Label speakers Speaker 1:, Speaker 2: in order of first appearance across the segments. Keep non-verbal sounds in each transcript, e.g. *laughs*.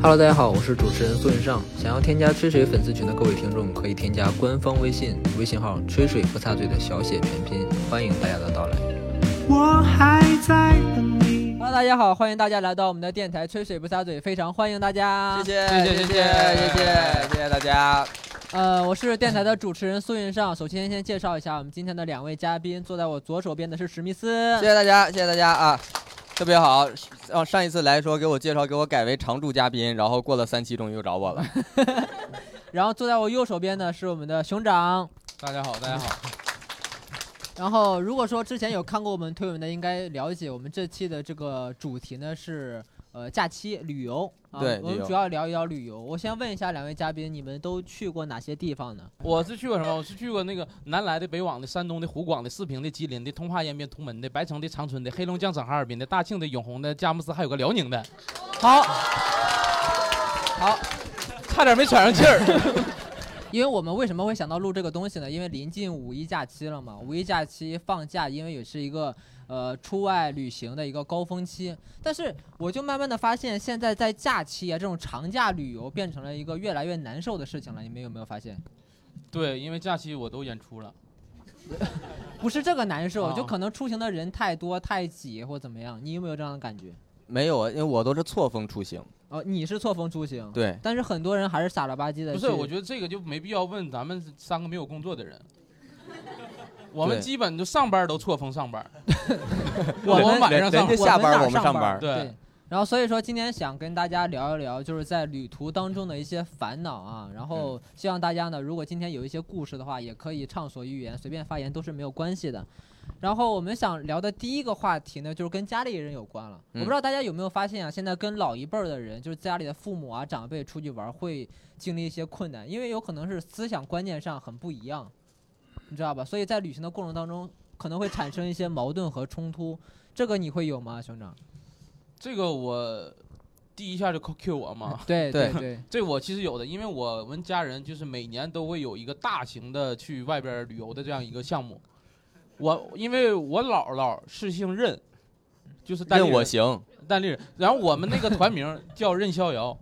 Speaker 1: Hello，大家好，我是主持人苏云尚。想要添加吹水粉丝群的各位听众，可以添加官方微信，微信号“吹水不擦嘴”的小写全拼，欢迎大家的到来。
Speaker 2: 我还在等你。
Speaker 3: 哈喽，大家好，欢迎大家来到我们的电台《吹水不撒嘴》，非常欢迎大家。
Speaker 4: 谢谢
Speaker 3: 谢
Speaker 4: 谢谢谢
Speaker 3: 谢
Speaker 4: 谢谢谢大家。
Speaker 3: 呃，我是电台的主持人苏云尚。首先先介绍一下我们今天的两位嘉宾，坐在我左手边的是史密斯
Speaker 4: 谢。谢大家，谢谢大家啊，特别好。上上一次来说给我介绍，给我改为常驻嘉宾，然后过了三期终于又找我了。
Speaker 3: 然后坐在我右手边的是我们的熊掌。
Speaker 5: 大家好，大家好，
Speaker 3: 然后如果说之前有看过我们推文的，应该了解我们这期的这个主题呢是呃假期旅游。啊、
Speaker 4: 对
Speaker 3: 我们
Speaker 4: 旅游
Speaker 3: 主要聊一聊旅游。我先问一下两位嘉宾，你们都去过哪些地方呢？
Speaker 5: 我是去过什么？我是去过那个南来的、北往的、山东的、湖广的、四平的、吉林的、通化、延边、图门的、白城的、长春的、黑龙江省哈尔滨的、大庆的、永红的、佳木斯，还有个辽宁的，
Speaker 3: 好，
Speaker 5: 差点没喘上气儿。
Speaker 3: 因为我们为什么会想到录这个东西呢？因为临近五一假期了嘛，五一假期放假，因为也是一个呃出外旅行的一个高峰期。但是我就慢慢的发现，现在在假期啊这种长假旅游变成了一个越来越难受的事情了。你们有没有发现？
Speaker 5: 对，因为假期我都演出了。
Speaker 3: 不是这个难受，
Speaker 5: 哦
Speaker 3: 就可能出行的人太多太挤或怎么样。你有没有这样的感觉？
Speaker 4: 没有啊，因为我都是错峰出行。
Speaker 3: 哦，你是错峰出行，。
Speaker 4: 对，
Speaker 3: 但是很多人还是傻了吧唧的。
Speaker 5: 不是，我觉得这个就没必要问咱们三个没有工作的人。我们
Speaker 4: 对
Speaker 5: 基本就上班都错峰上班， *laughs*
Speaker 3: 得我
Speaker 5: 们
Speaker 3: 们
Speaker 5: 晚上
Speaker 4: 人家
Speaker 5: 上班。
Speaker 4: 下班
Speaker 3: 哪
Speaker 4: 我们
Speaker 3: 上
Speaker 4: 上班。
Speaker 5: 对
Speaker 3: 对，然后所以说今天想跟大家聊一聊，就是在旅途当中的一些烦恼啊。然后
Speaker 4: 嗯
Speaker 3: 希望大家呢，如果今天有一些故事的话，也可以畅所欲言，随便发言都是没有关系的。然后我们想聊的第一个话题呢，就是跟家里人有关了。我
Speaker 4: 嗯
Speaker 3: 不知道大家有没有发现啊，现在跟老一辈儿的人，就是家里的父母啊、长辈出去玩，会经历一些困难，因为有可能是思想观念上很不一样，你知道吧？所以在旅行的过程当中，可能会产生一些矛盾和冲突。这个你会有吗，兄长？
Speaker 5: 这个我第一下就 Q 我嘛。
Speaker 3: 对
Speaker 4: 对
Speaker 3: 对，
Speaker 5: 这我其实有的，因为我们家人就是每年都会有一个大型的去外边旅游的这样一个项目。我因为我姥姥是姓任，就是单立
Speaker 4: 任
Speaker 5: 人
Speaker 4: 我行，
Speaker 5: 单立人，然后我们那个团名 *laughs* 叫任逍遥，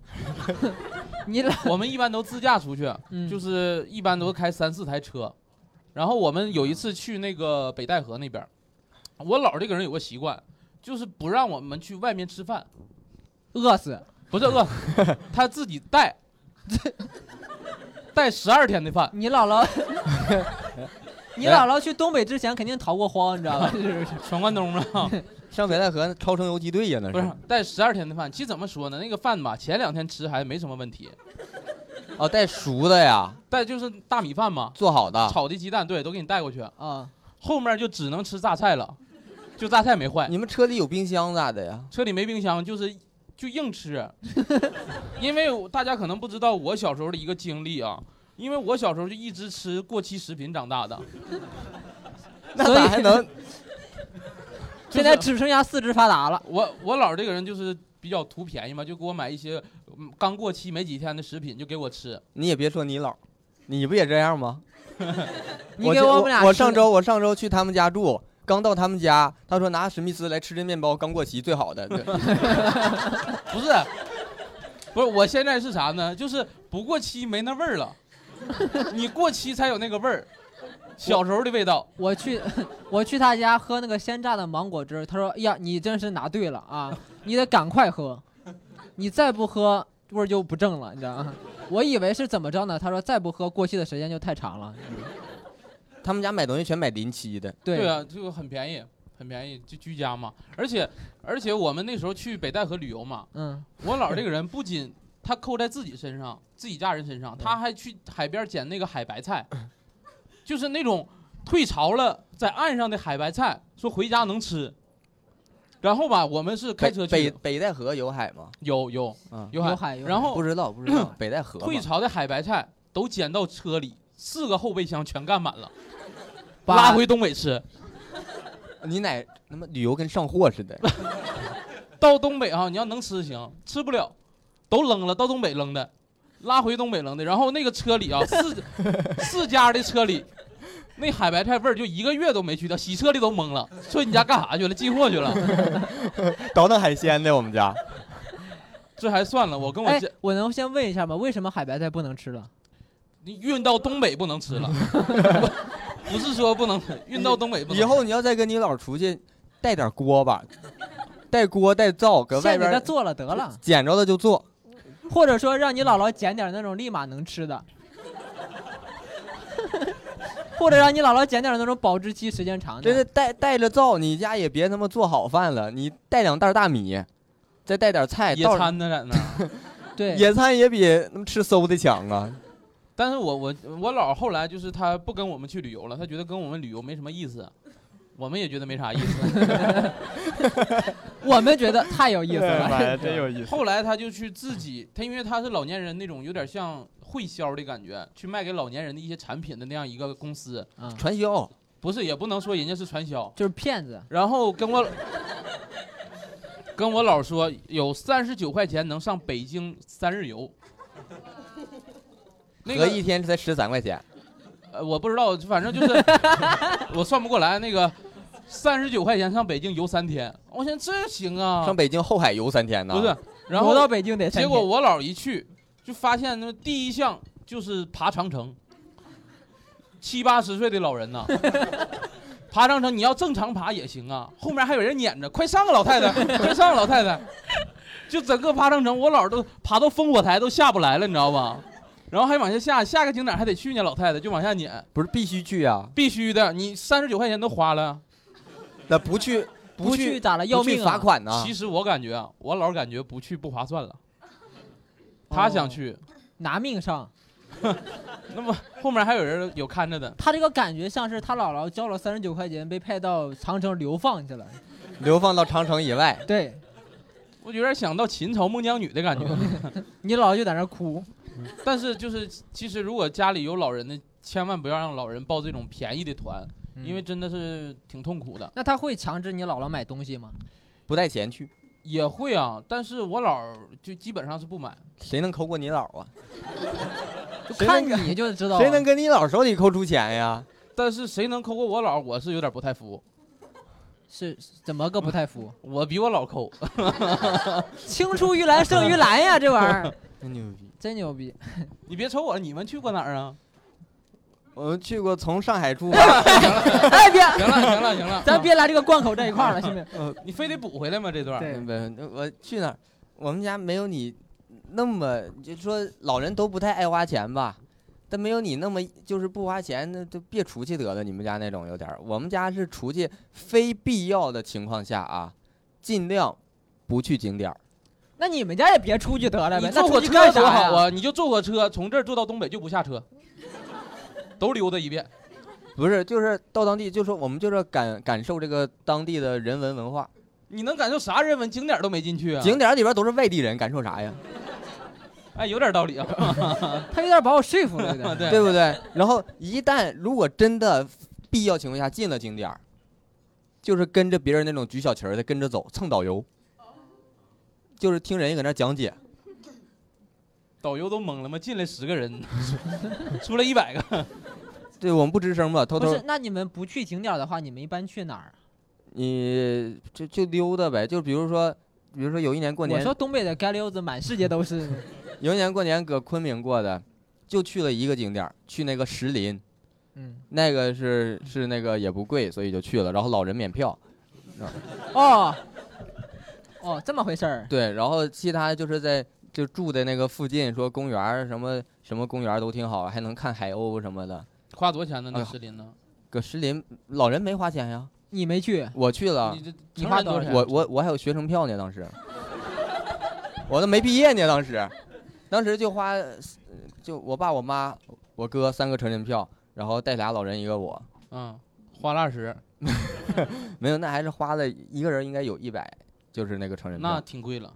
Speaker 3: 你俩
Speaker 5: 我们一般都自驾出去，
Speaker 3: 嗯
Speaker 5: 就是一般都开三四台车。然后我们有一次去那个北戴河那边，我姥这个人有个习惯，就是不让我们去外面吃饭，
Speaker 3: 饿死，
Speaker 5: 不是
Speaker 4: *laughs*
Speaker 5: 饿，他自己带， *laughs* 带十二天的饭。
Speaker 3: 你姥 *laughs* 姥，你姥姥去东北之前肯定逃过荒，你知道吧？是
Speaker 5: 闯关东了，
Speaker 4: 上北戴河超生游击队呀，那
Speaker 5: 不是带十二天的饭。其实怎么说呢，那个饭吧，前两天吃还没什么问题，
Speaker 4: 哦，带熟的呀，
Speaker 5: 带就是大米饭嘛，
Speaker 4: 做好的。
Speaker 5: 炒的鸡蛋，对，都给你带过去。
Speaker 3: 啊，
Speaker 5: 后面就只能吃榨菜了，就榨菜没坏，
Speaker 4: 你们车里有冰箱咋的呀？
Speaker 5: 车里没冰箱，就是就硬吃。因为我大家可能不知道我小时候的一个经历啊，因为我小时候就一直吃过期食品长大的，
Speaker 4: 那
Speaker 3: 所以
Speaker 4: 咋还能？
Speaker 5: 就是
Speaker 3: 现在只剩下四肢发达了。
Speaker 5: 我我姥儿这个人就是比较图便宜嘛，就给我买一些嗯刚过期没几天的食品就给我吃。
Speaker 4: *laughs* 你也别说你姥，你不也这样吗？
Speaker 3: 你给我们俩
Speaker 4: 我我
Speaker 3: 吃
Speaker 4: 上周我上周去他们家住，刚到他们家，他说拿史密斯来吃这面包，刚过期最好的。对
Speaker 5: 不是，不是，我现在是啥呢？就是不过期没那味儿了，你过期才有那个味儿，小时候的味道。
Speaker 3: 我去，我去他家喝那个鲜榨的芒果汁，他说：“哎呀，你真是拿对了啊，你得赶快喝，你再不喝味儿就不正了，你知道吗？”我以为是怎么着呢？他说：“再不喝，过期的时间就太长了。
Speaker 4: 他们家买东西全买临期的，”
Speaker 5: 对，啊，这个很便宜，很便宜，就居家嘛。而且而且我们那时候去北戴河旅游嘛，
Speaker 3: 嗯，
Speaker 5: 我姥儿这个人不仅他扣在自己身上，自己家人身上，他还去海边捡那个海白菜，就是那种退潮了在岸上的海白菜，说回家能吃。然后吧，我们是开车
Speaker 4: 北
Speaker 5: 去的，
Speaker 4: 北北戴河有海吗？
Speaker 5: 有有
Speaker 4: 啊，
Speaker 3: 有
Speaker 5: 有海，
Speaker 3: 海有海
Speaker 5: 然后
Speaker 4: 不知道不知道，北戴河嘛
Speaker 5: 退潮的海白菜都捡到车里，四个后备箱全干满了，
Speaker 3: 把
Speaker 5: 拉回东北吃。
Speaker 4: 你哪他妈旅游跟上货 *laughs* 似的？
Speaker 5: 到东北啊，你要能吃行，吃不了都扔了，到东北扔的，拉回东北扔的。然后那个车里啊，四四家的车里，那海白菜味儿就一个月都没去掉，洗车的都懵了，说你家干啥去了，进货去了。
Speaker 4: *laughs* 倒腾海鲜的我们家，
Speaker 5: 这还算了。我跟我
Speaker 3: 哎
Speaker 5: 这，
Speaker 3: 我能先问一下吗？为什么海白菜不能吃了？
Speaker 5: 你运到东北不能吃了，不是说不能吃，运到东北不能
Speaker 4: 以
Speaker 5: 吃。
Speaker 4: 后你要再跟你老出去，带点锅巴，带锅带灶，搁外
Speaker 3: 现在给他
Speaker 4: 边
Speaker 3: 做了得了，
Speaker 4: 捡着了就做。
Speaker 3: 或者说让你姥姥捡点那种立马能吃的，或者让你姥姥捡点那种保质期时间长
Speaker 4: 真
Speaker 3: 的
Speaker 4: 是。带带着灶，你家也别他妈做好饭了，你带两袋大米，再带点菜，
Speaker 5: 野
Speaker 4: 到
Speaker 5: 餐呢，在那儿。
Speaker 3: 对，
Speaker 4: 野餐也比他妈吃馊的强 *laughs* 啊！
Speaker 5: 但是我我我姥儿后来就是她不跟我们去旅游了，她觉得跟我们旅游没什么意思，我们也觉得没啥意思。
Speaker 3: 我们觉得太有意思了。
Speaker 4: 哎 *laughs* 呀，真有意。
Speaker 5: 后来她就去自己，她因为她是老年人那种有点像会销的感觉，去卖给老年人的一些产品的那样一个公司，
Speaker 3: 嗯，
Speaker 4: 传销，
Speaker 5: 不是也不能说人家是传
Speaker 3: *laughs*
Speaker 5: 销。
Speaker 3: 就是骗子。
Speaker 5: 然后跟我跟我姥儿说，有三十九块钱能上北京三日游。那
Speaker 4: 合
Speaker 5: 个
Speaker 4: 一天才十三块钱，
Speaker 5: 呃，我不知道，反正就是我算不过来那个三十九块钱上北京游三天，我想这行啊，
Speaker 4: 上北京后海游三天呢。
Speaker 5: 不是，，然
Speaker 3: 挪到
Speaker 5: 后
Speaker 3: 北京得三天
Speaker 5: 结果我姥儿一去就发现那第一项就是爬长城，七八十岁的老人呐。爬长城，你要正常爬也行啊，后面还有人撵着，快上啊，老太太，快上啊，老太太！就整个爬长城，我姥儿都爬到烽火台都下不来了，你知道吧？然后还往下下，下个景点还得去呢，老太太就往下撵。
Speaker 4: 不是必须去啊！
Speaker 5: 必须的，你三十九块钱都花了。
Speaker 4: 那不去，
Speaker 3: 不去
Speaker 4: 去
Speaker 3: 咋了？要
Speaker 4: 不去
Speaker 3: 命啊！哦
Speaker 4: 罚款呢？
Speaker 5: 其实我感觉啊，我老感觉不去不划算了。他想去，
Speaker 3: 拿命上。
Speaker 5: 那么后面还有人有看着的。
Speaker 3: 他这个感觉像是他姥姥交了三十九块钱，被派到长城流放
Speaker 4: *laughs*
Speaker 3: 去了。
Speaker 4: 流放到长城以外，
Speaker 3: 对
Speaker 5: 我有点想到秦朝孟姜女的
Speaker 3: *laughs*
Speaker 5: 感觉。
Speaker 3: 你姥姥就在那儿哭。
Speaker 5: 但是就是，其实如果家里有老人的，千万不要让老人报这种便宜的团，
Speaker 3: 嗯
Speaker 5: 因为真的是挺痛苦的。
Speaker 3: 那他会强制你姥姥买东西吗？
Speaker 4: 不带钱去，
Speaker 5: 也会啊，但是我姥儿就基本上是不买。
Speaker 4: 谁能抠过你姥啊？
Speaker 3: 就
Speaker 4: 谁
Speaker 3: 看
Speaker 4: 能
Speaker 3: 你就知道啊。
Speaker 4: 谁能跟你姥手里抠出钱呀？
Speaker 5: 但是谁能抠过我姥儿，我是有点不太服。
Speaker 3: 是怎么个不太服？
Speaker 5: 我比我姥儿抠， *laughs*
Speaker 3: 青出于蓝胜于蓝呀，这玩意儿
Speaker 4: 真牛逼！
Speaker 3: *laughs* 真牛逼！
Speaker 5: 你别瞅我，你们去过哪
Speaker 3: *laughs*
Speaker 5: 儿啊？
Speaker 4: 我们去过从上海出发。
Speaker 3: 哎，别，
Speaker 5: 行了行了行了，啊
Speaker 3: 咱别来这个贯口这一块儿了，兄弟。
Speaker 5: 你非得补回来吗？这段
Speaker 3: *laughs*
Speaker 5: 儿
Speaker 3: 对
Speaker 4: 嗯不，我去哪儿？我们家没有你那么，就说老人都不太爱花钱吧，但没有你那么就是不花钱，那就别出去得了。你们家那种有点儿，我们家是出去非必要的情况下啊，尽量不去景点儿。
Speaker 3: 那你们家也别出去得了呗，
Speaker 5: 你
Speaker 3: 哎那
Speaker 5: 坐火
Speaker 3: 出去
Speaker 5: 车
Speaker 3: 干
Speaker 5: 多
Speaker 3: 啥
Speaker 5: 好
Speaker 3: 呀？
Speaker 5: 啊！你就坐火车，从这儿坐到东北就不下车，都溜达一遍。
Speaker 4: 不是，就是到当地，就说我们就是感感受这个当地的人文文化。
Speaker 5: 你能感受啥人文景点儿都没进去啊？
Speaker 4: 景，点儿里边都是外地人，感受啥呀？
Speaker 5: 哎，有点道理啊。 *laughs*
Speaker 3: 他有点把我说服了，有 *laughs* 点。
Speaker 5: 对
Speaker 4: 对不对？然后一旦如果真的必要情况下进了景点儿，就是跟着别人那种举小旗儿的跟着走，蹭导游，就是听人家搁那讲解。
Speaker 5: 导游都懵了吗？进来十个人， *laughs* 出来一百个。
Speaker 4: 对我们不吱声吧，偷
Speaker 3: 不
Speaker 4: 偷
Speaker 3: 是，那你们不去景点儿的话，你们一般去哪儿？
Speaker 4: 你就就溜达呗。就比如说，比如说有一年过
Speaker 3: 我
Speaker 4: 年
Speaker 3: 说，东北的街溜子满世界都是， *laughs*
Speaker 4: 有一年过年搁昆明过的，就去了一个景点儿，去那个石林，
Speaker 3: 嗯，
Speaker 4: 那个是是那个也不贵，所以就去了。然后老人免票，
Speaker 3: 哦，哦，这么回事儿。
Speaker 4: 对，然后其他就是在就住的那个附近，说公园儿什么什么公园儿都挺好，还能看海鸥什么的。
Speaker 5: 花多少钱呢？
Speaker 4: 哎
Speaker 5: 那
Speaker 4: 呦
Speaker 5: 石林呢？
Speaker 4: 搁石林，老人没花钱呀，
Speaker 3: 你没去，
Speaker 4: 我去了
Speaker 5: 你，这
Speaker 3: 你
Speaker 5: 成
Speaker 3: 花
Speaker 5: 人
Speaker 3: 多少
Speaker 5: 多少
Speaker 3: 钱
Speaker 5: 钱？
Speaker 4: 我我我还有学生票呢，当时我都没毕业呢，当时，当时就花，呃就我爸我妈我哥三个成人票，然后带俩老人一个我，
Speaker 5: 嗯，花了二十，
Speaker 4: 没有，那还是花了一个人应该有一百，就是那个成人
Speaker 5: 那
Speaker 4: 票，
Speaker 5: 挺贵了，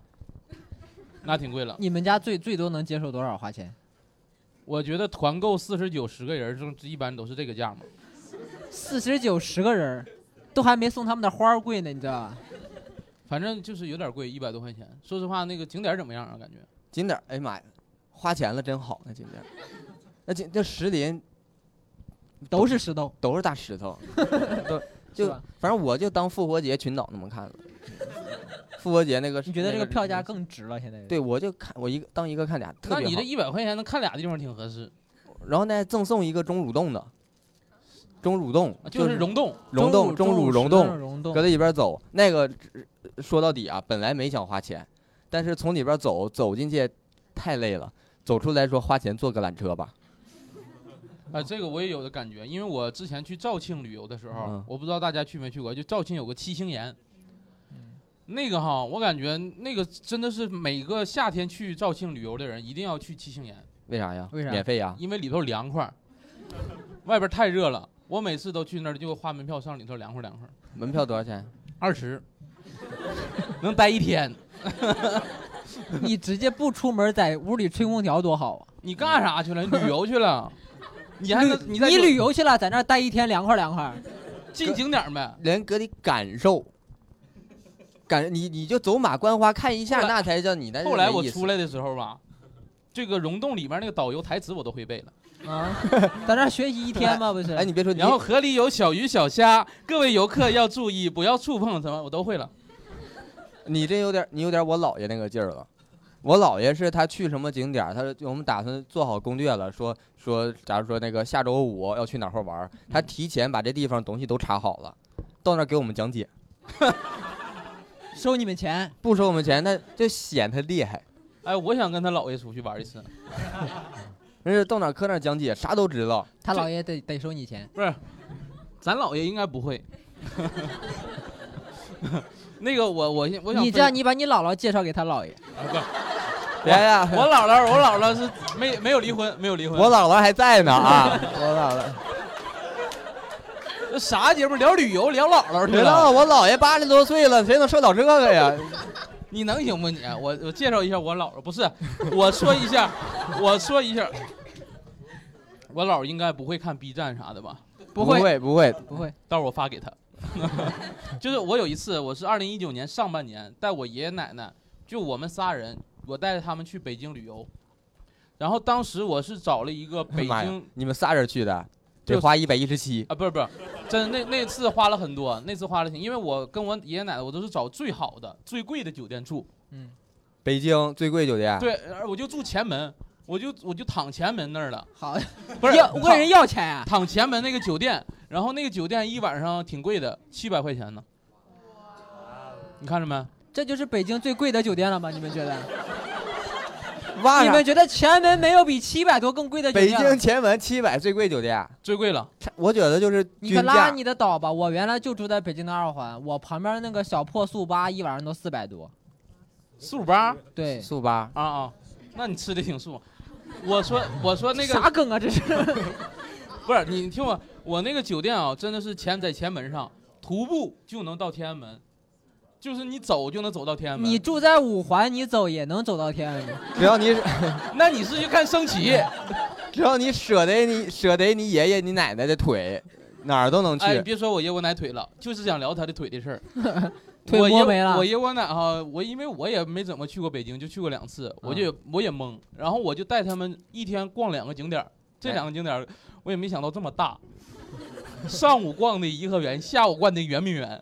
Speaker 5: 那挺贵了。
Speaker 3: 你们家最最多能接受多少花钱？
Speaker 5: 我觉得团购四十九十个人，这一般都是这个价嘛。
Speaker 3: 四十九十个人儿，都还没送他们的花儿贵呢，你知道吧？
Speaker 5: 反正就是有点贵，一百多块钱。说实话，那个景点儿怎么样啊？感觉
Speaker 4: 景点儿，哎呀妈呀，花钱了真好，那景点儿，那景那石林
Speaker 3: 都是石头，
Speaker 4: 都是大石头，
Speaker 3: *laughs*
Speaker 4: 都
Speaker 3: 是
Speaker 4: 就
Speaker 3: 吧
Speaker 4: 反正我就当复活节群岛那么看了。复活节那个，
Speaker 3: 你觉得这
Speaker 4: 那
Speaker 3: 个
Speaker 4: 个
Speaker 3: 票价
Speaker 4: 日子？
Speaker 3: 更值了？现在
Speaker 4: 对，我就看我一个当一个看俩，特
Speaker 5: 那
Speaker 4: 别
Speaker 5: 你
Speaker 4: 好
Speaker 5: 这。一百块钱能看俩地方挺合适，
Speaker 4: 然后呢，赠送一个钟乳洞的，钟乳洞
Speaker 5: 啊就是溶洞，
Speaker 4: 溶洞，
Speaker 3: 中
Speaker 4: 钟乳溶
Speaker 3: 洞
Speaker 4: 洞，
Speaker 3: 溶
Speaker 4: 搁
Speaker 3: 洞，
Speaker 4: 在里边走。那个呃说到底啊，本来没想花钱，但是从里边走走进去太累了，走出来说花钱坐个缆车吧。
Speaker 5: 啊，这个我也有的感觉，因为我之前去肇庆旅游的时候，
Speaker 4: 嗯
Speaker 5: 我不知道大家去没去过，就肇庆有个七星岩，那个哈，我感觉那个真的是每个夏天去肇庆旅游的人一定要去七星岩，
Speaker 4: 为啥呀？
Speaker 3: 为啥
Speaker 4: 免费呀？
Speaker 5: 因为里头凉快，外边太热了。我每次都去那儿就花门票上里头凉快凉快，
Speaker 4: 门票多少钱？
Speaker 5: 二十， *laughs* 能待一天。
Speaker 3: *laughs* 你直接不出门，在屋里吹空调多好啊！
Speaker 5: 你干啥去了？你旅游去了？你还能
Speaker 3: 你
Speaker 5: 在这
Speaker 3: 旅游去了，在那儿待一天，凉快凉快。
Speaker 5: 进景点儿呗？
Speaker 4: 人给你感受，感你你就走马观花看一下，
Speaker 5: 后来
Speaker 4: 那才叫你那
Speaker 5: 后来我
Speaker 4: 意思
Speaker 5: 出来的时候吧，这个溶洞里面那个导游台词我都会背了。
Speaker 3: 啊，在那儿学习一天吗？不是，
Speaker 4: 哎，你别说，你
Speaker 5: 然后河里有小鱼小虾，各位游客要注意，不要触碰什么，我都会了。
Speaker 4: 你这有点，你有点我姥爷那个劲儿了。我姥爷是他去什么景点儿，他说我们打算做好攻略了，说说，假如说那个下周五要去哪块儿玩儿，他提前把这地方东西都查好了，到那儿给我们讲解，
Speaker 3: 收你们钱，
Speaker 4: 不收我们钱，那就显他厉害。
Speaker 5: 哎，我想跟他姥爷出去玩一次，
Speaker 4: 人家到哪儿搁哪儿讲解，啥都知
Speaker 5: *laughs*
Speaker 4: 道。
Speaker 3: 他
Speaker 5: 这
Speaker 3: 姥爷得得收你钱。
Speaker 5: 不是，咱姥爷应该不会。 *laughs* 那个我我我想
Speaker 3: 你
Speaker 5: 分
Speaker 3: 这样，你把你姥姥介绍给他姥爷，
Speaker 4: 别呀，
Speaker 5: 我姥姥我姥姥是没没有离婚，没有离婚。
Speaker 4: 我姥姥还在呢啊，我姥姥。
Speaker 5: 这啥节目聊旅游聊姥姥去
Speaker 4: 别
Speaker 5: 了
Speaker 4: 闹，？我姥爷八十多岁了，谁能受了这个呀？
Speaker 5: 你能
Speaker 4: *laughs*
Speaker 5: 行不你？我我介绍一下我姥姥，不是，我说一下，我说一下，我姥儿应该不会看 B 站啥的吧？
Speaker 4: 不会不会，
Speaker 3: 不会，
Speaker 5: 到时候我发给他。 *laughs* 就是我有一次，我是二零一九年上半年带我爷爷奶奶，就我们仨人，我带着他们去北京旅游。然后当时我是找了一个北
Speaker 4: 妈哎呀
Speaker 5: 京，
Speaker 4: 你们仨人去的，得
Speaker 5: 就
Speaker 4: 花一百一十七。
Speaker 5: 啊，不是不是，真的那那次花了很多，那次花了钱，因为我跟我爷爷奶奶我都是找最好的、最贵的酒店住，
Speaker 3: 嗯，
Speaker 4: 北京最贵酒
Speaker 3: 啊
Speaker 4: 店，
Speaker 5: 对，而我就住前门，我就我就躺前门那儿了，
Speaker 3: 好，
Speaker 5: 不是
Speaker 3: 要问人要钱啊？
Speaker 5: 躺前门那个酒店，然后那个酒店一晚上挺贵的，七百块钱呢。你看着没？
Speaker 3: 这就是北京最贵的酒店了吗？你们觉得？
Speaker 4: 哇
Speaker 3: 你们觉得前门没有比七百多更贵的酒
Speaker 4: 北
Speaker 3: 店了
Speaker 4: 京前门七百最贵酒店，
Speaker 5: 最贵了，
Speaker 4: 差我觉得就是
Speaker 3: 你可
Speaker 4: 均
Speaker 3: 拉
Speaker 4: 价。
Speaker 3: 你的倒吧！我原来就住在北京的二环，我旁边那个小破速八一晚上都四百多。
Speaker 5: 四五八
Speaker 3: 对，
Speaker 4: 速八，
Speaker 5: 啊啊！那你吃的挺素。我说我说那个
Speaker 3: 啥梗啊？这是
Speaker 5: 不是你听我，我那个酒店啊，真的是前在前门上，徒步就能到天安门，就是你走就能走到天安门。
Speaker 3: 你住在五环，你走也能走到天啊安
Speaker 5: *laughs*
Speaker 3: 门。
Speaker 4: 只要你
Speaker 5: 那你是去看升旗？
Speaker 4: 只要你舍得你舍得你爷爷你奶奶的腿，哪儿都能
Speaker 5: 哎，你
Speaker 4: 去。
Speaker 5: 别说我爷我奶腿了，就是想聊他的腿的事儿。
Speaker 3: *laughs* 腿
Speaker 5: 我爷
Speaker 3: 摸没了
Speaker 5: 我爷我奶哈，我因为我也没怎么去过北京，就去过两次，我
Speaker 3: 啊
Speaker 5: 就、我也懵，然后我就带他们一天逛两个景点儿，这
Speaker 3: 哎
Speaker 5: 两个景点儿我也没想到这么大。上午逛的颐和园，下午逛的圆明园，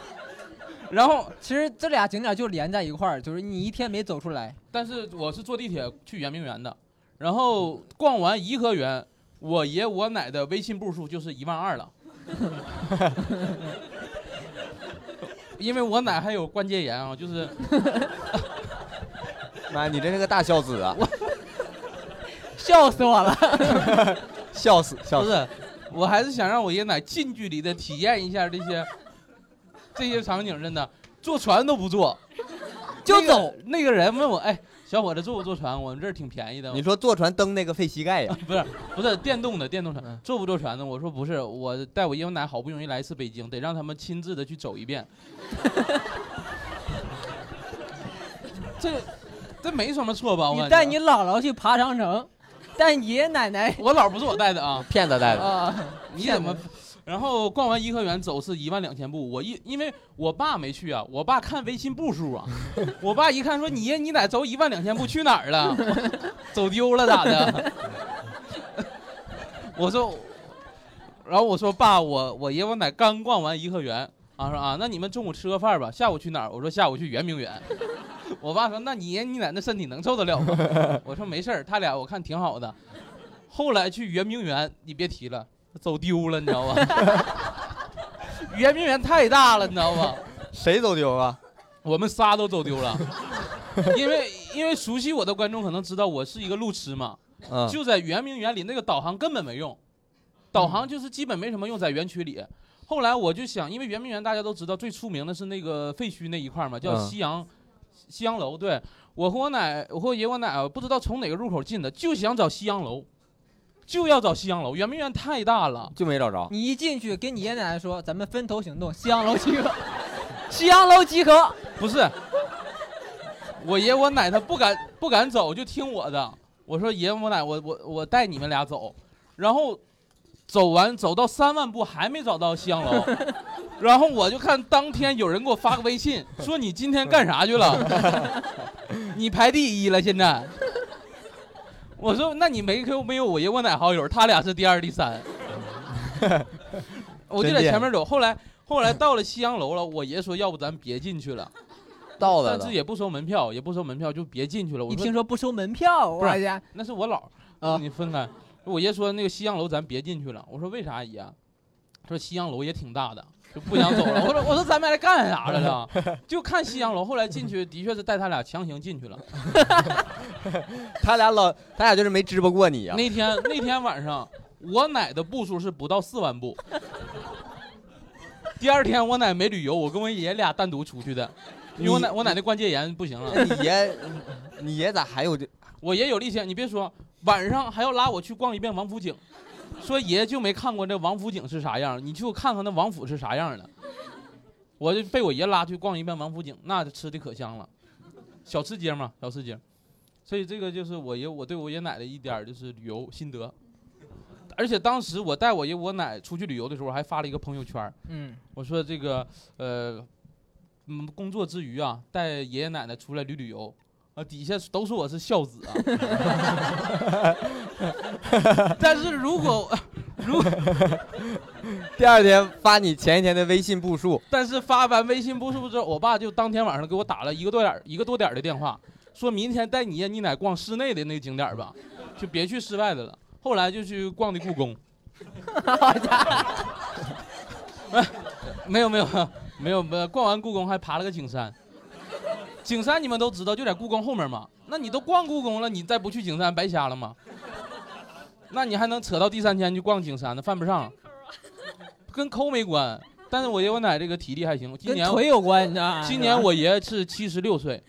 Speaker 5: *laughs* 然后
Speaker 3: 其实这俩景点就连在一块儿，就是你一天没走出
Speaker 5: *laughs*
Speaker 3: 来，
Speaker 5: 但是我是坐地铁去圆明园的，然后逛完颐和园，我爷我奶的微信步数就是一万二
Speaker 3: *laughs*
Speaker 5: 了，因为我奶还有关节炎啊，就是
Speaker 4: 妈，你真是个大孝子啊！
Speaker 3: 笑死我了。
Speaker 4: 笑死笑
Speaker 5: 不
Speaker 4: 死！
Speaker 5: 是，我还是想让我爷奶近距离的体验一下这些这些场景，真的坐船都不坐，
Speaker 3: 就
Speaker 5: 那个
Speaker 3: 走。
Speaker 5: 那个人问我，哎，小伙子坐不坐船？我们这儿挺便宜的。
Speaker 4: 你说坐船蹬那个费膝
Speaker 5: *laughs*
Speaker 4: 盖呀？
Speaker 5: 不是不是电动的电动船
Speaker 4: 嗯，
Speaker 5: 坐不坐船呢？我说不是，我带我爷我奶好不容易来一次北京，得让他们亲自的去走一
Speaker 3: *laughs*
Speaker 5: 遍。这这没什么错吧？我
Speaker 3: 你
Speaker 5: 感
Speaker 3: 带
Speaker 5: 觉
Speaker 3: 你姥姥去爬长
Speaker 5: *laughs*
Speaker 3: 城，带你爷爷奶奶
Speaker 5: 我姥儿不是我带的啊，
Speaker 4: 骗子带的，
Speaker 3: 啊，
Speaker 5: 你怎么？然后逛完颐和园走是一万两千步，我一因为我爸没去啊，我爸看微信步数啊，我爸一看说你爷你奶走一万两千步去哪儿了？ *laughs* 走丢了咋的？ *laughs* 我说，然后我说爸，我我爷我奶刚逛完颐和园啊，说啊，那你们中午吃个饭吧，下午去哪儿？我说下午去圆明园。 *laughs* 我爸说，那你爷你奶那身体能受得了吗？ *laughs* 我说没事儿，他俩我看挺好的。后来去圆明园，你别提了，走丢了，你知道 *laughs* 吧？圆明园太大了，你知道吧？
Speaker 4: 谁走丢啊？
Speaker 5: 我们仨都走丢了，因为因为熟悉我的观众可能知道我是一个路痴嘛，
Speaker 4: 嗯，
Speaker 5: 就在圆明园里那个导航根本没用，导航就是基本没什么用，在园区里。后来我就想，因为圆明园大家都知道最出名的是那个废墟那一块嘛，叫
Speaker 4: 嗯
Speaker 5: 西洋、西洋楼。对我和我奶，我和爷我奶，不知道从哪个入口进的，就想找西洋楼，就要找西洋楼。圆明园太大了，
Speaker 4: 就没找着。
Speaker 3: 你一进去，跟你爷奶奶说，咱们分头行动，西洋楼集
Speaker 5: *laughs*
Speaker 3: 合，西洋楼集合。
Speaker 5: 不是，我爷我奶他不敢不敢走，就听我的。我说爷我奶，我我我带你们俩走，然后走完走到三万步还没找到西洋楼，然后我就看当天有人给我发个微信说你今天干啥去了？你排第一了现在。我说那你没 Q 没有我爷我奶好友，他俩是第二第三。我就在前面走，后来后来到了西洋楼了，我爷说要不咱别进去了。
Speaker 4: 到了
Speaker 5: 但是也不收门票，也不收门票，就别进去了。我
Speaker 3: 一
Speaker 5: 说
Speaker 3: 听说不收门票，我
Speaker 5: 不是
Speaker 3: 家
Speaker 5: 那是我姥儿
Speaker 3: 啊
Speaker 5: 你分开。我爷说那个西洋楼咱别进去了。我说为啥爷？他说西洋楼也挺大的，就不想走了。我说我说咱们来干啥来了？就看西洋楼。后来进去的确是带他俩强行进去了。
Speaker 4: 他俩老，他俩就是没直播过你啊呀、
Speaker 5: 那天那天晚上，我奶的步数是不到四万步。第二天我奶没旅游，我跟我爷俩单独出去的，因为我奶我奶的关节炎不行了。
Speaker 4: 那 *laughs* 你爷，你爷咋还有这？
Speaker 5: 我爷有力气，你别说，晚上还要拉我去逛一遍王府井， *laughs* 说爷就没看过这王府井是啥样，你就看看那王府是啥样的。我就被我爷拉去逛一遍王府井，那就吃的可香了，小吃街嘛，小吃街。所以这个就是我爷我对我爷奶的一点儿就是旅游心得，而且当时我带我爷我奶出去旅游的时候，我还发了一个朋友圈儿，
Speaker 3: 嗯，
Speaker 5: 我说这个呃，嗯，工作之余啊，带爷爷奶奶出来旅旅游，啊，底下都说我是孝子啊。 *laughs* 但是如果
Speaker 4: 第二天发你前一天的微信步数，
Speaker 5: 但是发完微信步数之后，我爸就当天晚上给我打了一个多点儿一个多点儿的电话，说明天带你爷你奶逛室内的那个景点儿吧，就别去室外的了。后来就去逛的故宫。
Speaker 3: 嗯好家伙，
Speaker 5: 没有没 *laughs* 有没有没有，逛完故宫还爬了个景山。景山你们都知道，就在故宫后面嘛。那你都逛故宫了，你再不去景山白瞎了吗？那你还能扯到第三天去逛景山呢？犯不上，跟抠没关。但是我爷我奶这个体力还行， *laughs* 今
Speaker 3: 跟
Speaker 5: 年
Speaker 3: 腿有关，你知道吗？
Speaker 5: 今年我爷是七十六岁，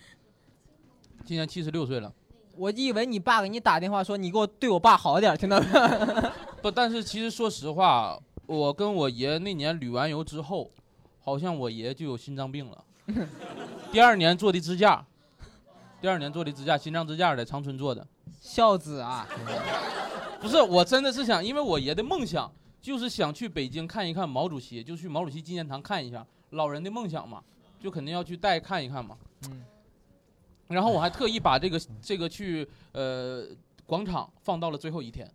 Speaker 5: 今年七十六岁了。
Speaker 3: 我以为你爸给你打电话说你给我对我爸好点儿，听到没有？
Speaker 5: *laughs* 不，但是其实说实话，我跟我爷那年旅完游之后，好像我爷就有心脏病了。第二年做的支架，第二年做的支架，心脏支架在长春做的。
Speaker 3: 孝子啊，
Speaker 5: 不是，我真的是想，因为我爷的梦想就是想去北京看一看毛主席，就去毛主席纪念堂看一下，老人的梦想嘛，就肯定要去带看一看嘛。
Speaker 3: 嗯
Speaker 5: 然后我还特意把这个这个去呃广场放到了最后一天，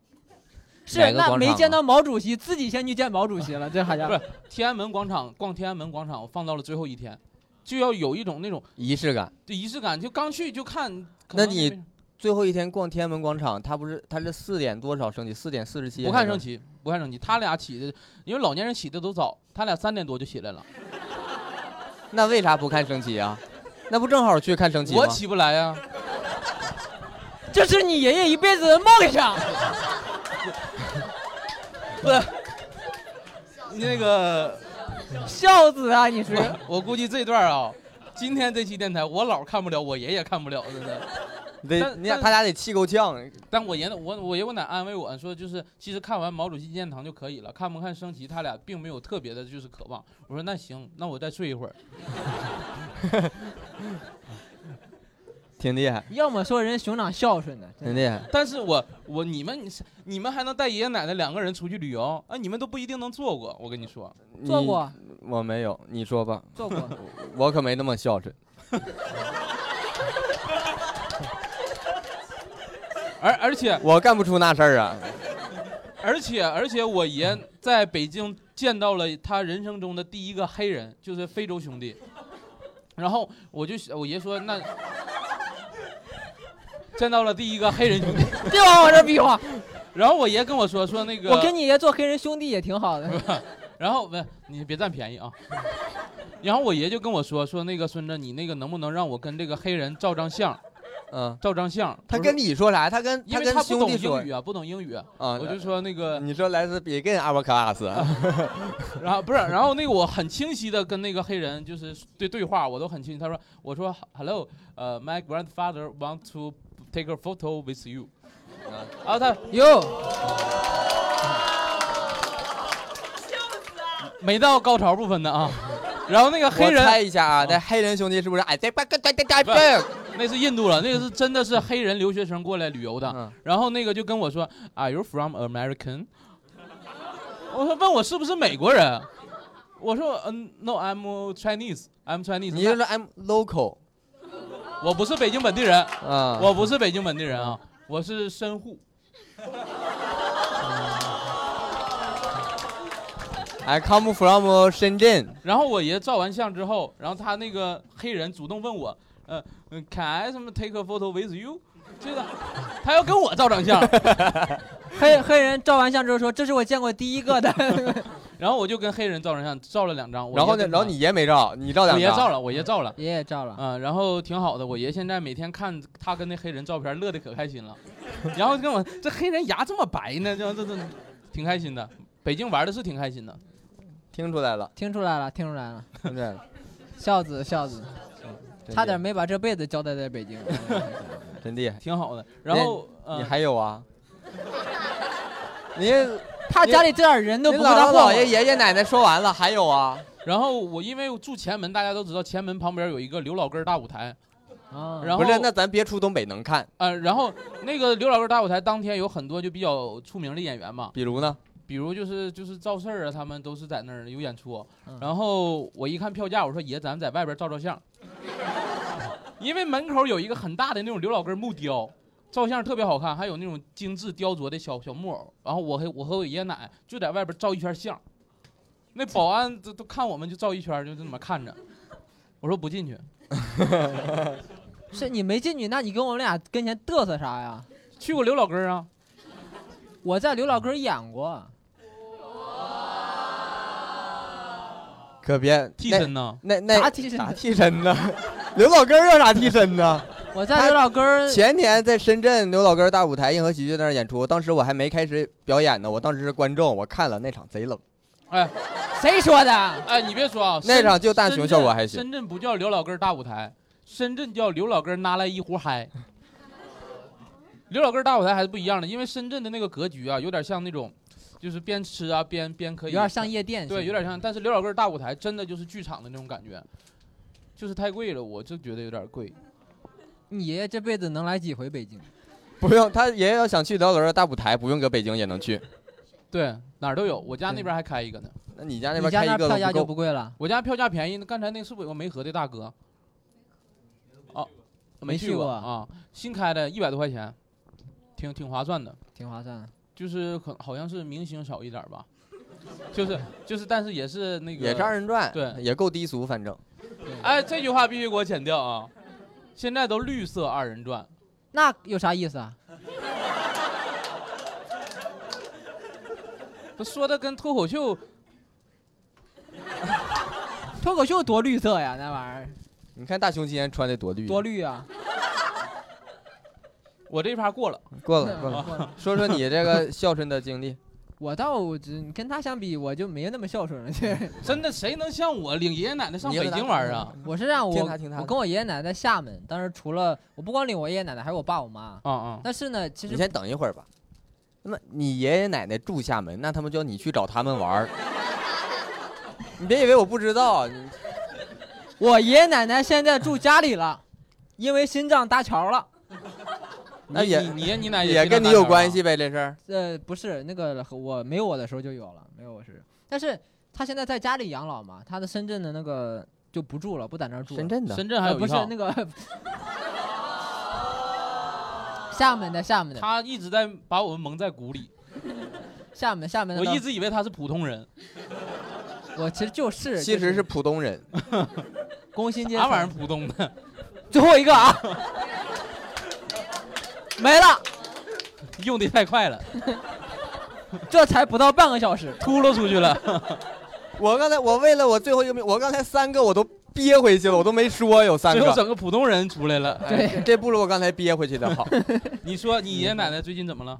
Speaker 3: 是
Speaker 4: 哪个
Speaker 3: 那
Speaker 4: 广
Speaker 3: 没
Speaker 4: 场
Speaker 3: 见
Speaker 4: 啊
Speaker 3: 到毛主席，自己先去见毛主席了，这好家
Speaker 5: 不
Speaker 3: 伙
Speaker 5: 是，天安门广场逛天安门广场，我放到了最后一天，就要有一种那种
Speaker 4: 仪式感。
Speaker 5: 对仪式感，就刚去就看。可
Speaker 4: 那
Speaker 5: 能就
Speaker 4: 你
Speaker 5: 没
Speaker 4: 最后一天逛天安门广场，他不是他是四点多少升起？四点四十七。
Speaker 5: 不看升旗，不看升旗，他俩起的，因为老年人起的都早，他俩三点多就起来了，
Speaker 4: 那为啥不看升旗啊？那不正好去看升旗吗
Speaker 5: 我？起不来啊呀、
Speaker 3: 这是你爷爷一辈子的梦想。
Speaker 5: 不是，那个
Speaker 3: 孝子啊，你是
Speaker 5: *laughs* 我我估计这段啊，今天这期电台我老看不了，我爷爷看不了，真的。
Speaker 4: 你得
Speaker 5: 但
Speaker 4: 你俩
Speaker 5: 但
Speaker 4: 他俩得气够呛。
Speaker 5: 但我爷呢，我我爷我奶安慰我说，就是其实看完毛主席纪念堂就可以了，看不看升旗，他俩并没有特别的就是渴望。我说那行，那我再睡一会儿。
Speaker 4: 挺厉害，
Speaker 3: *laughs* 要么说人熊掌孝顺呢，真
Speaker 4: 挺
Speaker 3: 的
Speaker 4: 厉害。
Speaker 5: 但是我我你们你们还能带爷爷奶奶两个人出去旅游啊？你们都不一定能做过，我跟你说，
Speaker 4: 你
Speaker 3: 做过
Speaker 4: 我没有，你说吧，
Speaker 3: 做
Speaker 4: *laughs*
Speaker 3: 过，
Speaker 4: 我可没那么孝顺。
Speaker 5: 而而且
Speaker 4: 我干不出那事儿啊。
Speaker 5: 而且而且我爷在北京见到了他人生中的第一个黑人，就是非洲兄弟。然后我就我爷说那 *laughs* 见到了第一个黑人兄弟，
Speaker 3: 别往我这比划，
Speaker 5: 然后我爷跟我说说那个
Speaker 3: 我跟你爷做黑人兄弟也挺
Speaker 4: *laughs*
Speaker 3: 好的。
Speaker 5: 然后不是，你别占便宜啊。然后我爷就跟我说说那个孙子，你那个能不能让我跟这个黑人照张相？
Speaker 4: *laughs* 嗯，
Speaker 5: 照张相。
Speaker 4: 他
Speaker 5: 我
Speaker 4: 跟
Speaker 5: 说
Speaker 4: 你说啥？他跟
Speaker 5: 因为
Speaker 4: 跟
Speaker 5: 他不
Speaker 4: 兄
Speaker 5: 懂
Speaker 4: 弟说
Speaker 5: 英语啊，不懂英语，
Speaker 4: 啊，
Speaker 5: 我就说那个，
Speaker 4: 你说来自 begin our *laughs* class，
Speaker 5: 然后不是，然后那个我很清晰的跟那个黑人就是对对话，我都很清晰。他说，我说 Hello，呃、m y grandfather want to take a photo with you。
Speaker 4: 啊
Speaker 5: 然后他
Speaker 3: 哟，
Speaker 5: 没到高潮部分呢啊。然后那个黑人
Speaker 4: 我猜一下啊，那黑人兄弟是不是？哎，这这这这
Speaker 5: 不
Speaker 4: 这，
Speaker 5: 那是印度了，那个是真的是黑人留学生过来旅游的。
Speaker 4: 嗯
Speaker 5: 然后那个就跟我说，Are you from American？我说问我是不是美国人，我说嗯，No，I'm Chinese，I'm Chinese。
Speaker 4: 你就说 I'm local
Speaker 5: 我不是北京本地人，
Speaker 4: 啊，
Speaker 5: 我不是北京本地人啊，我是深沪。
Speaker 4: I come 哎 from 深圳。
Speaker 5: 然后我爷照完相之后，然后他那个黑人主动问我，呃嗯，Can I 什么 take a photo with you？就是 *laughs* 他要跟我照
Speaker 4: *laughs*
Speaker 5: 张相，
Speaker 3: 黑黑人照完相之后说：“这是我见过第一个的。 *laughs*
Speaker 5: 然后我就跟黑人照张相，照了两张。我
Speaker 4: 然后
Speaker 5: 爷
Speaker 4: 呢，
Speaker 5: 跟
Speaker 4: 然后
Speaker 5: 他
Speaker 4: 你爷没照，你照两
Speaker 5: 我爷
Speaker 4: 张。啊
Speaker 5: 照了，我爷照了”。
Speaker 3: 爷爷照了，
Speaker 5: 嗯，然后挺好的。我爷现在每天看他跟那黑人照片，乐得可开心了。 *laughs* 然后跟我这黑人牙这么白呢，这这这挺开心的。北京玩的是挺开心的。
Speaker 4: 听出来了， *laughs*
Speaker 3: 听出来了，听出来了，
Speaker 4: 听出来了，
Speaker 3: 孝子孝子，
Speaker 4: 真
Speaker 3: 差
Speaker 4: 厉
Speaker 3: 点
Speaker 4: 害
Speaker 3: 没把这辈子交代在北
Speaker 4: *laughs*
Speaker 3: 京。
Speaker 4: 真厉害。
Speaker 5: 挺好的，然后、呃、
Speaker 4: 你还有
Speaker 5: *laughs*
Speaker 4: 啊？你
Speaker 3: 他家里这点人都
Speaker 4: 你
Speaker 3: 不
Speaker 4: 姥
Speaker 3: 会他
Speaker 4: 姥
Speaker 3: 混
Speaker 4: 姥爷爷爷奶奶说完了，还有啊？
Speaker 5: 然后我因为住前门，大家都知道前门旁边有一个刘老根儿大舞台，
Speaker 3: 啊，
Speaker 5: 然后
Speaker 4: 嗯不是，那咱别出东北能看，
Speaker 5: 呃，然后那个刘老根儿大舞台当天有很多就比较出名的演员嘛，
Speaker 4: 比如呢？
Speaker 5: 比如就是就是赵四儿啊，他们都是在那儿有演出
Speaker 3: 嗯。
Speaker 5: 然后我一看票价，我说爷，咱们在外边照照相， *laughs* 因为门口有一个很大的那种刘老根木雕，照相特别好看，还有那种精致雕琢的小小木偶。然后我和我和我爷爷奶奶就在外边照一圈相，那保安都都看我们就照一圈，就这么看着。我说不进去，
Speaker 3: 是你没进去，那你跟我们俩跟前嘚瑟啥呀？
Speaker 5: 去过刘老根啊，
Speaker 3: 我在刘老根演过，
Speaker 4: 可别
Speaker 5: 替身呢。
Speaker 4: 那那
Speaker 3: 啥
Speaker 4: 那
Speaker 3: 替身
Speaker 4: 啥替身呢？ *laughs* 刘老根儿要啥替身呢？
Speaker 3: 我在刘老根
Speaker 5: 嗯
Speaker 3: 儿
Speaker 4: 前年在深圳刘老根儿大舞台硬核喜剧那儿演出，当时我还没开始表演呢，我当时是观众，我看了那场贼冷，
Speaker 5: 哎
Speaker 3: 谁说的？
Speaker 5: 哎，你别说啊，
Speaker 4: 那
Speaker 5: 深
Speaker 4: 场就大熊效果还行。
Speaker 5: 深圳不叫刘老根儿大舞台，深圳叫刘老根儿拿来一壶嗨。刘老根儿大舞台还是不一样的，因为深圳的那个格局啊，有点像那种，就是边吃啊边边可
Speaker 3: 有
Speaker 5: 以，
Speaker 3: 点像夜店，
Speaker 5: 对，有点像。但是刘老根儿大舞台真的就是剧场的那种感觉，就是太贵了，我就觉得有点贵。
Speaker 3: 你爷爷这辈子能来几回北京？
Speaker 4: 不用，他爷爷要想去刘老根儿大舞台，不用搁北京也能去。
Speaker 5: 对，哪儿都有，我家那边还开一个呢。
Speaker 4: 那你家那
Speaker 3: 你
Speaker 4: 边
Speaker 3: 家
Speaker 4: 开
Speaker 3: 那
Speaker 4: 一个
Speaker 3: 票价就
Speaker 4: 都不
Speaker 3: 不
Speaker 4: 够，
Speaker 3: 贵了。
Speaker 5: 我家票价便宜，那刚才那是不是有个梅河的大哥？哦，
Speaker 3: 没
Speaker 5: 没
Speaker 3: 去
Speaker 5: 去
Speaker 3: 过
Speaker 5: 啊，新开的，一百多块钱，挺挺划算的。
Speaker 3: 挺划算的，
Speaker 5: 就是可好像是明星少一点儿吧，就是就是，但是也是那个
Speaker 4: 也是二人转，
Speaker 5: 对
Speaker 4: 也够低俗，反正。
Speaker 5: 哎，这句话必须给我剪掉啊！现在都绿色二人转，
Speaker 3: 那有啥意思啊？
Speaker 5: 都说的跟脱口秀
Speaker 3: 脱口秀多绿色呀，那玩意儿
Speaker 4: 你看大熊今天穿的多绿，
Speaker 3: 多绿啊！
Speaker 4: *laughs*
Speaker 5: 我这一趴过了。
Speaker 4: 过了过了。说说你这个孝顺的经历，
Speaker 3: 我倒我只跟他相比，我就没那么孝顺了。
Speaker 4: 嗯
Speaker 5: 真的，谁能像我领爷爷奶奶 *laughs* 上
Speaker 4: 你也
Speaker 5: 北
Speaker 4: 不
Speaker 5: 京
Speaker 4: 大
Speaker 5: 玩啊？
Speaker 3: 我是让我
Speaker 4: 听他听他的
Speaker 3: 我跟我爷爷奶奶在厦门，当时除了我不光领我爷爷奶奶，还有我爸我妈。
Speaker 5: 啊啊！
Speaker 3: 但是呢，其
Speaker 4: 你
Speaker 3: 实
Speaker 4: 先等一会儿吧。那么你爷爷奶奶住厦门，那他们叫你去找他们玩儿。你别以为我不知道，啊你
Speaker 3: 我爷爷奶奶现在住家里了，因为心脏搭桥了。
Speaker 4: 那
Speaker 5: 你
Speaker 4: 也
Speaker 5: 你你爷你奶
Speaker 4: 也
Speaker 5: 非
Speaker 4: 跟
Speaker 5: 常
Speaker 4: 你有
Speaker 5: 大
Speaker 4: 关
Speaker 5: 胆
Speaker 4: 系呗，这事儿。
Speaker 3: 呃，不是那个我没有我的时候就有了，没有我是，但是他现在在家里养老嘛，他的深圳的那个就不住了，不在那儿住了。
Speaker 4: 深圳
Speaker 5: 啊。
Speaker 4: 的，
Speaker 5: 深圳还
Speaker 3: 呃
Speaker 5: 有
Speaker 3: 不
Speaker 5: 一
Speaker 3: 是
Speaker 5: 套
Speaker 3: 那，个 *laughs* 厦门的厦门的，
Speaker 5: 他一直在把我们蒙在鼓里。
Speaker 3: 厦门厦门的
Speaker 5: 我
Speaker 3: 到
Speaker 5: 一直以为他是普通人，
Speaker 3: 我其实就是
Speaker 4: 其
Speaker 3: 就
Speaker 4: 实
Speaker 3: 是
Speaker 4: 是普通人，
Speaker 3: 工薪阶
Speaker 5: 啥
Speaker 3: 层。
Speaker 5: 玩意儿普通的？ *laughs*
Speaker 3: 最后一个啊，没了，
Speaker 5: 用的太快了，
Speaker 3: 这才不到半个小时。
Speaker 5: 秃噜出去了。
Speaker 4: *laughs* 我刚才我为了我最后一个名，我刚才三个我都憋回去了，我都没说有三
Speaker 5: 最后
Speaker 4: 个。
Speaker 5: 整个普通人出来了。
Speaker 4: 哎这这不如我刚才憋回去的好。
Speaker 5: 你说你爷爷奶奶最近怎么了？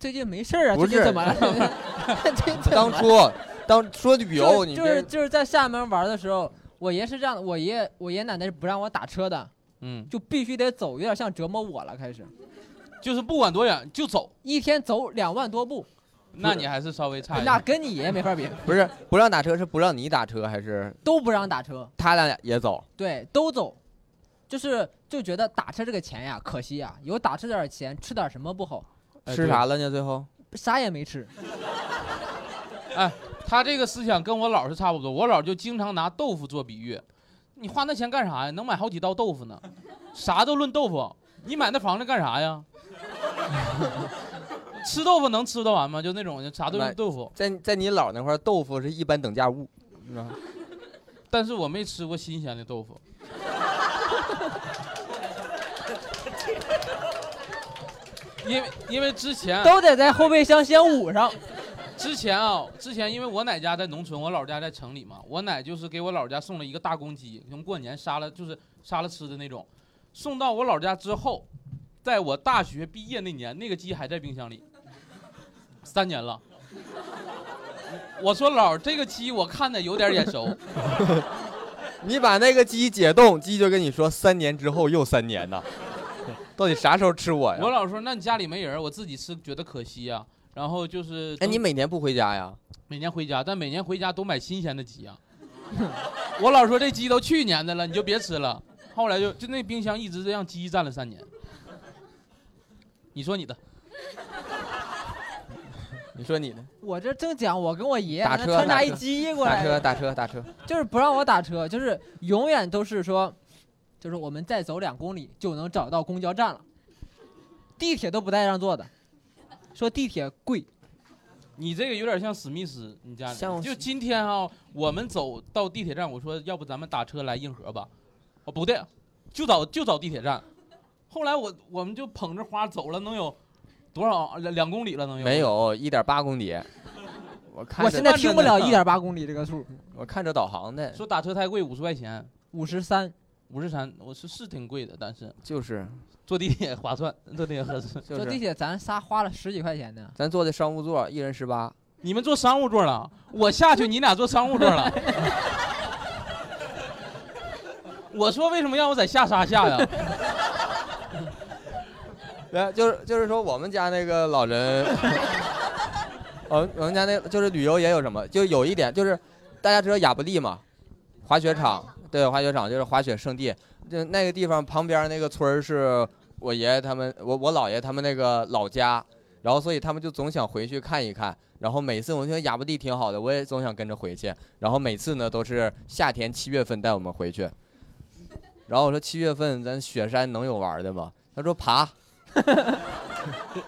Speaker 3: 最近没事儿啊，
Speaker 4: 不
Speaker 3: 最近
Speaker 4: 是
Speaker 3: 怎
Speaker 4: *laughs*
Speaker 3: 么了？最近怎么
Speaker 4: 当
Speaker 3: 了
Speaker 4: 初当说旅游，
Speaker 3: 就
Speaker 4: 你
Speaker 3: 是
Speaker 4: 这
Speaker 3: 就是就是在厦门玩的时候，我爷是这样的，我爷我爷奶奶是不让我打车的，
Speaker 5: 嗯，
Speaker 3: 就必须得走，有点像折磨我了。开始
Speaker 5: 就是不管多远就走，
Speaker 3: 一天走两万多步，
Speaker 5: 那你还是稍微
Speaker 4: 哎
Speaker 5: 差一
Speaker 3: 那
Speaker 5: 点。
Speaker 3: 跟你爷没法
Speaker 4: *laughs*
Speaker 3: 比，
Speaker 4: 不是不让打车，是不让你打车，还是
Speaker 3: 都不让打车，
Speaker 4: 他俩也走？
Speaker 3: 对，都走，就是就觉得打车这个钱呀，可惜呀，有打车这点钱吃点什么不好，
Speaker 5: 哎
Speaker 4: 吃
Speaker 5: 对
Speaker 4: 啥了呢？最后
Speaker 3: 啥也没吃。
Speaker 5: 他这个思想跟我姥是差不多，我姥就经常拿豆腐做比喻，你花那钱干啥呀？能买好几道豆腐呢，啥都论豆腐，你买那房子干啥呀？ *laughs* 吃豆腐能吃得完吗？就那种就啥都论豆腐，
Speaker 4: 在在你姥那块儿，豆腐是一般等价物，你知道吗？
Speaker 5: 但是我没吃过新鲜的豆腐。 *laughs* 因为因为之
Speaker 4: 嗯
Speaker 5: 前啊
Speaker 3: 都得在后备箱先捂上。
Speaker 5: 之前啊，之前因为我奶家在农村，我姥家在城里嘛，我奶就是给我姥家送了一个大公鸡，用过年杀了就是杀了吃的那种，送到我姥家之后，在我大学毕业那年，那个鸡还在冰箱里，三年了。我说姥，这个鸡我看着有点眼熟，
Speaker 4: 你把那个鸡解冻，鸡就跟你说三年之后又三年呐，到底啥时候吃我
Speaker 5: 我
Speaker 4: 哎呀？
Speaker 5: 姥说那你家里没人，我自己吃觉得可惜呀、然后就是，
Speaker 4: 哎，你每年不回家呀？
Speaker 5: 每年回家，但每年回家都买新鲜的鸡啊。 *laughs* 我老说这鸡都去年的了，你就别吃了。后来就就那冰箱一直让鸡占了三年。你说你的，
Speaker 4: 你说你呢？
Speaker 3: 我这正讲，我跟我爷爷
Speaker 4: 打
Speaker 3: 那
Speaker 4: 车
Speaker 3: 穿
Speaker 4: 打
Speaker 3: 插一
Speaker 4: 车
Speaker 3: 鸡过
Speaker 4: 打
Speaker 3: 来，
Speaker 4: 车，打车，打车。
Speaker 3: 就是不让我打车，就是永远都是说，就是我们再走两公里就能找到公交站了，地铁都不带让坐的，说地铁贵，
Speaker 5: 你这个有点像史密斯，你家
Speaker 4: 像
Speaker 5: 里
Speaker 4: 我
Speaker 5: 就今天啊，我们走到地铁站，我说要不咱们打车来硬核吧？哦，不对，就找就找地铁站。后来我我们就捧着花走了，能有多少两两公里了？能有
Speaker 4: 没？有一点八公里，我看
Speaker 3: 我
Speaker 4: 着
Speaker 3: 现在
Speaker 5: 看着
Speaker 3: 听不了
Speaker 5: 呢
Speaker 3: 一点
Speaker 4: 啊
Speaker 3: 八公里这个数，
Speaker 4: 我看着导航的，
Speaker 5: 说打车太贵，五十块钱，
Speaker 3: 五十三，
Speaker 5: 五十三，我是是挺贵的，但是
Speaker 4: 就是
Speaker 5: 坐地铁划算，坐地铁合适。
Speaker 4: 就
Speaker 3: 坐地
Speaker 4: 是，
Speaker 3: 铁咱仨花了十几块钱呢，
Speaker 4: 咱坐的商务座，一人十八。
Speaker 5: 你们坐商务座了，我下去，你俩坐商务座了。 *laughs* 我说为什么让我在下沙下呀？
Speaker 4: 对，就是就是说我们家那个老人，我们我们家那就是旅游也有什么，就有一点就是，大家知道亚布力嘛，滑雪场，对，滑雪场就是滑雪圣地，就那个地方旁边那个村儿是我爷爷他们，我我姥爷他们那个老家，然后所以他们就总想回去看一看，然后每次我觉得亚布力挺好的，我也总想跟着回去，然后每次呢都是夏天七月份带我们回去，然后我说七月份咱雪山能有玩的吗？他说爬。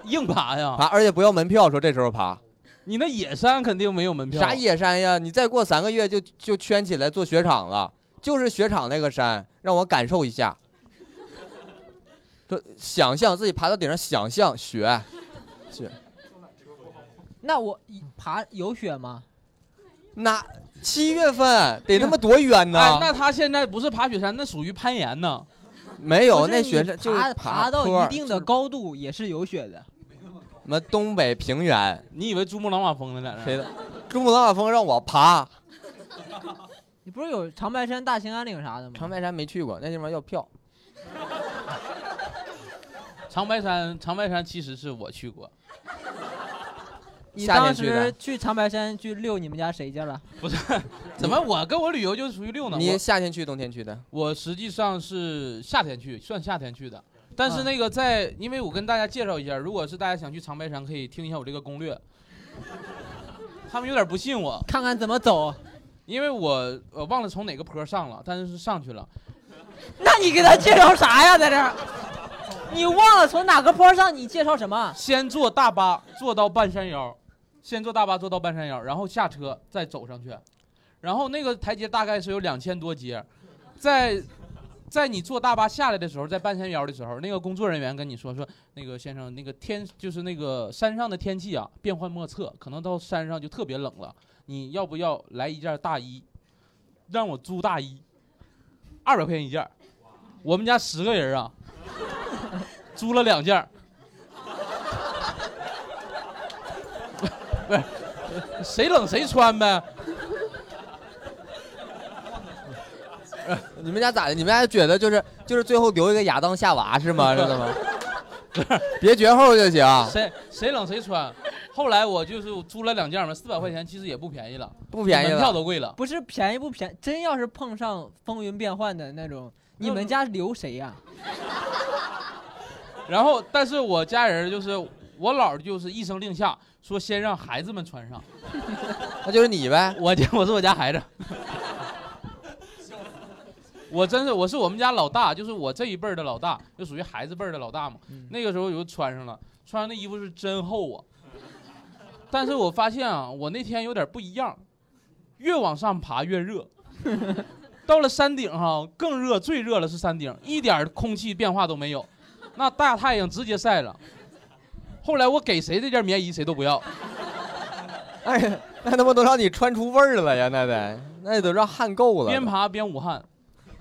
Speaker 5: 硬爬呀！
Speaker 4: 爬，而且不要门票，说这时候爬
Speaker 5: 你那野山肯定没有门票。
Speaker 4: 啥？野山呀？你再过三个月就就圈起来做雪场了，就是雪场那个山，让我感受一下。说想象自己爬到顶上，想象雪，
Speaker 3: 那我一爬有雪吗？
Speaker 4: 那七月份得他妈多远
Speaker 5: 哎，
Speaker 4: 呢？
Speaker 5: 那他现在不是爬雪山，那属于攀岩呢。
Speaker 4: 没
Speaker 3: 可
Speaker 4: 有，
Speaker 3: 是
Speaker 4: 那雪
Speaker 3: 你
Speaker 4: 山就是
Speaker 3: 爬爬到
Speaker 4: 坡
Speaker 3: 一
Speaker 4: 儿
Speaker 3: 定的高度也是有雪的，
Speaker 4: 什么东北平原，
Speaker 5: 你以为珠穆朗玛峰呢？在那
Speaker 4: 谁的？珠穆朗玛峰让我爬，
Speaker 3: 你不是有长白山、大兴安岭啥的
Speaker 4: 长
Speaker 3: 吗？
Speaker 4: 白山没去过，那地方要票。
Speaker 5: 长白山，长白山其实是我去过，
Speaker 3: 你
Speaker 4: 夏天
Speaker 3: 当
Speaker 4: 去的
Speaker 3: 时去长白山去遛你们家谁去了？
Speaker 5: 不是？怎么我跟我旅游就属于六呢？
Speaker 4: 你
Speaker 5: 我
Speaker 4: 夏天去，冬天去的？
Speaker 5: 我实际上是夏天去，算夏天去的。但是
Speaker 3: 啊
Speaker 5: 那个在，因为我跟大家介绍一下，如果是大家想去长白山，可以听一下我这个攻略。他们有点不信我，
Speaker 3: 看看怎么走。
Speaker 5: 因为我我忘了从哪个坡上了，但是上去了。
Speaker 3: *laughs* 那你给他介绍啥呀？在这儿，你忘了从哪个坡上？你介绍什么？
Speaker 5: 先坐大巴坐到半山腰，先坐大巴坐到半山腰，然后下车再走上去，然后那个台阶大概是有两千多阶，在在你坐大巴下来的时候，在半山腰的时候，那个工作人员跟你说说，那个先生，那个天就是那个山上的天气啊变幻莫测，可能到山上就特别冷了，你要不要来一件大衣？让我租大衣，二百块钱一件儿，我们家十个人啊， *laughs* 租了两件儿。不是，谁冷谁穿呗。
Speaker 4: 你们家咋的？你们家觉得就是就是最后留一个亚当夏娃是吗？是的吗？别绝后就行。
Speaker 5: *laughs* 谁谁冷谁穿。后来我就是租了两件嘛，四百块钱其实也不便宜了，
Speaker 4: 不便宜
Speaker 5: 门票
Speaker 4: 了。
Speaker 5: 都贵了。
Speaker 3: 不是便宜不便宜，真要是碰上风云变幻的那种，你们家留谁呀、
Speaker 5: 然后，但是我家人就是我姥儿就是一声令下，说先让孩子们穿上。
Speaker 4: 那就是你呗。
Speaker 5: *laughs* 我家我是我家孩子， *laughs* 我真是我是我们家老大，就是我这一辈儿的老大，就属于孩子辈儿的老大嘛。
Speaker 3: 嗯
Speaker 5: 那个时候我就穿上了，穿上那衣服是真厚啊。但是我发现啊，我那天有点不一样，越往上爬越 *laughs* 热，到了山顶哈、更热，最热了是山顶，一点儿空气变化都没有，那大太阳直接晒了。后来我给谁这件棉衣谁都不要，
Speaker 4: 哎呀，那他妈都让你穿出味儿了呀，那得那都让汗够了。
Speaker 5: 边爬边捂汗。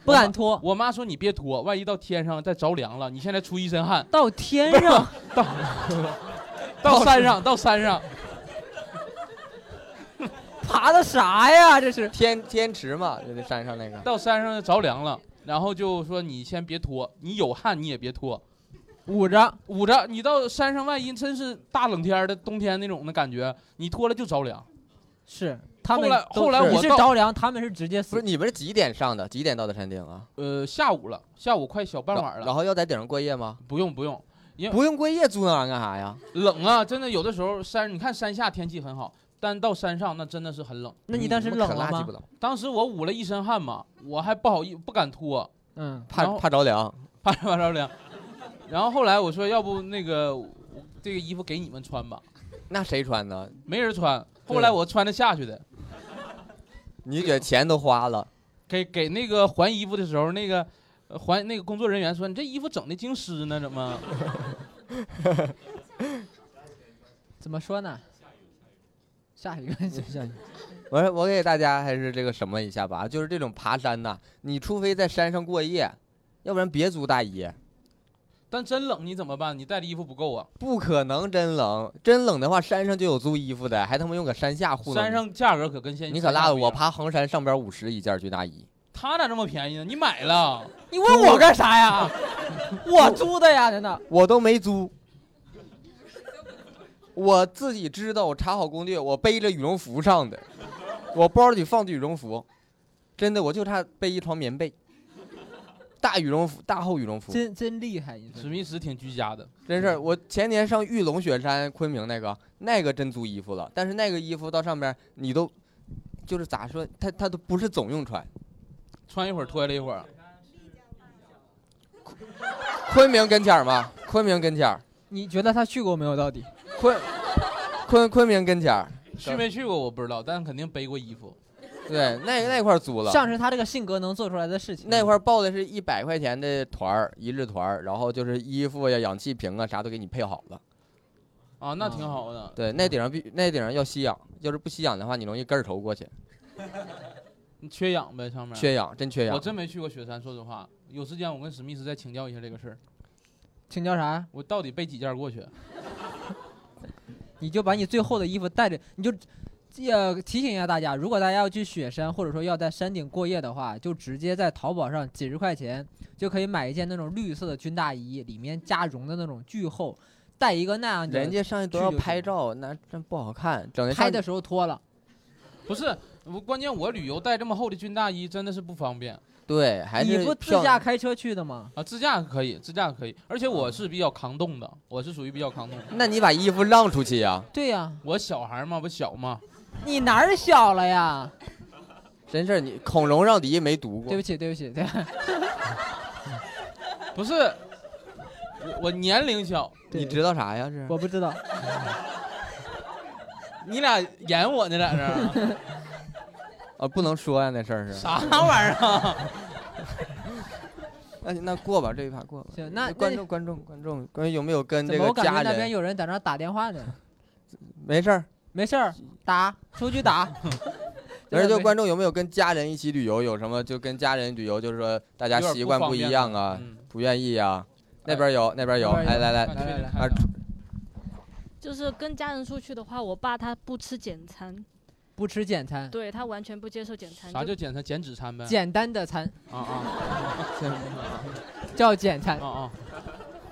Speaker 3: 不敢脱，
Speaker 5: *laughs* 我妈说你别脱，万一到天上再着凉了，你现在出一
Speaker 3: *laughs*
Speaker 5: 身汗，
Speaker 3: 到天上
Speaker 5: 到到山上，到山上，
Speaker 3: *laughs* 爬的啥呀？这是
Speaker 4: 天天池嘛，就那山上那个。
Speaker 5: 到山上着凉了，然后就说你先别脱，你有汗你也别脱，
Speaker 3: 捂着，
Speaker 5: 捂着。你到山上，万一真是大冷天的冬天那种的感觉，你脱了就着凉。
Speaker 3: 是他们
Speaker 5: 后来
Speaker 3: 都
Speaker 5: 后来
Speaker 3: 你
Speaker 5: 我
Speaker 3: 是
Speaker 5: 到
Speaker 3: 着凉，他们是直接
Speaker 4: 不
Speaker 3: 死
Speaker 4: 是。你们是几点上的？几点到的山顶啊？
Speaker 5: 呃，下午了，下午快小傍晚
Speaker 4: 然
Speaker 5: 了，
Speaker 4: 然后要在顶上过夜吗？
Speaker 5: 不用不用，
Speaker 4: 不用过夜，租那玩意儿干啥呀？
Speaker 5: 冷啊，真的有的时候山，你看山下天气很好，但到山上那真的是很冷。
Speaker 3: 那你当时
Speaker 4: 们
Speaker 3: 冷
Speaker 4: 啃
Speaker 3: 了
Speaker 4: 嗯垃圾
Speaker 3: 吗
Speaker 4: 不？冷，
Speaker 5: 当时我捂了一身汗嘛，我还不好意不敢脱，
Speaker 3: 嗯，
Speaker 4: 怕
Speaker 5: 然后
Speaker 4: 怕着凉。
Speaker 5: 八十八着凉。然后后来我说，要不那个我这个衣服给你们穿吧，
Speaker 4: 那谁穿呢？
Speaker 5: 没人穿。
Speaker 4: 对
Speaker 5: 后来我穿着下去的，
Speaker 4: 你给钱都花了，
Speaker 5: 给给那个还衣服的时候，那个呃还那个工作人员说：“你这衣服整的精湿呢，怎么
Speaker 3: 怎么说呢？下一个，下一个，
Speaker 4: 我说我给大家还是这个什么一下吧，就是这种爬山呐、你除非在山上过夜，要不然别租大衣。？”
Speaker 5: 但真冷你怎么办？你带的衣服不够啊！
Speaker 4: 不可能真冷，真冷的话山上就有租衣服的，还他妈用搁山下糊弄你。
Speaker 5: 山上价格可跟现
Speaker 4: 你可拉倒，
Speaker 5: 不一样
Speaker 4: 我爬衡山上边五十一件军大衣，
Speaker 5: 他咋这么便宜呢？你买了，
Speaker 3: 你问我干啥呀？我租的呀，真的。
Speaker 4: 我都没租。我自己知道，我查好攻略，我背着羽绒服上的，我包里放的羽绒服，真的我就差背一床棉被，大羽绒服，大厚羽绒服。
Speaker 3: 真真厉害，你说
Speaker 5: 史密斯挺居家的，
Speaker 4: 真是，我前年上玉龙雪山昆明那个，那个真租衣服了，但是那个衣服到上边你都，就是咋说，它它都不是总用穿。
Speaker 5: 穿一会儿脱了一会儿。
Speaker 4: 昆明跟前儿嘛，昆明跟前儿，
Speaker 3: 你觉得他去过没有？到底
Speaker 4: 昆昆昆明跟前儿，
Speaker 5: 去没去过我不知道，但肯定背过衣服。
Speaker 4: 对，那那块儿租了。
Speaker 3: 像是他这个性格能做出来的事情。
Speaker 4: 那块儿报的是一百块钱的团儿，一日团儿，然后就是衣服呀、氧气瓶啊，啥都给你配好了。
Speaker 5: 啊，那挺好的。
Speaker 3: 嗯
Speaker 4: 对，那顶上必那顶上要吸氧，要是不吸氧的话，你容易根儿头过去，
Speaker 5: 你缺氧呗，
Speaker 3: 嗯
Speaker 5: 上面。
Speaker 4: 缺氧，真缺
Speaker 5: 我
Speaker 4: 氧。
Speaker 5: 真没去过雪山，说实话，有时间我跟史密斯再请教一下这个事儿。
Speaker 3: 请教啥？
Speaker 5: 我到底背几件过去？
Speaker 3: 你就把你最厚的衣服带着，你就。呃，提醒一下大家，如果大家要去雪山，或者说要在山顶过夜的话，就直接在淘宝上几十块钱就可以买一件那种绿色的军大衣，里面加绒的那种巨厚，带一个那样的，
Speaker 4: 人家上去都要拍照，那真不好看，整的
Speaker 3: 拍的时候脱了，
Speaker 5: 不是，我关键我旅游带这么厚的军大衣真的是不方便
Speaker 4: 对，还是
Speaker 3: 你不自
Speaker 4: 漂
Speaker 3: 驾
Speaker 4: 亮
Speaker 3: 开车去的吗？
Speaker 5: 啊。自驾可以，自驾可以，而且我是比较抗冻的，我是属于比较抗冻的。
Speaker 4: 那你把衣服让出去呀、
Speaker 3: 对呀、
Speaker 5: 我小孩嘛，不小嘛，
Speaker 3: 你哪儿小了呀？
Speaker 4: 真事儿，你孔融让梨没读
Speaker 3: 对
Speaker 4: 过
Speaker 3: 不，起，对不
Speaker 4: *laughs*
Speaker 3: 起，对，
Speaker 5: 不是，我我年龄小，
Speaker 4: 你知道啥呀？是
Speaker 3: 我不知道，
Speaker 5: 你俩演我呢，在这儿
Speaker 4: 啊，不能说呀、那事儿是。
Speaker 5: 啥玩意儿啊？
Speaker 4: 那那过吧，这一趴过吧。
Speaker 3: 行，那
Speaker 4: 观
Speaker 3: 那
Speaker 4: 众观众观众观众有没有跟
Speaker 3: 怎
Speaker 4: 这
Speaker 3: 么
Speaker 4: 个
Speaker 3: 我感
Speaker 4: 家
Speaker 3: 觉那边
Speaker 4: 人？
Speaker 3: 有人在那儿打电话呢？
Speaker 4: 没事儿，
Speaker 3: 没事儿，打出去 *laughs* 打。
Speaker 4: 没事儿。就
Speaker 3: 没
Speaker 4: 观众有没有跟家人一起旅游？有什么就跟家人旅游，就是说大家
Speaker 5: 有点
Speaker 4: 习惯
Speaker 5: 不方
Speaker 4: 不一
Speaker 5: 便
Speaker 4: 样
Speaker 5: 了
Speaker 4: 啊，
Speaker 5: 嗯哎
Speaker 4: 不愿意啊。那边有，那边有，
Speaker 3: 那边
Speaker 4: 哎，
Speaker 3: 有
Speaker 4: 来来
Speaker 5: 看
Speaker 3: 来
Speaker 5: 确定
Speaker 3: 来
Speaker 5: 看
Speaker 4: 来
Speaker 5: 到
Speaker 6: 就是跟家人出去的话，我爸他不吃简餐，
Speaker 3: 不吃简餐，
Speaker 6: 对他完全不接受简餐。
Speaker 5: 啥
Speaker 6: 就
Speaker 5: 叫简餐减脂餐呗？
Speaker 3: 简单的餐
Speaker 5: 啊啊
Speaker 3: 叫简餐
Speaker 5: 啊，啊！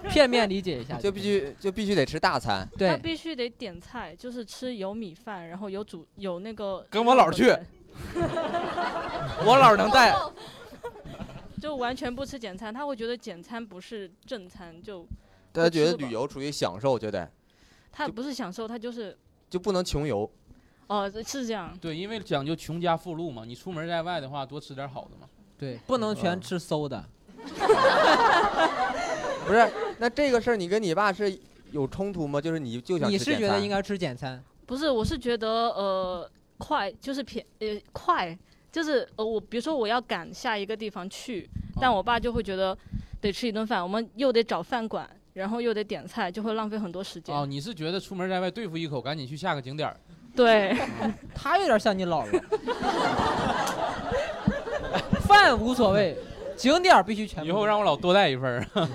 Speaker 3: 片面理解一下
Speaker 4: 就必须就必须得吃大餐。
Speaker 6: 他
Speaker 3: 对。
Speaker 6: 必须得点菜，就是吃有米饭，然后有煮有那个。
Speaker 5: *laughs* 跟我姥儿去
Speaker 4: *laughs*
Speaker 6: 肉的菜
Speaker 5: 我姥能带，
Speaker 6: 就完全不吃简餐，他会觉得简餐不是正餐，就
Speaker 4: 大家觉得
Speaker 6: 吃吧
Speaker 4: 旅游属于享受，就得
Speaker 6: 他
Speaker 4: 就
Speaker 6: 不是享受，他就是
Speaker 4: 就不能穷游。
Speaker 6: 哦是这样，
Speaker 5: 对，因为讲究穷家富路嘛，你出门在外的话，多吃点好的嘛。
Speaker 3: 对，不能全
Speaker 4: 嗯
Speaker 3: 吃馊的。
Speaker 4: 不是，那这个事儿你跟你爸是有冲突吗？就是你就想
Speaker 3: 你
Speaker 4: 吃
Speaker 3: 是
Speaker 4: 简
Speaker 3: 觉得
Speaker 4: 餐
Speaker 3: 应该吃简餐？
Speaker 6: 不是我是觉得呃快就是便呃快就是呃我比如说我要赶下一个地方去，但
Speaker 5: 啊
Speaker 6: 我爸就会觉得得吃一顿饭，我们又得找饭馆，然后又得点菜，就会浪费很多时间。
Speaker 5: 哦，你是觉得出门在外对付一口，赶紧去下个景点儿
Speaker 6: 对，
Speaker 3: 他有点像你 *laughs* 姥姥。饭无所谓，景点儿必须全部。
Speaker 5: 以后让我姥多带一份儿。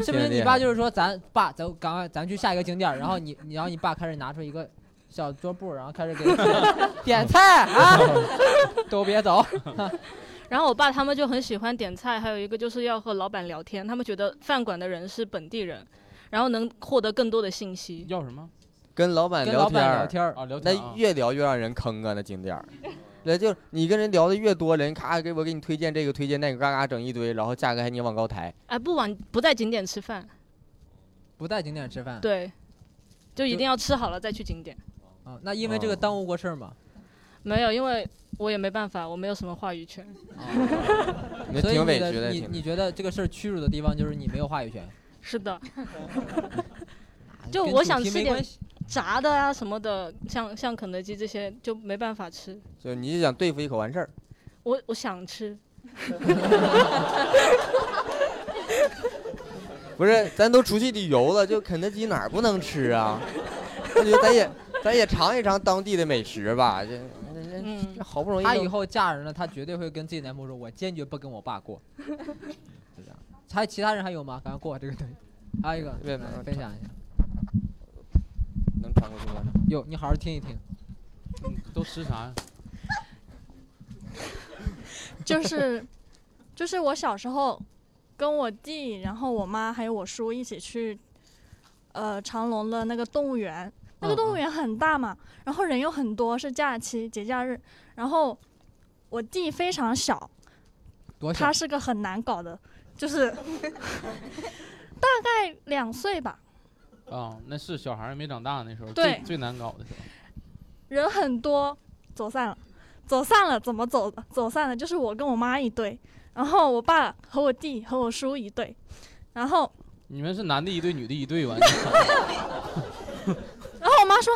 Speaker 3: 是不是你爸就是说咱爸咱赶快咱去下一个景点儿，然后你你然后你爸开始拿出一个小桌布，然后开始 *laughs* 给点菜 *laughs* 啊，都别走。
Speaker 6: 然后我爸他们就很喜欢点菜，还有一个就是要和老板聊天，他们觉得饭馆的人是本地人，然后能获得更多的信息。
Speaker 5: 要什么
Speaker 4: 跟老板
Speaker 3: 跟老
Speaker 4: 天
Speaker 3: 板聊
Speaker 4: 儿？
Speaker 3: 天儿，
Speaker 5: *laughs*
Speaker 3: 哦
Speaker 5: 啊？聊天啊
Speaker 4: 那越聊越让人坑啊，那景点儿。那就是你跟人聊的越多，人咔给我给你推荐这个推荐那个，嘎嘎整一堆，然后价格还你往高抬。
Speaker 6: 哎，不往不在景点吃饭，
Speaker 3: 不在景点吃饭。
Speaker 6: 对，就一
Speaker 3: 就
Speaker 6: 定要吃好了再去景点。
Speaker 3: 啊，那因为这个
Speaker 4: 哦
Speaker 3: 耽误过事儿嘛。
Speaker 6: 没有，因为我也没办法，我没有什么话语权。
Speaker 4: 你
Speaker 3: 啊所以
Speaker 4: 挺
Speaker 3: 你
Speaker 4: 委
Speaker 3: 的
Speaker 4: 屈的，
Speaker 3: 你
Speaker 4: 挺
Speaker 3: 你觉得这个事儿屈辱的地方就是你没有话语权。*laughs*
Speaker 6: 是的，
Speaker 3: 啊
Speaker 6: 就
Speaker 3: 跟
Speaker 6: 我
Speaker 3: 主
Speaker 6: 想
Speaker 3: 题
Speaker 6: 吃
Speaker 3: 没
Speaker 6: 点
Speaker 3: 关系
Speaker 6: 炸的啊什么的，像像肯德基这些就没办法吃。
Speaker 4: 就你就想对付一口完事儿。
Speaker 6: 我我想吃，
Speaker 4: 不是，咱都出去旅游了，就肯德基哪儿不能吃啊？我觉得咱也咱也尝一尝当地的美食吧。这
Speaker 6: 嗯
Speaker 4: 这，好不容易
Speaker 3: 她
Speaker 4: 弄
Speaker 3: 以后嫁人了，她绝对会跟自己男朋友说：“我坚决不跟我爸过。”就这样。还有其他人还有吗？赶快过这个东西。还有一个，呃
Speaker 4: 别别
Speaker 3: 来分享一下。
Speaker 4: 能传过去吗？
Speaker 3: 有，你好好听一听。
Speaker 5: 都吃啥呀？
Speaker 7: 就是就是我小时候跟我弟，然后我妈还有我叔一起去，呃，长隆的那个动物园。那个
Speaker 3: 嗯
Speaker 7: 动物
Speaker 3: 嗯
Speaker 7: 园很大嘛，然后人又很多，是假期节假日。然后我弟非常小，
Speaker 3: 多小
Speaker 7: 他？是个很难搞的，就是 *laughs* 大概两岁吧，
Speaker 5: 啊，那是小孩儿没长大那时候，
Speaker 7: 对
Speaker 5: 最最难搞的时候。
Speaker 7: 人很多，走散了，走散了，怎么走的？走散了就是我跟我妈一队，然后我爸和我弟和我叔一队，然后
Speaker 5: 你们是男的一队，女的一队吧？ *laughs*
Speaker 7: 然后我妈说：“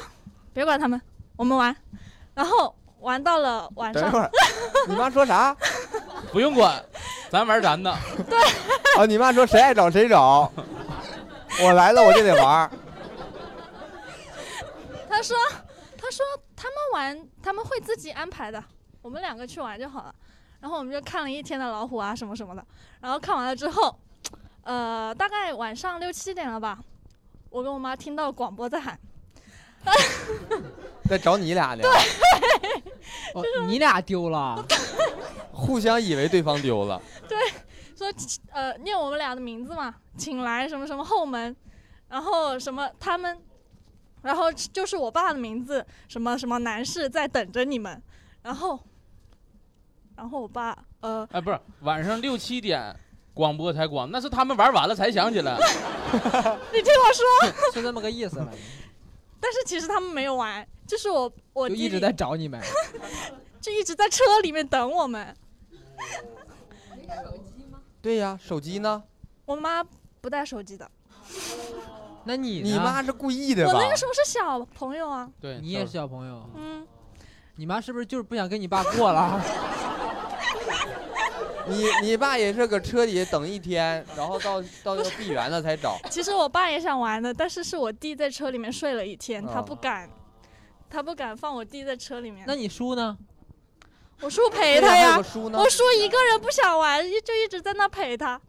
Speaker 7: 别管他们，我们玩。”然后玩到了晚
Speaker 4: 等一
Speaker 7: 上
Speaker 4: 会，儿，你妈说啥？
Speaker 5: 不用管，咱玩咱的。
Speaker 4: 啊，你妈说谁爱找谁找，我来了我就得玩儿。
Speaker 7: 她说：“她说他们玩，他们会自己安排的，我们两个去玩就好了。”然后我们就看了一天的老虎啊什么什么的。然后看完了之后，呃，大概晚上六七点了吧，我跟我妈听到广播在喊，
Speaker 4: 在找你俩呢，
Speaker 3: 哦，你俩丢了。
Speaker 4: 互相以为对方丢了，
Speaker 7: 说呃念我们俩的名字嘛，请来什么什么后门，然后什么他们，然后就是我爸的名字，什么什么男士在等着你们，然后，然后我爸呃
Speaker 5: 哎，不是，晚上六七点广播才广，那是他们玩完了才想起来。
Speaker 7: 你听我说，
Speaker 3: 是这么个意思了，
Speaker 7: 但是其实他们没有玩，就是我我
Speaker 3: 就
Speaker 7: 弟
Speaker 3: 一直
Speaker 7: 弟
Speaker 3: 在找你们。
Speaker 7: 就一直在车里面等我们，
Speaker 4: 对呀，手机呢？
Speaker 7: 我妈不带手机的，
Speaker 3: 那你
Speaker 4: 你
Speaker 3: 呢
Speaker 4: 妈是故意的
Speaker 7: 啊我
Speaker 4: 吧？
Speaker 7: 那个时候是小朋友啊，
Speaker 5: 对，
Speaker 3: 啊 *laughs* 你也是
Speaker 5: 是，
Speaker 3: 小朋友， *laughs*
Speaker 7: 嗯，
Speaker 3: 你妈是不是就是不想跟你爸过了？ *laughs*
Speaker 4: 你你爸也是搁车底下等一天，然后到到要闭园了才找。
Speaker 7: 其实我爸也想玩的，但是是我弟在车里面睡了一天，他
Speaker 4: 哦
Speaker 7: 不敢，他不敢放我弟在车里面。
Speaker 3: 那你叔呢？
Speaker 7: 我叔陪哎他呀
Speaker 4: 我，叔呢？
Speaker 7: 我叔一个人不想玩，一就一直在那陪他，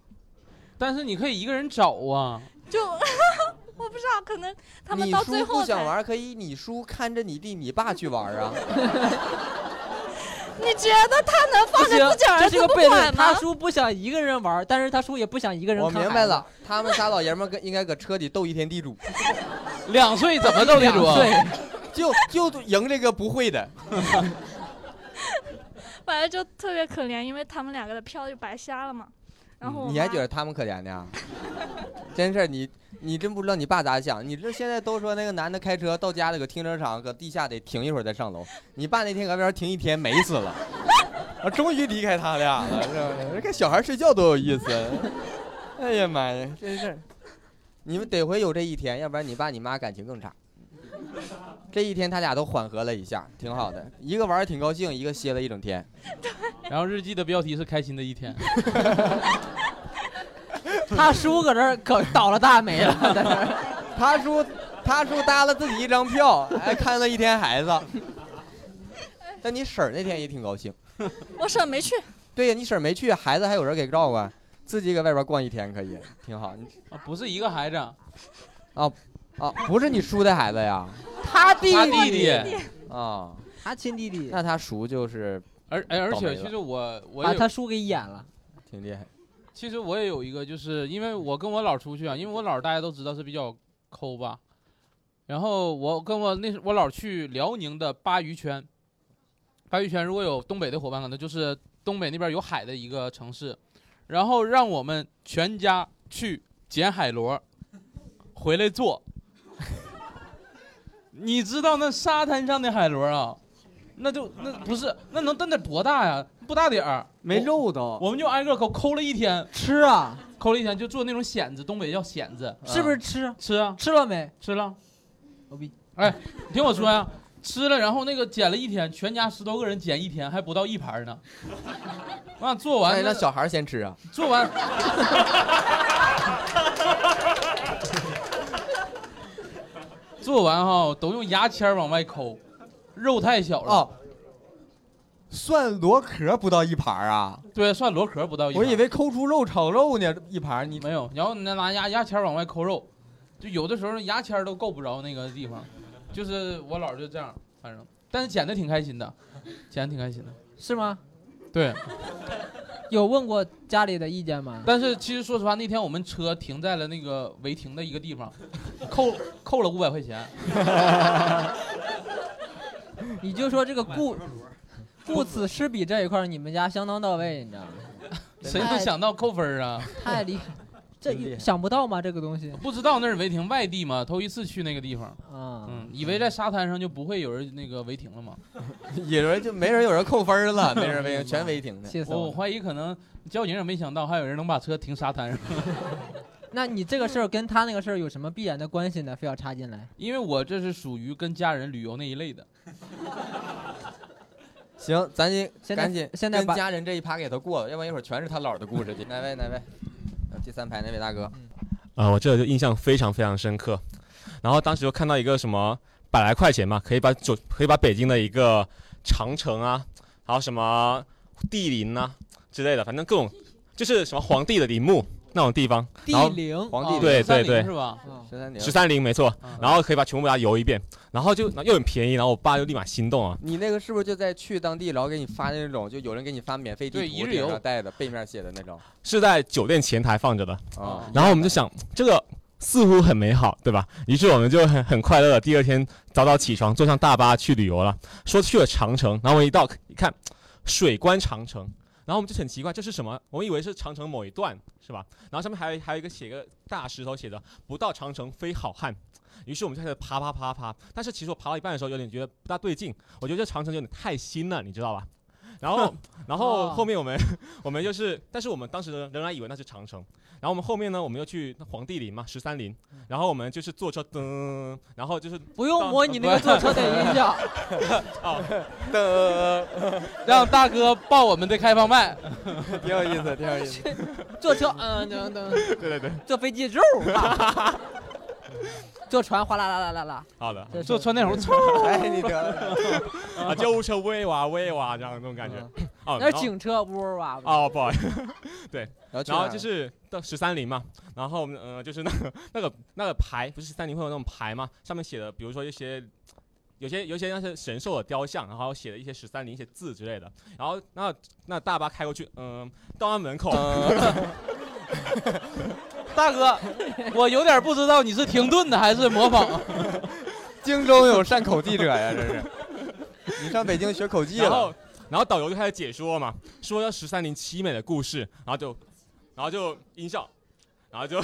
Speaker 5: 但是你可以一个人找啊，
Speaker 7: 就 *laughs* 我不知道，可能他们
Speaker 4: 你
Speaker 7: 到
Speaker 4: 叔
Speaker 7: 最后
Speaker 4: 不想
Speaker 7: 才
Speaker 4: 玩，可以你叔看着你弟，你爸去玩
Speaker 7: *laughs*
Speaker 4: 啊。
Speaker 7: 你觉得他能放
Speaker 3: 不行
Speaker 7: 着自己，儿
Speaker 3: 这是
Speaker 7: 子
Speaker 3: 个
Speaker 7: 不
Speaker 3: 悖
Speaker 7: 管
Speaker 3: 论。他
Speaker 7: 吗？
Speaker 3: 叔不想一个人玩，但是他叔也不想一个人。
Speaker 4: 我明白，了，他们仨老爷们儿跟应该搁车底斗一天地主，
Speaker 5: 两岁怎么斗地主？
Speaker 3: 对，
Speaker 4: 就就赢这个不会的。
Speaker 7: 反正就特别可怜，因为他们两个的票就白瞎了嘛。然后我
Speaker 4: 你还
Speaker 7: 妈
Speaker 4: 觉得他们可怜呢？真事儿，你你真不知道你爸咋想。你这现在都说那个男的开车到家里搁停车场搁地下得停一会儿再上楼，你爸那天搁外边停一天美死了，啊，终于离开他俩了，是吧？看小孩睡觉多有意思。哎呀妈呀，真事儿，你们得回有这一天，要不然你爸你妈感情更差。这一天他俩都缓和了一下，挺好的。一个玩儿挺高兴，一个歇了一整天。
Speaker 5: 然后日记的标题是开心的一天。
Speaker 3: 他叔搁这儿可倒了大霉了，在这儿。
Speaker 4: 他叔，他叔搭了自己一张票，还看了一天孩子。但你婶儿那天也挺高兴。
Speaker 7: 我婶没去，
Speaker 4: 对呀，你婶儿没去，孩子还有人给照顾，啊自己搁外边逛一天可以，挺好。你
Speaker 5: 啊，不是一个孩子，
Speaker 4: 啊，不是你叔的孩子呀？
Speaker 3: 他弟
Speaker 5: 他弟弟，
Speaker 4: 啊，
Speaker 3: 他亲弟弟，
Speaker 4: 那他叔就是
Speaker 5: 而哎，而
Speaker 4: 倒霉
Speaker 5: 且
Speaker 4: 了
Speaker 5: 其实我我
Speaker 3: 把
Speaker 5: 有
Speaker 3: 他叔给演了。
Speaker 4: 挺厉害。
Speaker 5: 其实我也有一个，就是因为我跟我姥儿出去啊，因为我姥儿大家都知道是比较抠吧，然后我跟我那时我姥儿去辽宁的鲅鱼圈，鲅鱼圈如果有东北的伙伴，可能就是东北那边有海的一个城市，然后让我们全家去捡海螺，回来做。 *laughs* 你知道那沙滩上的海螺啊，那就那不是那能那得多大呀？不大点儿，我
Speaker 3: 肉都
Speaker 5: 我们就挨个抠抠了一天，
Speaker 3: 吃啊，
Speaker 5: 抠了一天就做那种蚬子，东北叫蚬子，
Speaker 3: 是不是吃？
Speaker 5: 吃啊
Speaker 3: 吃了没？
Speaker 5: 吃了，
Speaker 3: 牛逼！
Speaker 5: 哎，你听我说呀、吃了，然后那个捡了一天，全家十多个人捡一天，还不到一盘呢。完、做
Speaker 4: 那
Speaker 5: 完
Speaker 3: 哎
Speaker 4: 你
Speaker 5: 那
Speaker 4: 哎让小孩儿先吃啊？
Speaker 5: 做完， *laughs* 做完哈、都用牙签儿往外抠，肉太小了。
Speaker 4: 哦，蒜螺壳不到一盘儿啊？
Speaker 5: 对，算螺壳不到一盘。
Speaker 4: 为抠出肉炒肉呢，一盘儿 *laughs* 你
Speaker 5: 没有，然后你再拿牙牙签儿往外抠肉，就有的时候牙签儿都够不着那个地方，就是我姥儿就这样，反正，但是剪的挺开心的， *laughs* 剪的挺开心的。
Speaker 3: 是吗？
Speaker 5: 对，
Speaker 3: 有问过家里的意见吗？
Speaker 5: 但是其实说实话，那天我们车停在了那个违停的一个地方， *laughs* 扣扣了五百块 *laughs* 钱。
Speaker 3: 你就说这个顾顾此失彼这一块儿，你们家相当到位，你知道吗？
Speaker 5: 谁能想到扣分儿啊？
Speaker 3: 太厉害，这
Speaker 4: 真厉害
Speaker 3: 想不到吗？这个东西
Speaker 5: 不知道那是违停，外地嘛，头一次去那个地方，
Speaker 3: 啊，
Speaker 5: 嗯，以为在沙滩上就不会有人那个违停了嘛。
Speaker 4: 有人就没人有人扣分儿了，没人没人全违停的。
Speaker 3: 气死
Speaker 5: 我
Speaker 3: 我
Speaker 5: 我
Speaker 3: 了！
Speaker 5: 怀疑可能交警也没想到还有人能把车停沙滩上。
Speaker 3: 那你这个事儿跟他那个事儿有什么必然的关系呢？非要插进来？
Speaker 5: 因为我这是属于跟家人旅游那一类的，
Speaker 4: 行，咱就
Speaker 3: 现在
Speaker 4: 赶紧
Speaker 3: 现在
Speaker 4: 跟
Speaker 3: 把
Speaker 4: 家人这一趴给他过了，要不然一会儿全是他姥儿的故事
Speaker 8: *laughs*
Speaker 4: 去。哪位哪位？呃第三排那位大哥，
Speaker 8: 啊，我这个就印象非常非常深刻。然后当时就看到一个什么百来块钱嘛，可以把九可以把北京的一个长城啊，还有什么帝陵啊之类的，反正各种就是什么皇帝的陵墓那种地方，
Speaker 3: 地
Speaker 8: 然后
Speaker 3: 陵，
Speaker 4: 皇
Speaker 5: 啊
Speaker 4: 帝
Speaker 8: 对
Speaker 5: 山
Speaker 8: 对
Speaker 5: 林
Speaker 8: 对
Speaker 5: 是吧？
Speaker 8: 嗯
Speaker 3: 啊
Speaker 4: 十三年
Speaker 8: 十，三陵没错
Speaker 5: 啊，
Speaker 8: 然后可以把全部把它游一遍，然后就又很便宜，然后我爸就立马心动啊，
Speaker 4: 你那个是不是就在去当地，然后给你发那种，就有人给你发免费地
Speaker 5: 对一
Speaker 4: 图，
Speaker 5: 日
Speaker 4: 顶
Speaker 5: 游
Speaker 4: 上带的背面写的那种
Speaker 8: 是在酒店前台放着的。
Speaker 4: 啊？
Speaker 8: 然后我们就想，这个似乎很美好，对吧？于是我们就很很快乐的第二天早早起床，坐上大巴去旅游了。说去了长城，然后我一到一看，水关长城，然后我们就很奇怪，这是什么？我们以为是长城某一段，是吧？然后上面还有还有一个写个大石头写的“不到长城非好汉”。于是我们就开始爬爬爬爬，但是其实我爬到一半的时候有点觉得不大对劲，我觉得这长城有点太新了，你知道吧？然后，然后
Speaker 3: 哦
Speaker 8: 后面我们 *laughs* 我们就是，但是我们当时仍仍然以为那是长城。然后我们后面呢，我们又去黄帝陵嘛，十三陵。然后我们就是坐车噔，然后就是
Speaker 3: 不用模拟那个坐车的音效，
Speaker 8: 哦
Speaker 5: 让大哥报我们的开放麦，
Speaker 4: *laughs* 挺有意思，挺有意
Speaker 8: *laughs*
Speaker 4: 思。
Speaker 3: *laughs* 坐车嗯等等，
Speaker 8: 对对对，
Speaker 3: 坐飞机肉， *laughs* 坐船哗啦啦啦啦啦，
Speaker 8: 好的
Speaker 3: 这是
Speaker 5: 坐穿那 *laughs* 红，
Speaker 4: *laughs* 哎，你得了，
Speaker 8: 啊，救护车喂哇喂哇，这样那种感觉。哦，
Speaker 3: 那
Speaker 8: 然
Speaker 3: 是
Speaker 8: 后
Speaker 3: 警车呜呜哇，
Speaker 8: 哦，不好意思，
Speaker 4: 然后去哪
Speaker 8: 然后
Speaker 4: 儿
Speaker 8: 就是到十三陵嘛，然后呃，就是那个那个那个牌，不是十三陵会有那种牌吗？上面写的，比如说一些。有些有些那些神兽的雕像，然后写的一些十三陵一些字之类的，然后那那大巴开过去，嗯、到他门口，
Speaker 5: 大哥，我有点不知道你是停顿的还是模 *laughs* 仿。
Speaker 4: 京中有善口记者呀，这是。你上北京学口技
Speaker 8: 然后
Speaker 4: 了？
Speaker 8: 然后导游就开始解说嘛，说要十三陵凄美的故事，然后就然后就音效，然后就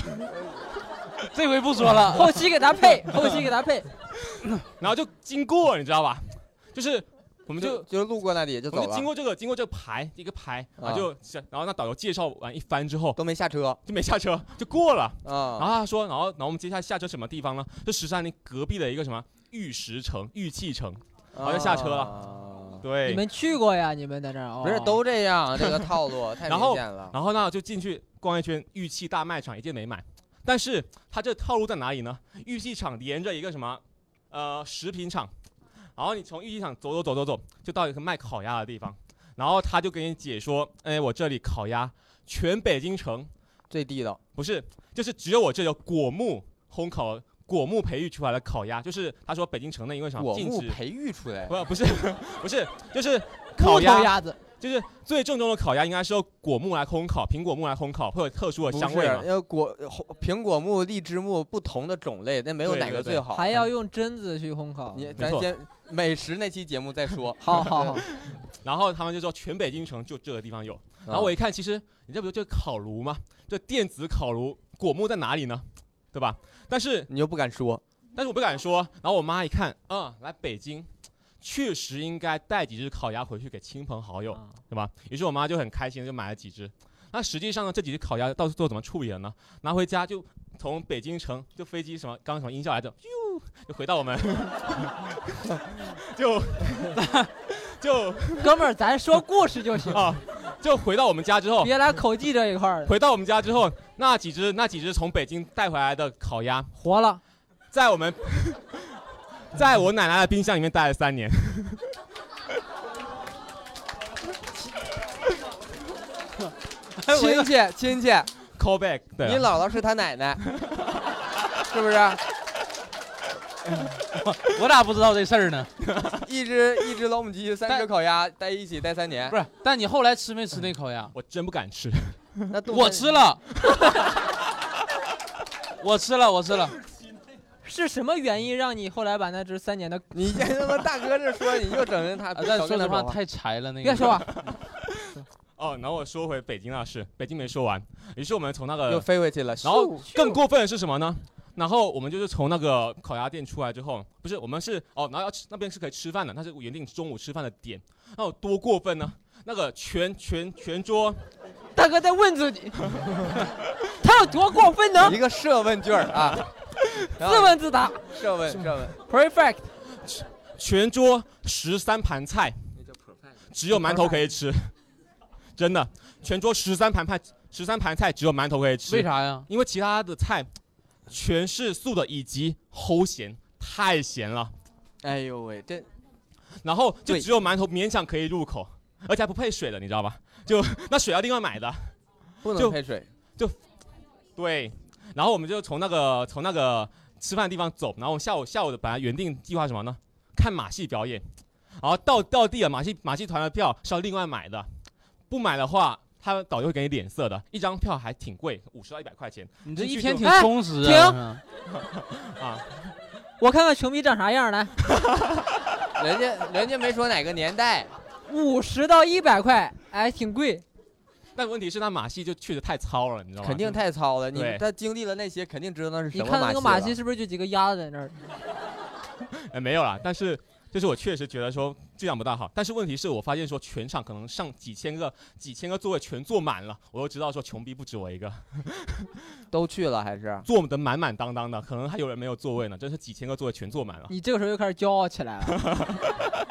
Speaker 5: 这回不说了，
Speaker 3: *laughs* 后期给他配，后期给他配，
Speaker 8: 然后就经过，你知道吧？就是我
Speaker 4: 我
Speaker 8: 们就
Speaker 4: 就路过那里就
Speaker 8: 我们
Speaker 4: 走
Speaker 8: 就经
Speaker 4: 了，
Speaker 8: 过这个经过这个牌一个牌，然
Speaker 4: 啊
Speaker 8: 后就然后那导游介绍完一番之后
Speaker 4: 都没下车
Speaker 8: 就没下车就过了。然
Speaker 4: 啊。
Speaker 8: 后他说，然后然后我们接下来下车什么地方呢？就十三陵隔壁的一个什么玉石城、玉器城。
Speaker 4: 然
Speaker 8: 后就下车了
Speaker 4: 了。
Speaker 3: 你
Speaker 8: 对，
Speaker 3: 们去过呀？你们在这儿哦？
Speaker 4: 啊不是都这样，这个套
Speaker 8: *laughs*
Speaker 4: 路太
Speaker 8: 然
Speaker 4: 明
Speaker 8: 后
Speaker 4: 显了。
Speaker 8: 然后呢就进去逛一圈玉器大卖场，一件没买。但是他这套路在哪里呢？玉器厂连着一个什么，呃，食品厂，然后你从玉器厂走走走走走，就到一个卖烤鸭的地方，然后他就给你解说，哎，我这里烤鸭全北京城
Speaker 4: 最地道，
Speaker 8: 不是，就是只有我这有果木烘烤、果木培育出来的烤鸭，就是他说北京城内因为什么
Speaker 4: 果
Speaker 8: 禁
Speaker 4: 木
Speaker 8: 止，
Speaker 4: 培育出来，
Speaker 8: 啊不不是 *laughs* 不是，就是
Speaker 3: 木
Speaker 8: 烤
Speaker 3: 头
Speaker 8: 鸭，
Speaker 3: 鸭子，
Speaker 8: 就是最正宗的烤鸭应该是用果木来烘烤，苹果木来烘烤会有特殊的
Speaker 4: 不
Speaker 8: 香味
Speaker 4: 是
Speaker 8: 嘛？
Speaker 4: 要果红苹果木、荔枝木不同的种类，那没有
Speaker 8: 对
Speaker 4: 哪
Speaker 8: 对
Speaker 4: 个
Speaker 8: 对
Speaker 4: 最好。
Speaker 3: 还要用榛子去烘烤。
Speaker 4: 你
Speaker 8: 没
Speaker 4: 咱
Speaker 8: 错
Speaker 4: 先美食那期节目再
Speaker 8: *laughs*
Speaker 4: 说。
Speaker 3: 好好好，
Speaker 8: 然后他们就说全北京城就这个地
Speaker 4: 嗯
Speaker 8: 方有。
Speaker 4: 啊
Speaker 8: 然后我一看，其实你这不就烤炉吗？这电子烤炉果木在哪里呢？对吧？但是
Speaker 4: 你又不敢
Speaker 8: *laughs*
Speaker 4: 说，
Speaker 8: 但是我不敢说。然后我妈一看，嗯，来北京，确实应该带几只烤鸭回去给亲朋好友，对吧？于是我妈就很开心地就买了几只。那实际上呢，这几只烤鸭到最后怎么处理了呢？拿回家就从北京城就飞机什么刚什么音效来着，咻就回到我们， *laughs* 就 *laughs* 就
Speaker 3: 哥们儿，咱说故事就行，
Speaker 8: 啊就回到我们家之后，
Speaker 3: *laughs* 别来口技这一块儿了。
Speaker 8: 回到我们家之后，那几只那几只从北京带回来的烤鸭，
Speaker 3: 活了，
Speaker 8: 在我们， *laughs* 在我奶奶的冰箱里面待了三年。
Speaker 4: 亲戚亲戚，
Speaker 8: Call back，对
Speaker 4: 你
Speaker 8: 啊，
Speaker 4: 姥姥是他奶 *laughs* 奶，是不是？
Speaker 5: 我咋不知道这事儿呢？
Speaker 4: 一只一只老母鸡，三只烤鸭，待一起待三年
Speaker 5: 不。是，但你后来吃没吃那烤鸭？
Speaker 8: 我真不敢吃。
Speaker 4: 那冻
Speaker 5: 我
Speaker 4: 干
Speaker 5: 吃 *laughs* 了，我吃了，我吃了。
Speaker 3: 是什么原因让你后来把那只三年的？
Speaker 4: 你先他妈大哥这说，你又整人他，
Speaker 5: 啊但
Speaker 4: 少
Speaker 5: 说
Speaker 4: 跟他
Speaker 5: 实话
Speaker 4: 说话
Speaker 5: 太柴了，那个
Speaker 3: 别说啊话，
Speaker 8: 哦，然后我说回北京那事，北京没说完。于是我们从那
Speaker 4: 又
Speaker 8: 个，
Speaker 4: 飞回去了。
Speaker 8: 然后
Speaker 4: 咻
Speaker 8: 更过分的是什么呢？然后我们就是从那个烤鸭店出来之后，不是我们是哦，然后要吃那边是可以吃饭的，那是原定中午吃饭的点。那有多过分呢？那个全全全桌
Speaker 3: 大哥在问自己， *laughs* 他有多过分
Speaker 4: *laughs*
Speaker 3: 呢？
Speaker 4: 一个设问句儿
Speaker 8: *laughs*
Speaker 4: 啊，然后
Speaker 3: 自问自答
Speaker 4: 设问设问，
Speaker 3: ，perfect。
Speaker 8: 全桌十三盘菜，只有馒头可以吃，真的，全桌十三盘菜，十三盘菜只有馒头可以吃。
Speaker 5: 为？啥呀？
Speaker 8: 因为其他的菜全是素的，以及齁咸，太咸了。
Speaker 4: 哎呦喂，这
Speaker 8: 然后就
Speaker 4: 对
Speaker 8: 只有馒头勉强可以入口，而且还不配水的，你知道
Speaker 4: *laughs*
Speaker 8: 吧？就那水要另外买的。
Speaker 4: 不能
Speaker 8: 就
Speaker 4: 配水，
Speaker 8: 对，然后我们就从那个从那个吃饭的地方走，然后下午下午的本来原定计划什么呢？看马戏表演，然后到到地了，马戏马戏团的票是要另外买的，不买的话，他导游会给你脸色的，一张票还挺贵，五十到一百块钱。
Speaker 5: 你这一天挺
Speaker 3: 哎
Speaker 5: 充实啊。
Speaker 3: 停
Speaker 5: 我看
Speaker 3: 我看看球迷长啥样来，
Speaker 4: 人家人家没说哪个年代，
Speaker 3: 五十到一百块，哎，挺贵。
Speaker 8: 但问题是，那马戏就去的太糙了，你知道吗？
Speaker 4: 肯定太糙了。你
Speaker 8: 对
Speaker 4: 他经历了那些，肯定知道那是什
Speaker 3: 你
Speaker 4: 么
Speaker 3: 看那个
Speaker 4: 马
Speaker 3: 马
Speaker 4: 戏
Speaker 3: 戏
Speaker 4: 了。
Speaker 3: 是不是就几个鸭子在那儿？
Speaker 8: 哎没有啦，但是就是我确实觉得说质量不大好，但是问题是我发现说全场可能上几千个几千个座位全坐满了，我就知道说穷逼不止我一个，
Speaker 4: 都去了还是？
Speaker 8: 坐得满满当当的，可能还有人没有座位呢，真是几千个座位全坐满了。
Speaker 3: 你这个时候又开始骄傲起 *laughs* 来了。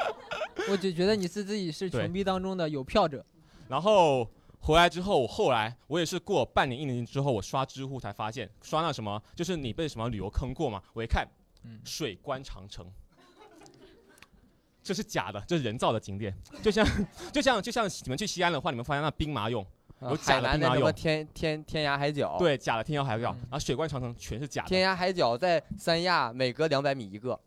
Speaker 3: 我就觉得你是自己是
Speaker 8: 对
Speaker 3: 穷逼当中的有票者，
Speaker 8: 然后回来之后，我后来我也是过半年一年之后，我刷知乎才发现，刷那什么就是你被什么旅游坑过嘛？我一看，
Speaker 3: 嗯
Speaker 8: 水关长城， *laughs* 这是假的，这是人造的景点，就像就像就像你们去西安的话，你们发现那兵马俑，有假
Speaker 4: 海
Speaker 8: 的
Speaker 4: 南
Speaker 8: 兵
Speaker 4: 的
Speaker 8: 马
Speaker 4: 什
Speaker 8: 俑
Speaker 4: 么天天天涯海角，，
Speaker 8: 对，假的天桥海角，
Speaker 3: 嗯
Speaker 8: 然后水关长城全是假的。
Speaker 4: 天涯海角在三亚每隔两百米一个，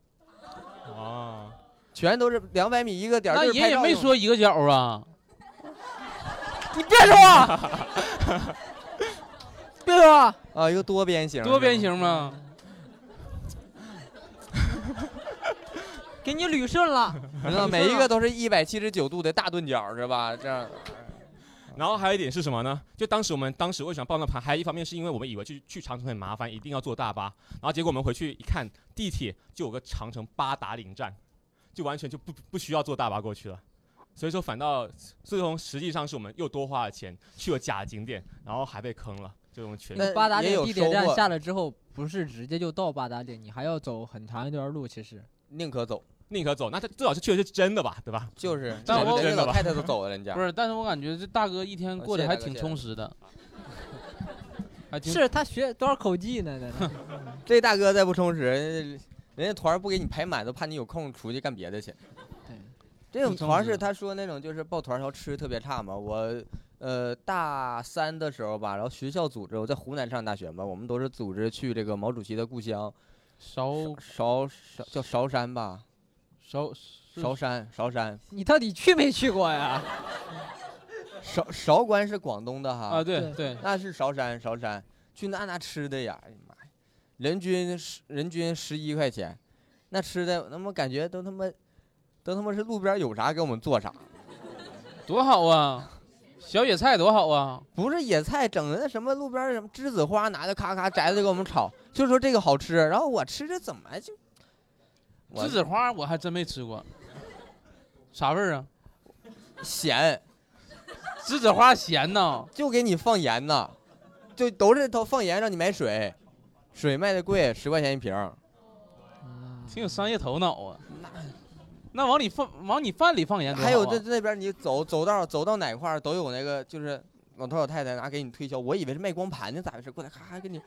Speaker 8: 哦，
Speaker 4: 全都是两百米一个点儿。
Speaker 5: 那
Speaker 4: 就是
Speaker 5: 爷
Speaker 4: 拍
Speaker 5: 也
Speaker 4: 照
Speaker 5: 没
Speaker 4: 用的
Speaker 5: 说一个角啊。
Speaker 4: 你别说话， *laughs* 别说话啊！一个多边形，
Speaker 5: 多边，形嘛，
Speaker 3: 给你捋顺 *laughs* 了。
Speaker 4: 你知道每一个都是一百七十九度的大钝角是吧？这样
Speaker 8: 然后还有一点是什么呢？就当时我们当时为什么报那盘，还有一方面是因为我们以为去去长城很麻烦，一定要坐大巴，然后结果我们回去一看，地铁就有个长城八达岭站，就完全就不不需要坐大巴过去了。所以说，反倒最终实际上是我们又多花了钱去了假景点，然后还被坑了，就我们全
Speaker 4: 那
Speaker 3: 八达
Speaker 4: 也
Speaker 3: 岭
Speaker 4: 有
Speaker 3: 地铁
Speaker 4: 收
Speaker 3: 站
Speaker 4: 获
Speaker 3: 下了之后，不是直接就到八达岭，你还要走很长一段路。其实
Speaker 4: 宁可走，
Speaker 8: 宁可走，那这至少是确实是真的吧，对吧？
Speaker 4: 就是
Speaker 5: 但
Speaker 4: 人
Speaker 5: 我
Speaker 4: 家
Speaker 8: 真的
Speaker 4: 老
Speaker 8: 吧
Speaker 4: 太太都走了，人家
Speaker 5: 不是？但是我感觉这大哥一
Speaker 4: 哦
Speaker 5: 天过得还挺充实
Speaker 4: 啊
Speaker 5: 的， *laughs* 还
Speaker 3: *laughs*
Speaker 5: 挺
Speaker 3: 是他学多少口技呢？在那
Speaker 4: 这大哥再不充实，人家人家团儿不给你排满，都怕你有空出去干别的去。
Speaker 3: 对，
Speaker 4: 这种
Speaker 5: 不充
Speaker 4: 团儿
Speaker 5: 实
Speaker 4: 是他说那种就是报团儿，然后吃特别差嘛。我呃大三的时候吧，然后学校组织我在湖南上大学嘛，我们都是组织去这个毛主席的故乡
Speaker 5: 韶
Speaker 4: 韶韶叫韶山吧，
Speaker 5: 韶
Speaker 4: 韶山韶山
Speaker 3: *laughs* 你到底去没去过呀？
Speaker 4: 韶韶关是广东的哈，
Speaker 5: 啊，对对，
Speaker 4: 那是韶山韶山，去那那吃的呀，哎呀妈呀，人均十人均十一块钱，那吃的他妈感觉都他妈都他妈是路边有啥给我们做啥，
Speaker 5: 多好啊，小野菜多好啊，
Speaker 4: 不是野菜整的那什么路边儿什么栀子花拿着咔咔摘的给我们炒，就说这个好吃，然后我吃着怎么就我
Speaker 5: 栀子花我还真没吃过，啥味儿啊？
Speaker 4: 咸，
Speaker 5: 栀子花咸呐，
Speaker 4: 就给你放盐呐，就都是都放盐让你买水，水卖的贵，十块钱一瓶儿，嗯
Speaker 5: 挺有商业头脑啊。那往里放，往你饭里放盐多好啊，
Speaker 4: 还有那那边你走走道走到哪块儿都有那个就是老头老太太拿给你推销，我以为是卖光盘呢，咋回事？过来咔咔给你，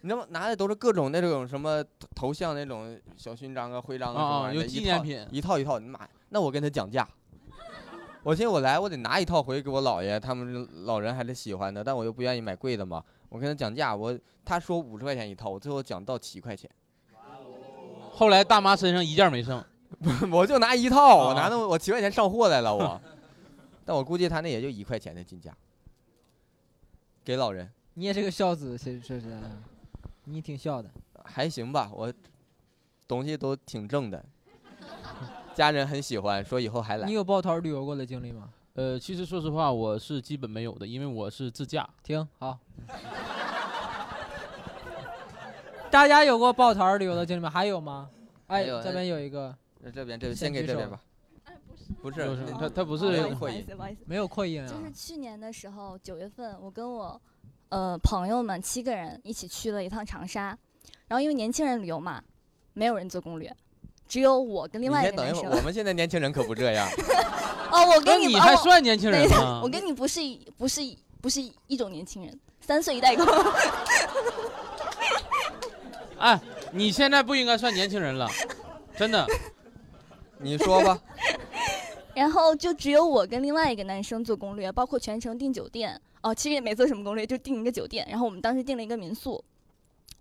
Speaker 4: 你知道吗？拿的都是各种那种什么头头像那种小勋章啊、徽章啊什么
Speaker 5: 啊
Speaker 4: 玩意儿
Speaker 5: 有
Speaker 4: 的
Speaker 5: 纪
Speaker 4: 一
Speaker 5: 念
Speaker 4: 套
Speaker 5: 品，
Speaker 4: 一套一套，你妈呀！那我跟他讲价，我寻思我来我得拿一套回去给我姥爷，他们老人还是喜欢的，但我又不愿意买贵的嘛。我跟他讲价，我他说五十块钱一套，我最后讲到七块钱，
Speaker 5: 后来大妈身上一件没剩，
Speaker 4: *laughs* 我就拿一套，我
Speaker 5: 啊
Speaker 4: 拿那我七块钱上货来了我， *laughs* 但我估计他那也就一块钱的进价，给老人
Speaker 3: *laughs* 你也是个孝子，其实是是，你挺孝的。
Speaker 4: 还行吧，我东西都挺正的，家人很喜欢，说以后还来
Speaker 3: 你。有抱团旅游过的经历吗？
Speaker 5: 呃，其实说实话，我是基本没有的，因为我是自驾。
Speaker 3: 停，好。大家有过抱团旅游的经历吗？还有吗？哎，
Speaker 4: 还有
Speaker 3: 这边有一个
Speaker 4: 那这边这边
Speaker 3: 先
Speaker 4: 先给
Speaker 3: 举
Speaker 4: 这
Speaker 3: 手
Speaker 4: 边吧，
Speaker 9: 哎，不是，
Speaker 4: 不是哦
Speaker 5: 就
Speaker 4: 那
Speaker 5: 他他
Speaker 9: 不
Speaker 5: 不是
Speaker 9: 好意思不好意思，不好意思，
Speaker 3: 没有扩音啊
Speaker 9: 就，是去年的时候，九月份，我跟我呃朋友们七个人一起去了一趟长沙，然后因为年轻人旅游嘛，没有人做攻略，只有我跟另
Speaker 4: 你
Speaker 9: 外一
Speaker 4: 先
Speaker 9: 个
Speaker 4: 等一
Speaker 9: 男
Speaker 4: 会
Speaker 9: 生
Speaker 4: 儿，。我们现在年轻人可不这样。
Speaker 9: 哦，我
Speaker 5: 那
Speaker 9: 跟
Speaker 5: 你
Speaker 9: 们
Speaker 5: 还
Speaker 9: 哦
Speaker 5: 算年轻
Speaker 9: 等一
Speaker 5: 人
Speaker 9: 下
Speaker 5: 吗
Speaker 9: 我？跟你不是一不是一不是一种年轻人，三岁一 *laughs* 代沟。
Speaker 5: 哎，你现在不应该算年轻人了，真的。
Speaker 4: 你说吧，
Speaker 9: *laughs* 然后就只有我跟另外一个男生做攻略，包括全程订酒店。哦，其实也没做什么攻略，就订一个酒店。然后我们当时订了一个民宿。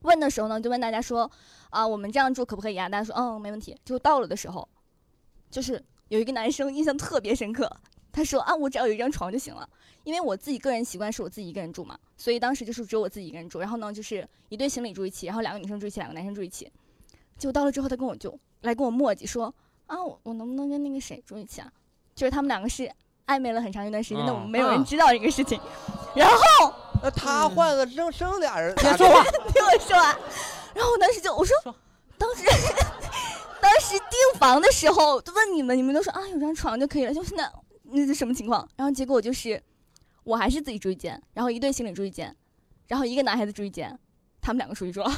Speaker 9: 问的时候呢，就问大家说，啊，我们这样住可不可以啊？大家说，嗯，没问题。就到了的时候，就是有一个男生印象特别深刻，他说啊，我只要有一张床就行了，因为我自己个人习惯是我自己一个人住嘛，所以当时就是只有我自己一个人住。然后呢，就是一对情侣住一起，然后两个女生住一起，两个男生住一起。结果到了之后，他跟我就来跟我磨叽说，啊，我我能不能跟那个谁住一起啊？就是他们两个是暧昧了很长一段时间，
Speaker 5: 啊
Speaker 9: 但我们没有人知道这个事情。
Speaker 4: 那他换个生生俩人，
Speaker 3: 先说话。
Speaker 9: 听我说完。然后我当时就我说，当时当时订房的时候就问你们，你们都说啊有张床就可以了，就是那那是什么情况？然后结果就是我还是自己住一间，然后一对情侣住一间，然后一个男孩子住一间，他们两个出去住了，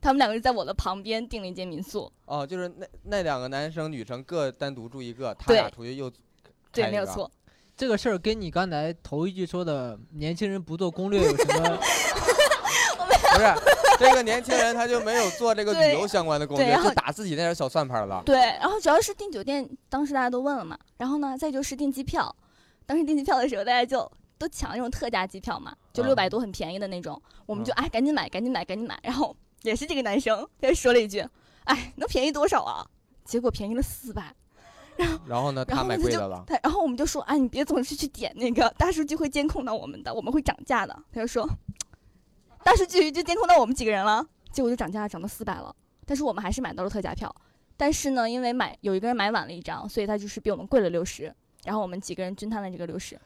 Speaker 9: 他们两个就在我的旁边订了一间民宿，
Speaker 4: 哦，就是那那两个男生女生各单独住一个，他俩
Speaker 9: 对
Speaker 4: 出去又开
Speaker 9: 对，
Speaker 4: 一
Speaker 9: 没有
Speaker 4: 个
Speaker 9: 错。
Speaker 3: 这个事儿跟你刚才头一句说的“年轻人不做攻略”有什
Speaker 9: *laughs*
Speaker 3: 么？
Speaker 4: 不是这个年轻人他就没有做这个旅
Speaker 9: 对
Speaker 4: 游相关的攻
Speaker 9: 对
Speaker 4: 略，
Speaker 9: 然
Speaker 4: 就
Speaker 9: 后
Speaker 4: 打自己那点小算盘了。
Speaker 9: 对，然后主要是订酒店，当时大家都问了嘛，然后呢，再就是订机票，当时订机票的时候，大家就都抢那种特价机票嘛，就
Speaker 4: 啊
Speaker 9: 六百多很便宜的那种，我们就
Speaker 4: 嗯
Speaker 9: 哎赶紧买，赶紧买，赶紧买，然后也是这个男生他就说了一句，哎，能便宜多少啊？结果便宜了四百，
Speaker 4: 然后呢，
Speaker 9: 然
Speaker 4: 他
Speaker 9: 后
Speaker 4: 买
Speaker 9: 呢他
Speaker 4: 贵
Speaker 9: 就
Speaker 4: 的了，
Speaker 9: 他然后我们就说，哎，你别总是去点那个，大数据会监控到我们的，我们会涨价的。他就说，大数据就监控到我们几个人了，结果就涨价涨到四百了，但是我们还是买到了特价票。但是呢，因为买有一个人买晚了一张，所以他就是比我们贵了六十，然后我们几个人均摊了这个六十。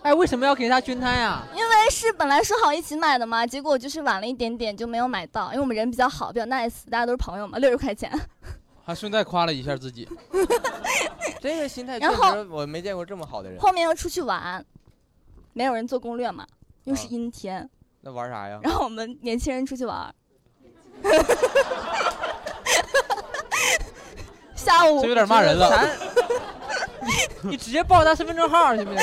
Speaker 3: 哎，为什么要给他均摊
Speaker 9: *laughs*
Speaker 3: 呀？
Speaker 9: 但是本来说好一起买的嘛，结果就是晚了一点点就没有买到，因为我们人比较好，比较 nice，大家都是朋友嘛，六十块钱。
Speaker 5: 还顺带夸了一下自己。
Speaker 4: 这个心态确
Speaker 9: 然
Speaker 4: 实我没见过这么好的人。
Speaker 9: 后面又出去玩，没有人做攻略嘛，又是
Speaker 4: 啊
Speaker 9: 阴天。
Speaker 4: 那玩啥呀？
Speaker 9: 然后我们年轻人出去玩儿， *laughs* 下午
Speaker 5: 这有点骂人了。
Speaker 3: 你直接报他身份证号行不行？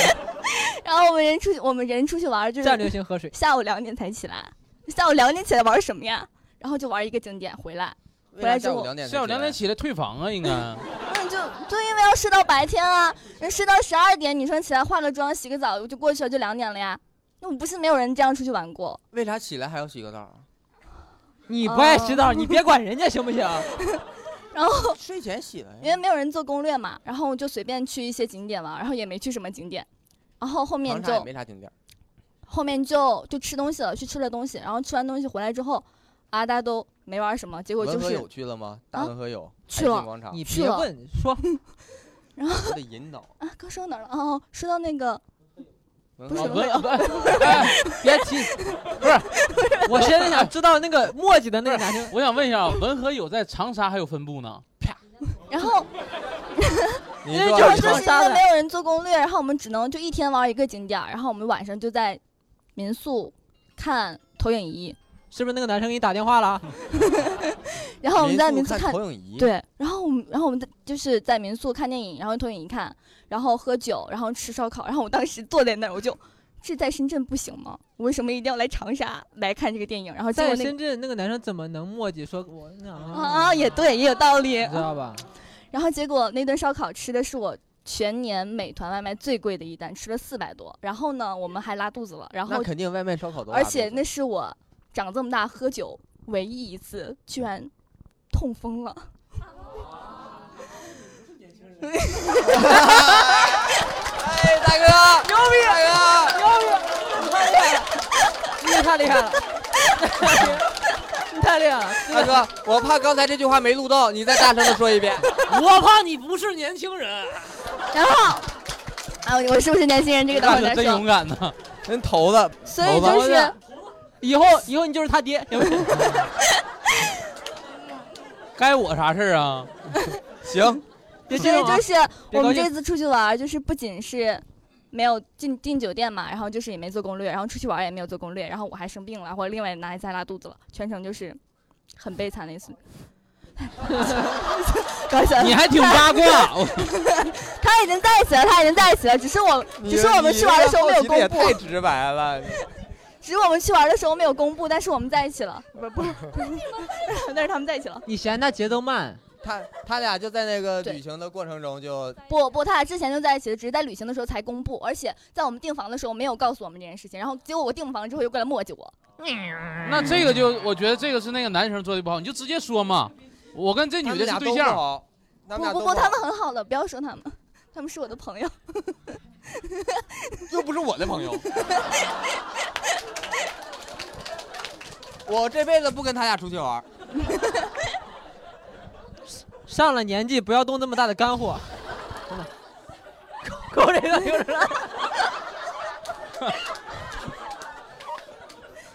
Speaker 9: 然后我们人出去，我们人出去玩儿就
Speaker 3: 战略
Speaker 9: 是
Speaker 3: 性喝水。
Speaker 9: 下午两点才起来，下午两点起来玩儿什么呀？然后就玩儿一个景点回来，
Speaker 4: 为
Speaker 9: 回来
Speaker 4: 啥
Speaker 9: 之
Speaker 4: 下午
Speaker 9: 后
Speaker 4: 两点才
Speaker 5: 下午
Speaker 4: 起来
Speaker 5: 两点起来退房啊，应该。
Speaker 9: 那就就因为要睡到白天啊，人睡到十二点，女生起来化个妆、洗个澡就过去了，就两点了呀。那我不是没有人这样出去玩过，
Speaker 4: 为啥起来还要洗个澡啊？
Speaker 9: *laughs*
Speaker 3: 你不
Speaker 9: 呃
Speaker 3: 爱洗澡，你别管人家行不行？
Speaker 9: 然后
Speaker 4: 睡前洗了
Speaker 9: 因为没有人做攻略嘛，然后就随便去一些景点玩儿，然后也没去什么景点，然后后面
Speaker 4: 长
Speaker 9: 就
Speaker 4: 沙也没啥景点。
Speaker 9: 后面就就吃东西了，去吃了东西，然后吃完东西回来之后，啊，大家都没玩什么，结果
Speaker 4: 文
Speaker 9: 就
Speaker 4: 和
Speaker 9: 是
Speaker 4: 友去了吗？大
Speaker 9: 啊
Speaker 4: 文和友
Speaker 9: 去
Speaker 4: 海信
Speaker 9: 了
Speaker 4: 广场，
Speaker 3: 你
Speaker 9: 是
Speaker 3: 别
Speaker 9: 啊
Speaker 3: 问，说
Speaker 4: 我得引导。
Speaker 9: 啊，刚说到哪儿了？哦，说到那个
Speaker 4: 文
Speaker 9: 不
Speaker 4: 和
Speaker 9: 是
Speaker 4: 友
Speaker 9: 文
Speaker 5: 不
Speaker 3: 别提，不是，我现在想知道那个墨迹的那个男生，
Speaker 5: 我想问一下啊，文和友在长沙还有分布呢？
Speaker 9: *laughs* 然后 *laughs*
Speaker 4: 你
Speaker 3: 因为
Speaker 4: 说
Speaker 3: 就
Speaker 9: 然
Speaker 4: 啊
Speaker 9: 后
Speaker 3: 是
Speaker 4: 你
Speaker 9: 就
Speaker 4: 说
Speaker 9: 是
Speaker 3: 长
Speaker 9: 因
Speaker 3: 沙
Speaker 9: 为
Speaker 3: 的
Speaker 9: 没有人做攻略，然后我们只能就一天玩一个景点儿，然后我们晚上就在民宿看投影仪，
Speaker 3: 是不是那个男生给你打电话了？
Speaker 9: 然后我们在民
Speaker 4: 民
Speaker 9: 宿
Speaker 4: 宿
Speaker 9: 看
Speaker 4: 投影仪，
Speaker 9: 对，然后我们，然后我们在就是在民宿看电影，然后投影仪看，然后喝酒，然后吃烧烤，然后我当时坐在那儿，我就这在深圳不行吗？我为什么一定要来长沙来看这个电影？然后结
Speaker 3: 在
Speaker 9: 果那
Speaker 3: 深圳那个男生怎么能墨迹说我那
Speaker 9: 啊，也对，也有道理
Speaker 3: 你。知
Speaker 9: *laughs*
Speaker 3: 道吧？
Speaker 9: 然后结果那顿烧烤吃的是我全年美团外卖最贵的一单，吃了四百多。然后呢，我们还拉肚子了，然后
Speaker 4: 那肯定外卖烧烤都拉
Speaker 9: 而
Speaker 4: 肚
Speaker 9: 且
Speaker 4: 子
Speaker 9: 那是我长这么大喝酒唯一一次，居然痛风了。
Speaker 4: 哎，大哥，牛逼，大哥，
Speaker 9: *laughs*
Speaker 3: 你太厉害了，你太厉害了，
Speaker 4: 大哥，我怕刚才这句话没录到，你再大声的说一遍。
Speaker 5: 我怕你不是年轻人，
Speaker 9: 然后。啊，我是不是年轻人？这个等会
Speaker 5: 那
Speaker 9: 儿再说。
Speaker 5: 可真勇敢呢。
Speaker 4: *laughs* 人头子，
Speaker 9: 所以
Speaker 4: 头
Speaker 9: *laughs* 就
Speaker 4: 子
Speaker 9: 是
Speaker 3: 以后以后你就是他爹，行不行？
Speaker 5: 该我啥事儿啊？
Speaker 4: 行，
Speaker 3: 别
Speaker 9: 所
Speaker 3: 这
Speaker 9: 以
Speaker 3: 样啊
Speaker 9: 就！是
Speaker 3: 别
Speaker 9: 我
Speaker 3: 高
Speaker 9: 们
Speaker 3: 兴
Speaker 9: 这次出去玩儿，就是不仅是没有进订酒店嘛，然后就是也没做攻略，然后出去玩儿也没有做攻略，然后我还生病了，或者另外男孩子还拉肚子了，全程就是很悲惨的一次。高晓
Speaker 5: 你还挺
Speaker 9: *laughs*
Speaker 5: 八卦，
Speaker 9: 他已经在一起了，他已经在一起了，只是我，只是我们去玩的时候没有
Speaker 4: 你这
Speaker 9: 公
Speaker 4: 也
Speaker 9: 布
Speaker 4: 太，直白了，
Speaker 9: 只是我们去玩的时候没有公布，但是我们在一起了，不不，但是他们在一起了。
Speaker 3: 你嫌他节奏慢，
Speaker 4: *laughs* 他他俩就在那个
Speaker 9: 对
Speaker 4: 旅行的过程中就
Speaker 9: 不不，他俩之前就在一起了，只是在旅行的时候才公布，而且在我们订房的时候没有告诉我们这件事情。然后结果我订房之后又过来磨叽我，
Speaker 5: 那这个就我觉得这个是那个男生做的不好，你就直接说嘛。我跟
Speaker 4: 他
Speaker 5: 这女
Speaker 4: 们
Speaker 5: 的
Speaker 4: 俩
Speaker 5: 是对
Speaker 4: 都不
Speaker 5: 象，
Speaker 4: 好，他
Speaker 9: 不
Speaker 4: 们
Speaker 9: 不
Speaker 4: 俩都
Speaker 9: 不，
Speaker 4: 好
Speaker 9: 他们很好的，不要说他们，他们是我的朋友。
Speaker 4: *laughs* 又不是我的朋友。 *laughs* 我这辈子不跟他俩出去玩儿，
Speaker 3: 上了年纪不要动这么大的干货， *laughs* 真的。口口水都流出来了。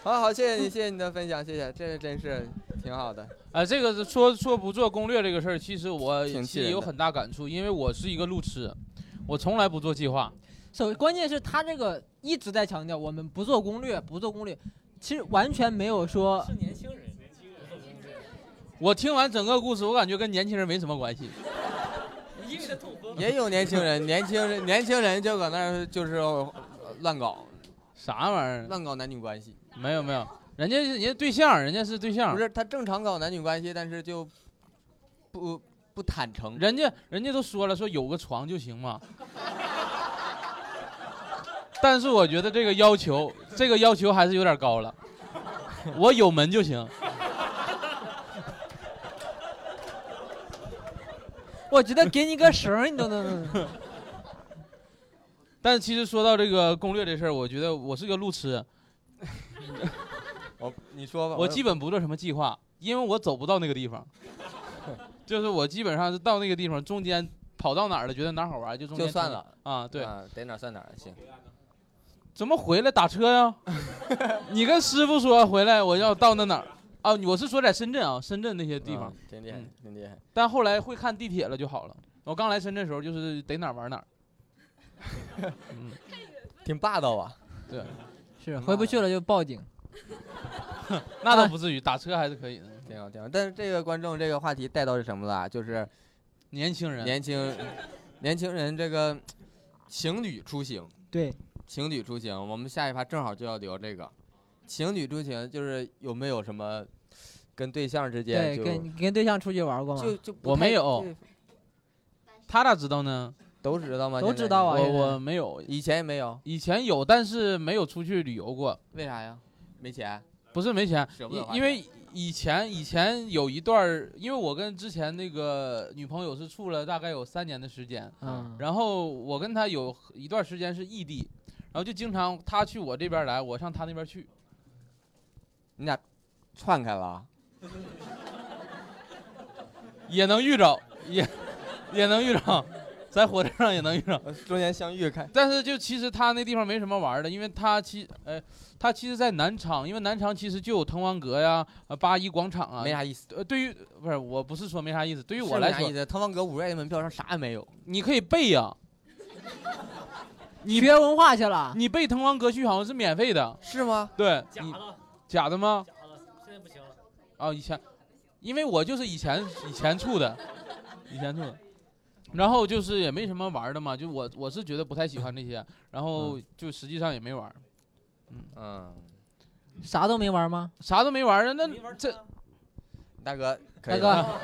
Speaker 4: 好好，谢谢你，谢谢你的分享，谢谢，这真是挺好的。
Speaker 5: 啊，这个是说说不做攻略这个事儿，其实我
Speaker 4: 挺气
Speaker 5: 其
Speaker 4: 人的
Speaker 5: 实有很大感触，因为我是一个路痴，我从来不做计划。
Speaker 3: 首关键是他这个一直在强调我们不做攻略，不做攻略，其实完全没有说
Speaker 5: 我听完整个故事，我感觉跟年轻人没什么关系。
Speaker 4: 也有年轻人，年轻人，年轻人就搁那儿就是呃乱搞，
Speaker 5: 啥玩意儿？
Speaker 4: 乱搞男女关系。
Speaker 5: 没有没有，人家是人家对象，人家是对象
Speaker 4: 不，是他正常搞男女关系，但是就不不坦诚。
Speaker 5: 人家人家都说了，说有个床就行嘛。但是我觉得这个要求，这个要求还是有点高了。我有门就行，
Speaker 3: 我觉得给你个绳儿你都能。嗯
Speaker 5: 但是其实说到这个攻略这事儿，我觉得我是个路痴，
Speaker 4: 我哦你说吧，
Speaker 5: 我基本不做什么计划，因为我走不到那个地方。就是我基本上是到那个地方，中间跑到哪儿了，觉得哪儿好玩就中间
Speaker 4: 就算了。
Speaker 5: 啊。对，
Speaker 4: 啊，逮哪儿算哪儿，行。
Speaker 5: 怎么回来打车 *laughs* 呀、你跟师傅说回来，我要到那哪儿啊？我是说在深圳啊，深圳那些地方
Speaker 4: 嗯。挺厉害，挺厉害。
Speaker 5: 但后来会看地铁了就好了。我刚来深圳的时候，就是逮哪儿玩哪儿。嗯，
Speaker 4: 挺霸道啊！
Speaker 5: 对，
Speaker 3: 是回不去了就报警。
Speaker 5: *laughs* 那倒不至于，打车还是可以的。
Speaker 4: 挺好，挺好。但是这个观众这个话题带到是什么了啊？就是
Speaker 5: 年轻人，
Speaker 4: 年轻年轻人这个情侣出行，
Speaker 3: 对，
Speaker 4: 情侣出行，我们下一趴正好就要聊这个情侣出行，就是有没有什么跟对象之间
Speaker 3: 对，
Speaker 4: 就
Speaker 3: 跟跟对象出去玩过吗？
Speaker 4: 就就不
Speaker 5: 我没
Speaker 4: 太
Speaker 5: 有，
Speaker 4: 就
Speaker 5: 他咋知道呢？
Speaker 4: 都知道吗？
Speaker 3: 都
Speaker 4: 现在
Speaker 3: 知道啊
Speaker 5: 我
Speaker 3: 现在
Speaker 5: 我没有，
Speaker 4: 以前也没有，
Speaker 5: 以前有，但是没有出去旅游过，
Speaker 4: 为啥呀？没钱，
Speaker 5: 不是没钱
Speaker 4: 舍不得，花
Speaker 5: 因因为以前以前有一段儿，因为我跟之前那个女朋友是处了大概有三年的时间，
Speaker 3: 嗯，
Speaker 5: 然后我跟她有一段时间是异地，然后就经常她去我这边来，我上她那边去。
Speaker 4: 你俩串开了啊？
Speaker 5: 也能遇着，也也能遇着，在火车上也能遇着。
Speaker 4: 呃中间相遇看，
Speaker 5: 但是就其实他那地方没什么玩儿的，因为他其呃他其实，在南昌，因为南昌其实就有滕王阁呀、呃八一广场啊。
Speaker 4: 没啥意思。
Speaker 5: 呃，对于不是我不是说没啥意思，对于
Speaker 4: 对
Speaker 5: 我来
Speaker 4: 啥
Speaker 5: 说
Speaker 4: 意，思？滕王阁五十块钱门票上啥也没有，
Speaker 5: 你可以背呀、你
Speaker 3: 学文化去了。
Speaker 5: 你背滕王阁序好像是免费的，
Speaker 4: 是吗？
Speaker 5: 对，假的，假的吗？假的，现在不行了。啊，以前，因为我就是以前以前处的，以前处的，然后就是也没什么玩儿的嘛，就我我是觉得不太喜欢这些，然后就实际上也没玩儿，
Speaker 4: 嗯，
Speaker 3: 啥都没玩吗？
Speaker 5: 啥都没玩儿啊。那这
Speaker 4: 大哥，可
Speaker 3: 大
Speaker 4: 以
Speaker 3: 哥
Speaker 4: 了，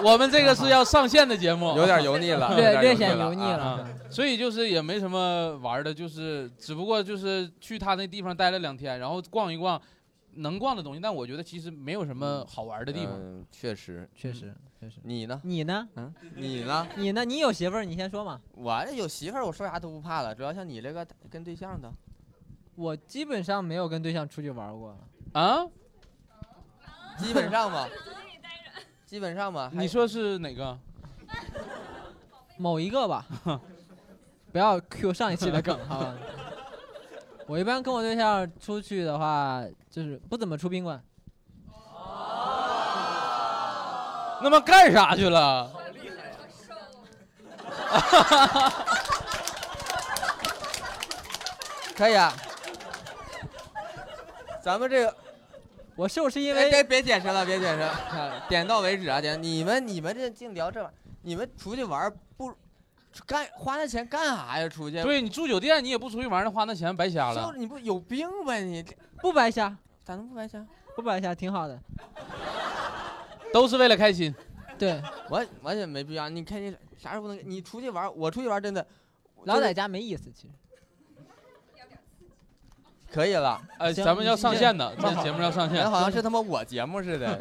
Speaker 4: *laughs*
Speaker 5: 我们这个是要上线的节目，
Speaker 4: 有点油腻了，
Speaker 3: 略
Speaker 4: 有点
Speaker 3: 略显油
Speaker 4: 油
Speaker 3: 腻
Speaker 4: 啊
Speaker 3: 了。
Speaker 5: 啊所以就是也没什么玩儿的，就是只不过就是去他那地方待了两天，然后逛一逛能逛的东西，但我觉得其实没有什么好玩儿的地方。
Speaker 4: 嗯，确实，
Speaker 3: 确实，确实。
Speaker 4: 你呢？
Speaker 3: 你呢？
Speaker 4: 嗯， *laughs* 你呢？
Speaker 3: 你呢？你有媳妇儿，你先说嘛。
Speaker 4: 我有媳妇儿，我说啥都不怕了。主要像你这个跟对象的，
Speaker 3: 我基本上没有跟对象出去玩过。
Speaker 5: 啊，
Speaker 4: 基本上吧，基本上吧。还
Speaker 5: 你说是哪个？
Speaker 3: 某一个 *laughs* 吧，不要 Q 上一期的梗 *laughs* 哈。我一般跟我对象出去的话，就是不怎么出宾馆，
Speaker 5: 那么干啥去了？
Speaker 4: 可以啊？咱们这个，
Speaker 3: 我瘦是因
Speaker 4: 哎，
Speaker 3: 为
Speaker 4: 别别解释了，别解释了，啊点到为止啊，点。你们你们这净聊这玩意儿，你们出去玩儿不干花那钱干啥呀？出去
Speaker 5: 对你住酒店，你也不出去玩儿，那花那钱白瞎
Speaker 4: 就
Speaker 5: 了。
Speaker 4: 是你不有病吧你？这
Speaker 3: 不白瞎，
Speaker 4: 咋能不白瞎？
Speaker 3: 不白瞎挺好的。
Speaker 5: 都是为了开心。
Speaker 3: 对，
Speaker 4: 我完全没必要。你看你啥时候不能？你出去玩儿，我出去玩儿真的
Speaker 3: 老在家没意思，其实。
Speaker 4: 可以
Speaker 5: *laughs*
Speaker 4: 了。
Speaker 5: 呃，
Speaker 3: 行
Speaker 5: 咱们要上线的，
Speaker 3: 你先
Speaker 5: 这节目要上
Speaker 4: 人
Speaker 5: 线。
Speaker 4: 好像是他妈我节目似的。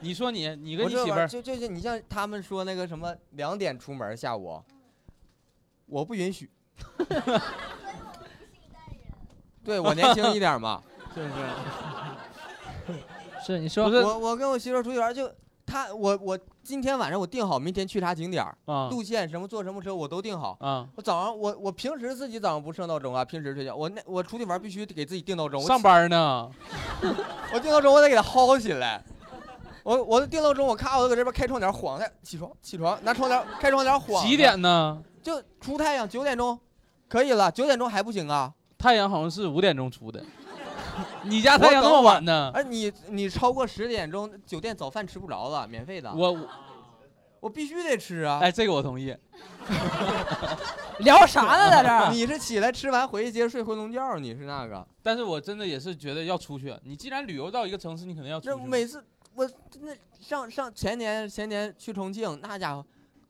Speaker 5: 你说你，你
Speaker 4: 我
Speaker 5: 跟你
Speaker 4: 这
Speaker 5: 媳妇
Speaker 4: 玩
Speaker 5: 儿，
Speaker 4: 就就是你像他们说那个什么两点出门下午，我不允许。 *laughs* 对我年轻一点嘛，
Speaker 3: 是不是？是你
Speaker 5: 不
Speaker 3: 说
Speaker 5: 是
Speaker 4: 我我跟我媳妇儿出去玩就他我我今天晚上我定好明天去啥景点儿、
Speaker 5: 啊
Speaker 4: 路线什么坐什么车我都定好。
Speaker 5: 啊，
Speaker 4: 我早上我我平时自己早上不设闹钟啊，平时睡觉我那我出去玩必须得给自己定闹钟。我
Speaker 5: 上班呢，
Speaker 4: 我定闹钟我得给它薅起来。我我定闹钟我咔我就搁这边开窗帘晃它起床起床拿窗帘开窗帘晃。
Speaker 5: 几？点呢？
Speaker 4: 就出太阳九点钟，可以了。九点钟还不行啊？
Speaker 5: 太阳好像是五点钟
Speaker 4: *laughs*
Speaker 5: 出的，你家太阳那么晚呢？
Speaker 4: 哎，你你超过十点钟酒店早饭吃不着了，免费的。
Speaker 5: 我
Speaker 4: 我必须得吃啊。
Speaker 5: 哎，这个我同意。
Speaker 3: 聊啥呢，在这 *laughs*
Speaker 5: 啊
Speaker 3: 儿？
Speaker 4: 你是起来吃完回去接着睡回笼觉，你是那个？
Speaker 5: 但是我真的也是觉得要出去。你既然旅游到一个城市，你肯定要出
Speaker 4: 这
Speaker 5: 去。
Speaker 4: 每次我那上上前年前年去重庆，那家伙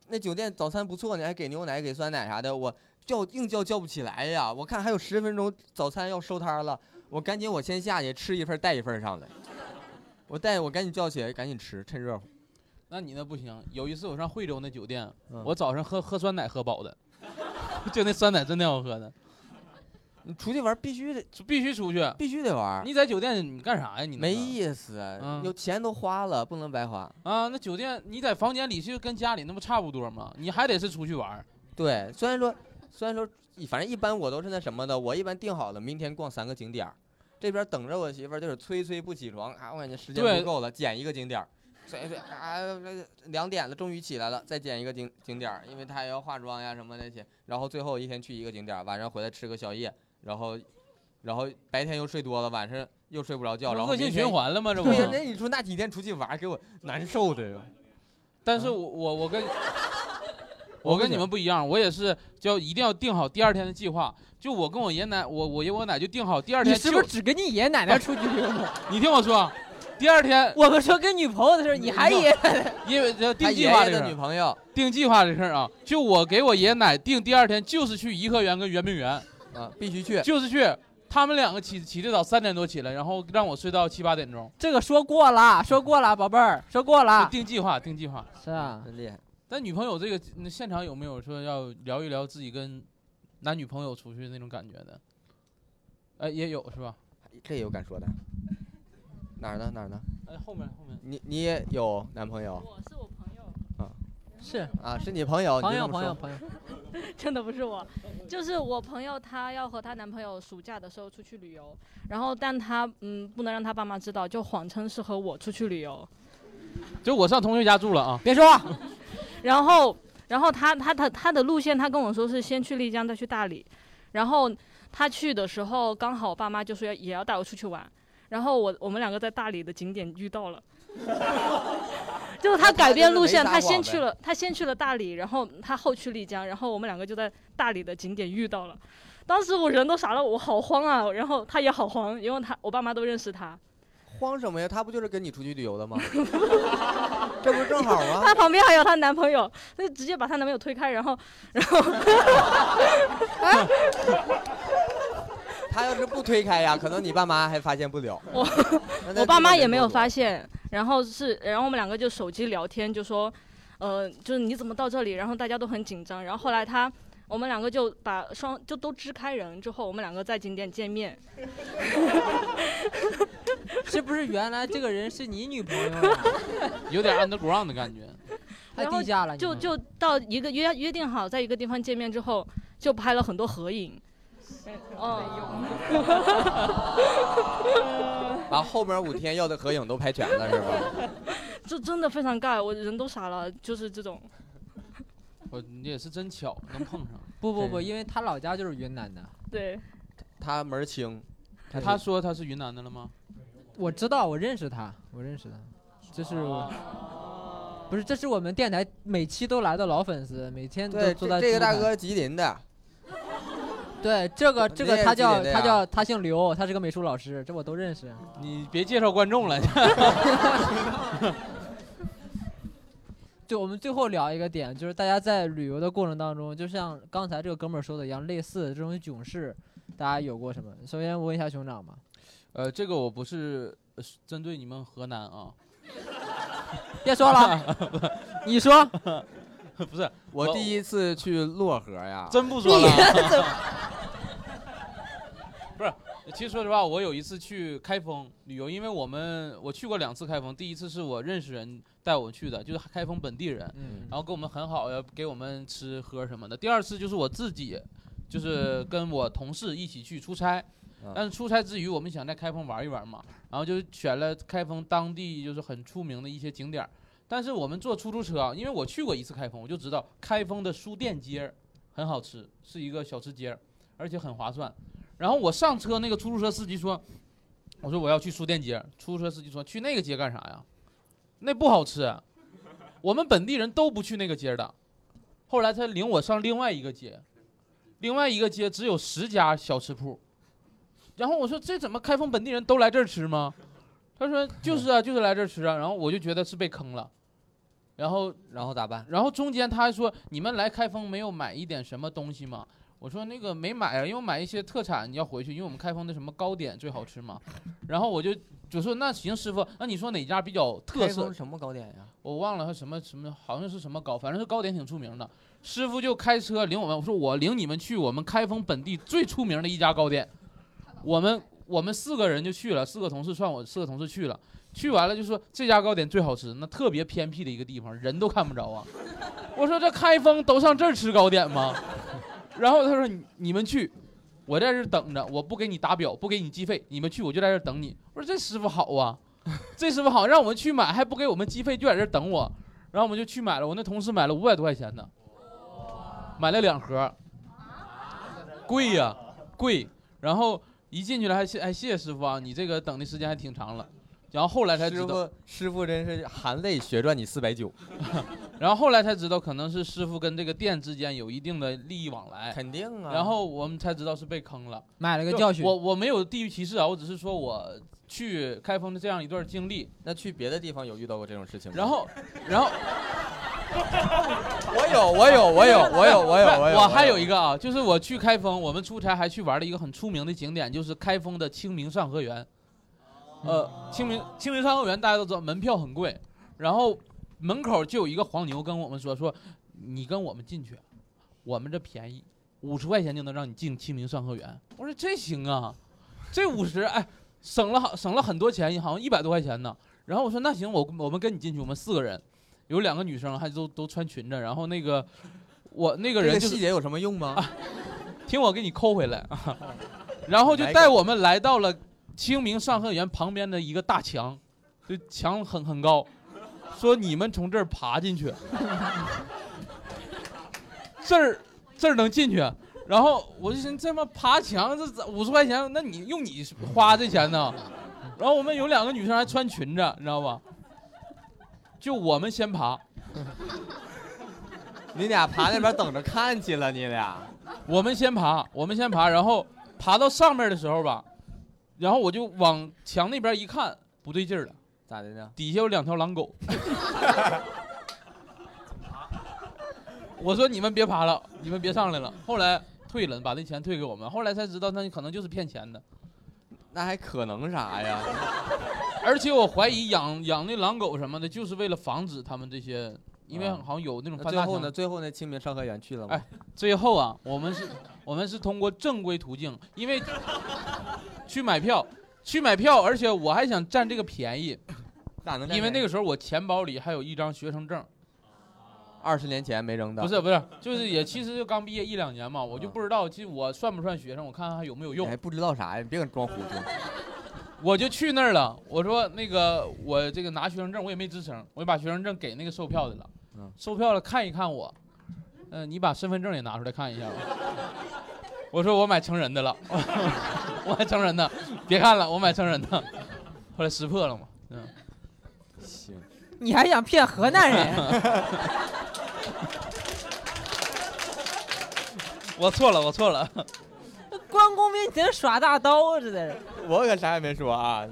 Speaker 4: 那酒店早餐不错呢，还给牛奶给酸奶啥的，我叫硬叫叫不起来呀。我看还有十分钟早餐要收摊了，我赶紧我先下去吃一份带一份上来。我带我赶紧叫起来，赶紧吃，趁热乎。
Speaker 5: 那你那不行。有一次我上惠州那酒店，
Speaker 4: 嗯
Speaker 5: 我早上喝喝酸奶喝饱的， *laughs* 就那酸奶真挺好喝的，
Speaker 4: 你出去玩必须得
Speaker 5: 就必须出去。
Speaker 4: 必须得玩，
Speaker 5: 你在酒店你干啥呀？你那
Speaker 4: 没
Speaker 5: 个
Speaker 4: 意思，
Speaker 5: 嗯
Speaker 4: 有钱都花了，不能白花。
Speaker 5: 啊？那酒店你在房间里就跟家里那不差不多吗？你还得是出去玩儿。
Speaker 4: 对，虽然说，虽然说，反正一般我都是那什么的，我一般定好了明天逛三个景点儿，这边等着我媳妇儿就是催催不起床啊，我感觉时间
Speaker 5: 对
Speaker 4: 不够了，减一个景点儿，催催啊，这两点了，终于起来了，再减一个景景点儿，因为她还要化妆呀什么那些，然后最后一天去一个景点儿，晚上回来吃个宵夜，然后，然后白天又睡多了，晚上又睡不着觉，然后
Speaker 5: 恶性
Speaker 4: 明天
Speaker 5: 循。环了吗？这不
Speaker 4: 对。呀，那你说那几天出去玩儿给我难受的哟。
Speaker 5: 但是我我我
Speaker 4: *laughs*
Speaker 5: 跟。我
Speaker 4: 我不
Speaker 5: 跟你
Speaker 4: 行
Speaker 5: 们不一样，我也是，就一定要定好第二天的计划。就我跟我爷奶，我我爷我奶就定好第二
Speaker 3: 你
Speaker 5: 天就是
Speaker 3: 不是只跟你爷爷奶奶出去旅游？
Speaker 5: 你听我说，第二天
Speaker 3: *laughs* 我们说跟女朋友的事儿，你还爷
Speaker 5: 因为这
Speaker 4: 他
Speaker 5: 定
Speaker 4: 爷
Speaker 5: 计划
Speaker 4: 爷
Speaker 5: 这事
Speaker 4: 的女
Speaker 5: 儿，
Speaker 4: 朋友
Speaker 5: 定计划这事儿啊，就我给我爷爷奶定第二天就是去颐和园跟圆明园，
Speaker 4: 啊，必须去。
Speaker 5: 就是去。他们两个起起得早，三点多起来，然后让我睡到七八点钟。
Speaker 3: 这个说过了，说过了，宝贝儿，说过
Speaker 5: 就
Speaker 3: 了。
Speaker 5: 定计划，定计划。
Speaker 3: 是啊，
Speaker 4: 真厉害。
Speaker 5: 但女朋友这个，那现场有没有说要聊一聊自己跟男女朋友出去那种感觉的？哎，也有是吧？
Speaker 4: 这有敢说的？哪儿呢？哪儿呢？
Speaker 5: 哎，后面后面
Speaker 4: 你你也有男朋友
Speaker 6: 我是我朋友。 *laughs*
Speaker 3: 是
Speaker 4: 啊？是你朋友？你
Speaker 3: 朋
Speaker 4: 就
Speaker 3: 友
Speaker 4: 这么
Speaker 3: 朋友
Speaker 4: 说
Speaker 3: 朋友，
Speaker 6: 真的不是我，
Speaker 4: 嗯
Speaker 6: 就是我朋友，她要和她男朋友暑假的时候出去旅游，然后但她嗯不能让她爸妈知道，就谎称是和我出去旅游，
Speaker 5: 就我上同学家住了啊。
Speaker 3: 别说话，
Speaker 6: 然后然后她她她她的路线，她跟我说是先去丽江再去大理，然后她去的时候刚好我爸妈就说要也要带我出去玩，然后我我们两个在大理的景点遇到了。就是她改变路线，
Speaker 4: 那她
Speaker 6: 她
Speaker 4: 就是没撒
Speaker 6: 先
Speaker 4: 谎
Speaker 6: 去了，她先去了大理，然后她后去丽江，然后我们两个就在大理的景点遇到了。当时我人都傻了，我好慌啊，然后他也好慌，因为他我爸妈都认识他，
Speaker 4: 慌什么呀？他不就是跟你出去旅游的吗？ *laughs* 这不正好吗？
Speaker 6: 他旁边还有她男朋友，他就直接把她男朋友推开，然后然后
Speaker 4: 他要是不推开呀，可能你爸妈还发现不了。
Speaker 6: 我
Speaker 4: 那那
Speaker 6: 我爸妈
Speaker 4: 这个
Speaker 6: 也没有
Speaker 4: 人多
Speaker 6: 发现，然后是，然后我们两个就手机聊天，就说，呃，就是你怎么到这里？然后大家都很紧张。然后后来他，我们两个就把双就都支开人之后，我们两个在景点见面。
Speaker 3: *laughs* 是不是原来这个人是你女朋友啊？ *laughs*
Speaker 5: 有点 underground 的感觉。
Speaker 3: 太
Speaker 6: 然后
Speaker 3: 地下了，你
Speaker 6: 就
Speaker 3: 们
Speaker 6: 就到一个约约定好在一个地方见面之后，就拍了很多合影。哦，
Speaker 4: 把后边五天要的合影都拍全了，是吧？
Speaker 6: *laughs* 就真的非常尬，我人都傻了，就是这种。
Speaker 5: 我你也是真巧，能碰上。
Speaker 3: 不不不，
Speaker 4: 对
Speaker 3: 因为他老家就是云南的，
Speaker 6: 对，
Speaker 4: 他门儿清，
Speaker 5: 他说他是云南的了吗？
Speaker 3: 我知道，我认识他，我认识他，这是我。
Speaker 4: 哦
Speaker 3: 不是，这是我们电台每期都来的老粉丝，每天都
Speaker 4: 对
Speaker 3: 坐在
Speaker 4: 这这个
Speaker 3: 后
Speaker 4: 大
Speaker 3: 台
Speaker 4: 哥吉林的，
Speaker 3: 对这个这
Speaker 4: 你也
Speaker 3: 个
Speaker 4: 是啊
Speaker 3: 他叫
Speaker 4: 吉林的呀
Speaker 3: 他叫他姓刘，他是个美术老师，这我都认识。
Speaker 5: 你别介绍观众了。
Speaker 3: 对，我们最后聊一个点，就是大家在旅游的过程当中，就像刚才这个哥们儿说的一样，类似的这种囧事，大家有过什么？首先问一下熊掌吧，
Speaker 5: 呃，这个我不是呃是针对你们河南啊，
Speaker 3: 别说
Speaker 4: *laughs*
Speaker 3: 了，你说
Speaker 5: 不是，
Speaker 4: 我
Speaker 5: 我
Speaker 4: 第一次去漯河呀，
Speaker 5: 真不说了。不是，其实说实话，我有一次去开封旅游，因为我们我去过两次开封，第一次是我认识人带我去的，就是开封本地人，
Speaker 3: 嗯
Speaker 5: 然后跟我们很好，要给我们吃喝什么的。第二次就是我自己，就是跟我同事一起去出差
Speaker 4: 嗯，
Speaker 5: 但是出差之余，我们想在开封玩一玩嘛，然后就选了开封当地就是很出名的一些景点儿。但是我们坐出租车啊，因为我去过一次开封，我就知道开封的书店街儿很好吃，是一个小吃街儿，而且很划算。然后我上车，那个出租车司机说：“我说我要去书店街儿。”出租车司机说：“去那个街干啥呀？那不好吃。”啊我们本地人都不去那个街儿的。后来他领我上另外一个街，另外一个街只有十家小吃铺。然后我说这怎么开封本地人都来这儿吃吗？他说就是啊，就是来这儿吃啊。然后我就觉得是被坑了。然后，
Speaker 4: 然后咋办？
Speaker 5: 然后中间他还说你们来开封没有买一点什么东西吗？我说那个没买啊，因为我买一些特产要回去，因为我们开封的什么糕点最好吃嘛。然后我就就说那行师傅，那你说哪家比较特
Speaker 4: 开
Speaker 5: 色
Speaker 4: 封？什么糕点呀？
Speaker 5: 我忘了他什么什么，好像是什么糕，反正是糕点挺出名的。师傅就开车领我们，我说我领你们去我们开封本地最出名的一家糕点。我们我们四个人就去了，四个同事算我四个同事去了。去完了就说这家糕点最好吃，那特别偏僻的一个地方，人都看不着啊。我说这开封都上这儿吃糕点吗？然后他说你你们去，我在这儿等着，我不给你打表，不给你计费，你们去我就在这儿等你。我说这师傅好啊，这师傅好，让我们去买还不给我们计费，就在这儿等我。然后我们就去买了，我那同事买了五百多块钱的，买了两盒，贵呀、贵。然后一进去了还谢还谢谢师傅啊，你这个等的时间还挺长了。然后后来才知
Speaker 4: 师
Speaker 5: 道，
Speaker 4: 傅，师傅真是含泪血赚你四百九，
Speaker 5: 然后后来才知道，可能是师傅跟这个店之间有一定的利益往来。
Speaker 4: 肯定啊。
Speaker 5: 然后我们才知道是被坑了。
Speaker 3: *laughs* 买了个
Speaker 5: 就
Speaker 3: 教训。
Speaker 5: 我我没有地域歧视啊，我只是说我去开封的这样一段经历。
Speaker 4: 那去别的地方有遇到过这种事情吗？
Speaker 5: 然后，然后
Speaker 4: *laughs* 我有，我有，我有，哎我有，我有，
Speaker 5: 不
Speaker 4: 我
Speaker 5: 是
Speaker 4: 有。
Speaker 5: 我还有一
Speaker 4: 个，
Speaker 5: 个啊，就是我去开封，我们出差还去玩了一个很出名的景点，就是开封的清明上河园。
Speaker 4: 嗯
Speaker 5: 呃，清明清明上河园大家都知道，门票很贵，然后门口就有一个黄牛跟我们说说，你跟我们进去，啊我们这便宜，五十块钱就能让你进清明上河园。我说这行啊，这五十哎，省了好省了很多钱，好像一百多块钱呢。然后我说那行，我我们跟你进去，我们四个人，有两个女生还都都穿裙子，然后那个我那个
Speaker 4: 这
Speaker 5: 人
Speaker 4: 个
Speaker 5: 就是
Speaker 4: 细节有什么用吗？
Speaker 5: 听我给你抠回来啊，然后就带我们来到了清明上河园旁边的一个大墙，就墙很很高，说你们从这儿爬进去， *laughs* 这儿这儿能进去，然后我就寻思这么爬墙这五十块钱，那你用你花这钱呢？然后我们有两个女生还穿裙子，你知道吧？就我们先爬，
Speaker 4: 你俩爬那边等着看去了，你俩。
Speaker 5: 我们先爬，我们先爬，然后爬到上面的时候吧，然后我就往墙那边一看，不对劲儿了，
Speaker 4: 咋的呢？
Speaker 5: 底下有两条
Speaker 4: *laughs*
Speaker 5: 狼狗。我说你们别爬了，你们别上来了。后来退了，把那钱退给我们。后来才知道，那可能就是骗钱的。
Speaker 4: 那还可能啥呀？
Speaker 5: 而且我怀疑养养那狼狗什么的，就是为了防止他们这些，因为
Speaker 4: 啊
Speaker 5: 好像有那种
Speaker 4: 那
Speaker 5: 犯
Speaker 4: 最
Speaker 5: 大
Speaker 4: 后
Speaker 5: 刑
Speaker 4: 呢？最后那清明上河园去了吗？
Speaker 5: 哎最后啊，我们是，我们是通过正规途径，因为去买票，去买票，而且我还想占这个便宜，
Speaker 4: 咋能？
Speaker 5: 因为那个时候我钱包里还有一张学生证，
Speaker 4: 二十年前没扔的，
Speaker 5: 不是不是，就是也其实就刚毕业一两年嘛，我就不知道，其实我算不算学生，我看看还有没有
Speaker 4: 哎
Speaker 5: 用，
Speaker 4: 不知道啥呀？你别跟装糊涂。
Speaker 5: 我就去那儿了，我说那个我这个拿学生证，我也没吱声，我就把学生证给那个售票的了
Speaker 4: 嗯，
Speaker 5: 售票的看一看我，嗯、你把身份证也拿出来看一下吧。我说我买成人的了， *laughs* 我买成人的，别看了，我买成人的。后来识破了嘛，嗯，
Speaker 4: 行，
Speaker 3: 你还想骗河南人？
Speaker 5: 我错了，我错了。
Speaker 3: 关公面前耍大刀，这在这。
Speaker 4: 我可啥也没说啊。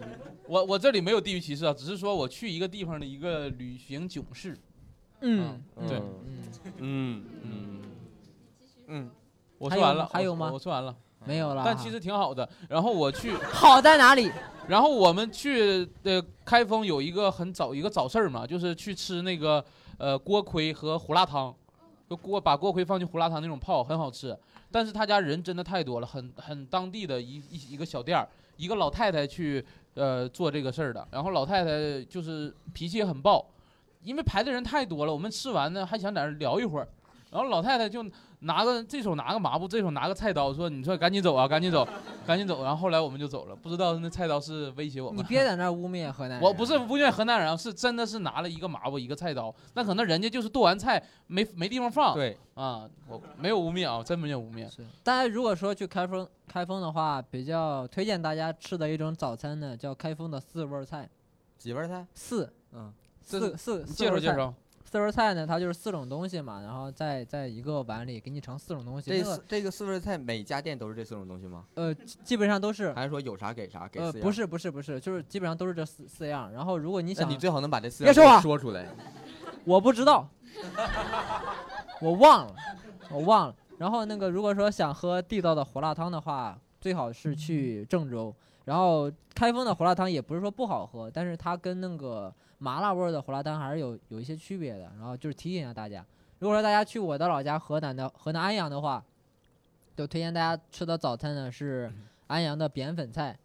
Speaker 5: 我我这里没有地域歧视啊，只是说我去一个地方的一个旅行囧事。
Speaker 3: 嗯，
Speaker 5: 对
Speaker 3: 嗯，
Speaker 4: 嗯嗯嗯，
Speaker 5: 我
Speaker 3: 还
Speaker 5: 说
Speaker 3: 有
Speaker 5: 完
Speaker 3: 吗
Speaker 5: 了，
Speaker 3: 还
Speaker 5: 我
Speaker 3: 有吗啊
Speaker 5: 我说完了，
Speaker 3: 没有了哈。
Speaker 5: 但其实挺好的。然后我去。
Speaker 3: 好在哪里？
Speaker 5: 然后我们去呃开封有一个很早一个早市儿嘛，就是去吃那个呃锅盔和胡辣汤，就锅把锅盔放进胡辣汤那种泡，很好吃。但是他家人真的太多了，很很当地的一一一个小店儿，一个老太太去呃做这个事儿的，然后老太太就是脾气也很暴，因为排的人太多了，我们吃完呢还想在那儿聊一会儿，然后老太太就拿个这手拿个抹布，这手拿个菜刀，说你说赶紧走啊，赶紧走，赶紧走，然后后来我们就走了，不知道那菜刀是威胁我
Speaker 3: 你
Speaker 5: 们。
Speaker 3: 别在那儿污蔑河
Speaker 4: 嗯
Speaker 3: 南人，
Speaker 5: 我不是不怨河南人啊，是真的是拿了一个抹布一个菜刀，那可能人家就是剁完菜没没地方放，
Speaker 4: 对，
Speaker 5: 啊，我没有污蔑啊，真没有污蔑。
Speaker 3: 是，大家如果说去开封开封的话，比较推荐大家吃的一种早餐呢，叫开封的四味儿菜，
Speaker 4: 几味儿菜？
Speaker 3: 四
Speaker 4: 嗯，
Speaker 3: 四四四
Speaker 5: 介
Speaker 3: 味
Speaker 5: 绍
Speaker 3: 儿
Speaker 5: 介
Speaker 3: 菜。
Speaker 5: 绍，
Speaker 3: 四味儿菜呢，它就是四种东西嘛，然后在在一个碗里给你盛四种东西，
Speaker 4: 这
Speaker 3: 这个
Speaker 4: 四这个四味儿菜每家店都是这四种东西吗？
Speaker 3: 呃基本上都是
Speaker 4: 还是说有啥给啥？给
Speaker 3: 呃
Speaker 4: 四样？
Speaker 3: 不，是不是不是，就是基本上都是这四四样。然后如果你
Speaker 4: 那
Speaker 5: 哎
Speaker 3: 想，
Speaker 4: 你最好能把这四
Speaker 3: 别
Speaker 4: 样
Speaker 3: 说话
Speaker 4: 哎说出来。
Speaker 3: 我不知道， *laughs* 我忘了，我忘了。然后那个，如果说想喝地道的胡辣汤的话，最好是去郑州。然后开封的胡辣汤也不是说不好喝，但是它跟那个麻辣味儿的胡辣汤还是有有一些区别的。然后就是提醒一下大家，如果说大家去我的老家河南的河南安阳的话，就推荐大家吃的早餐呢是
Speaker 4: 嗯
Speaker 3: 安阳的扁粉菜，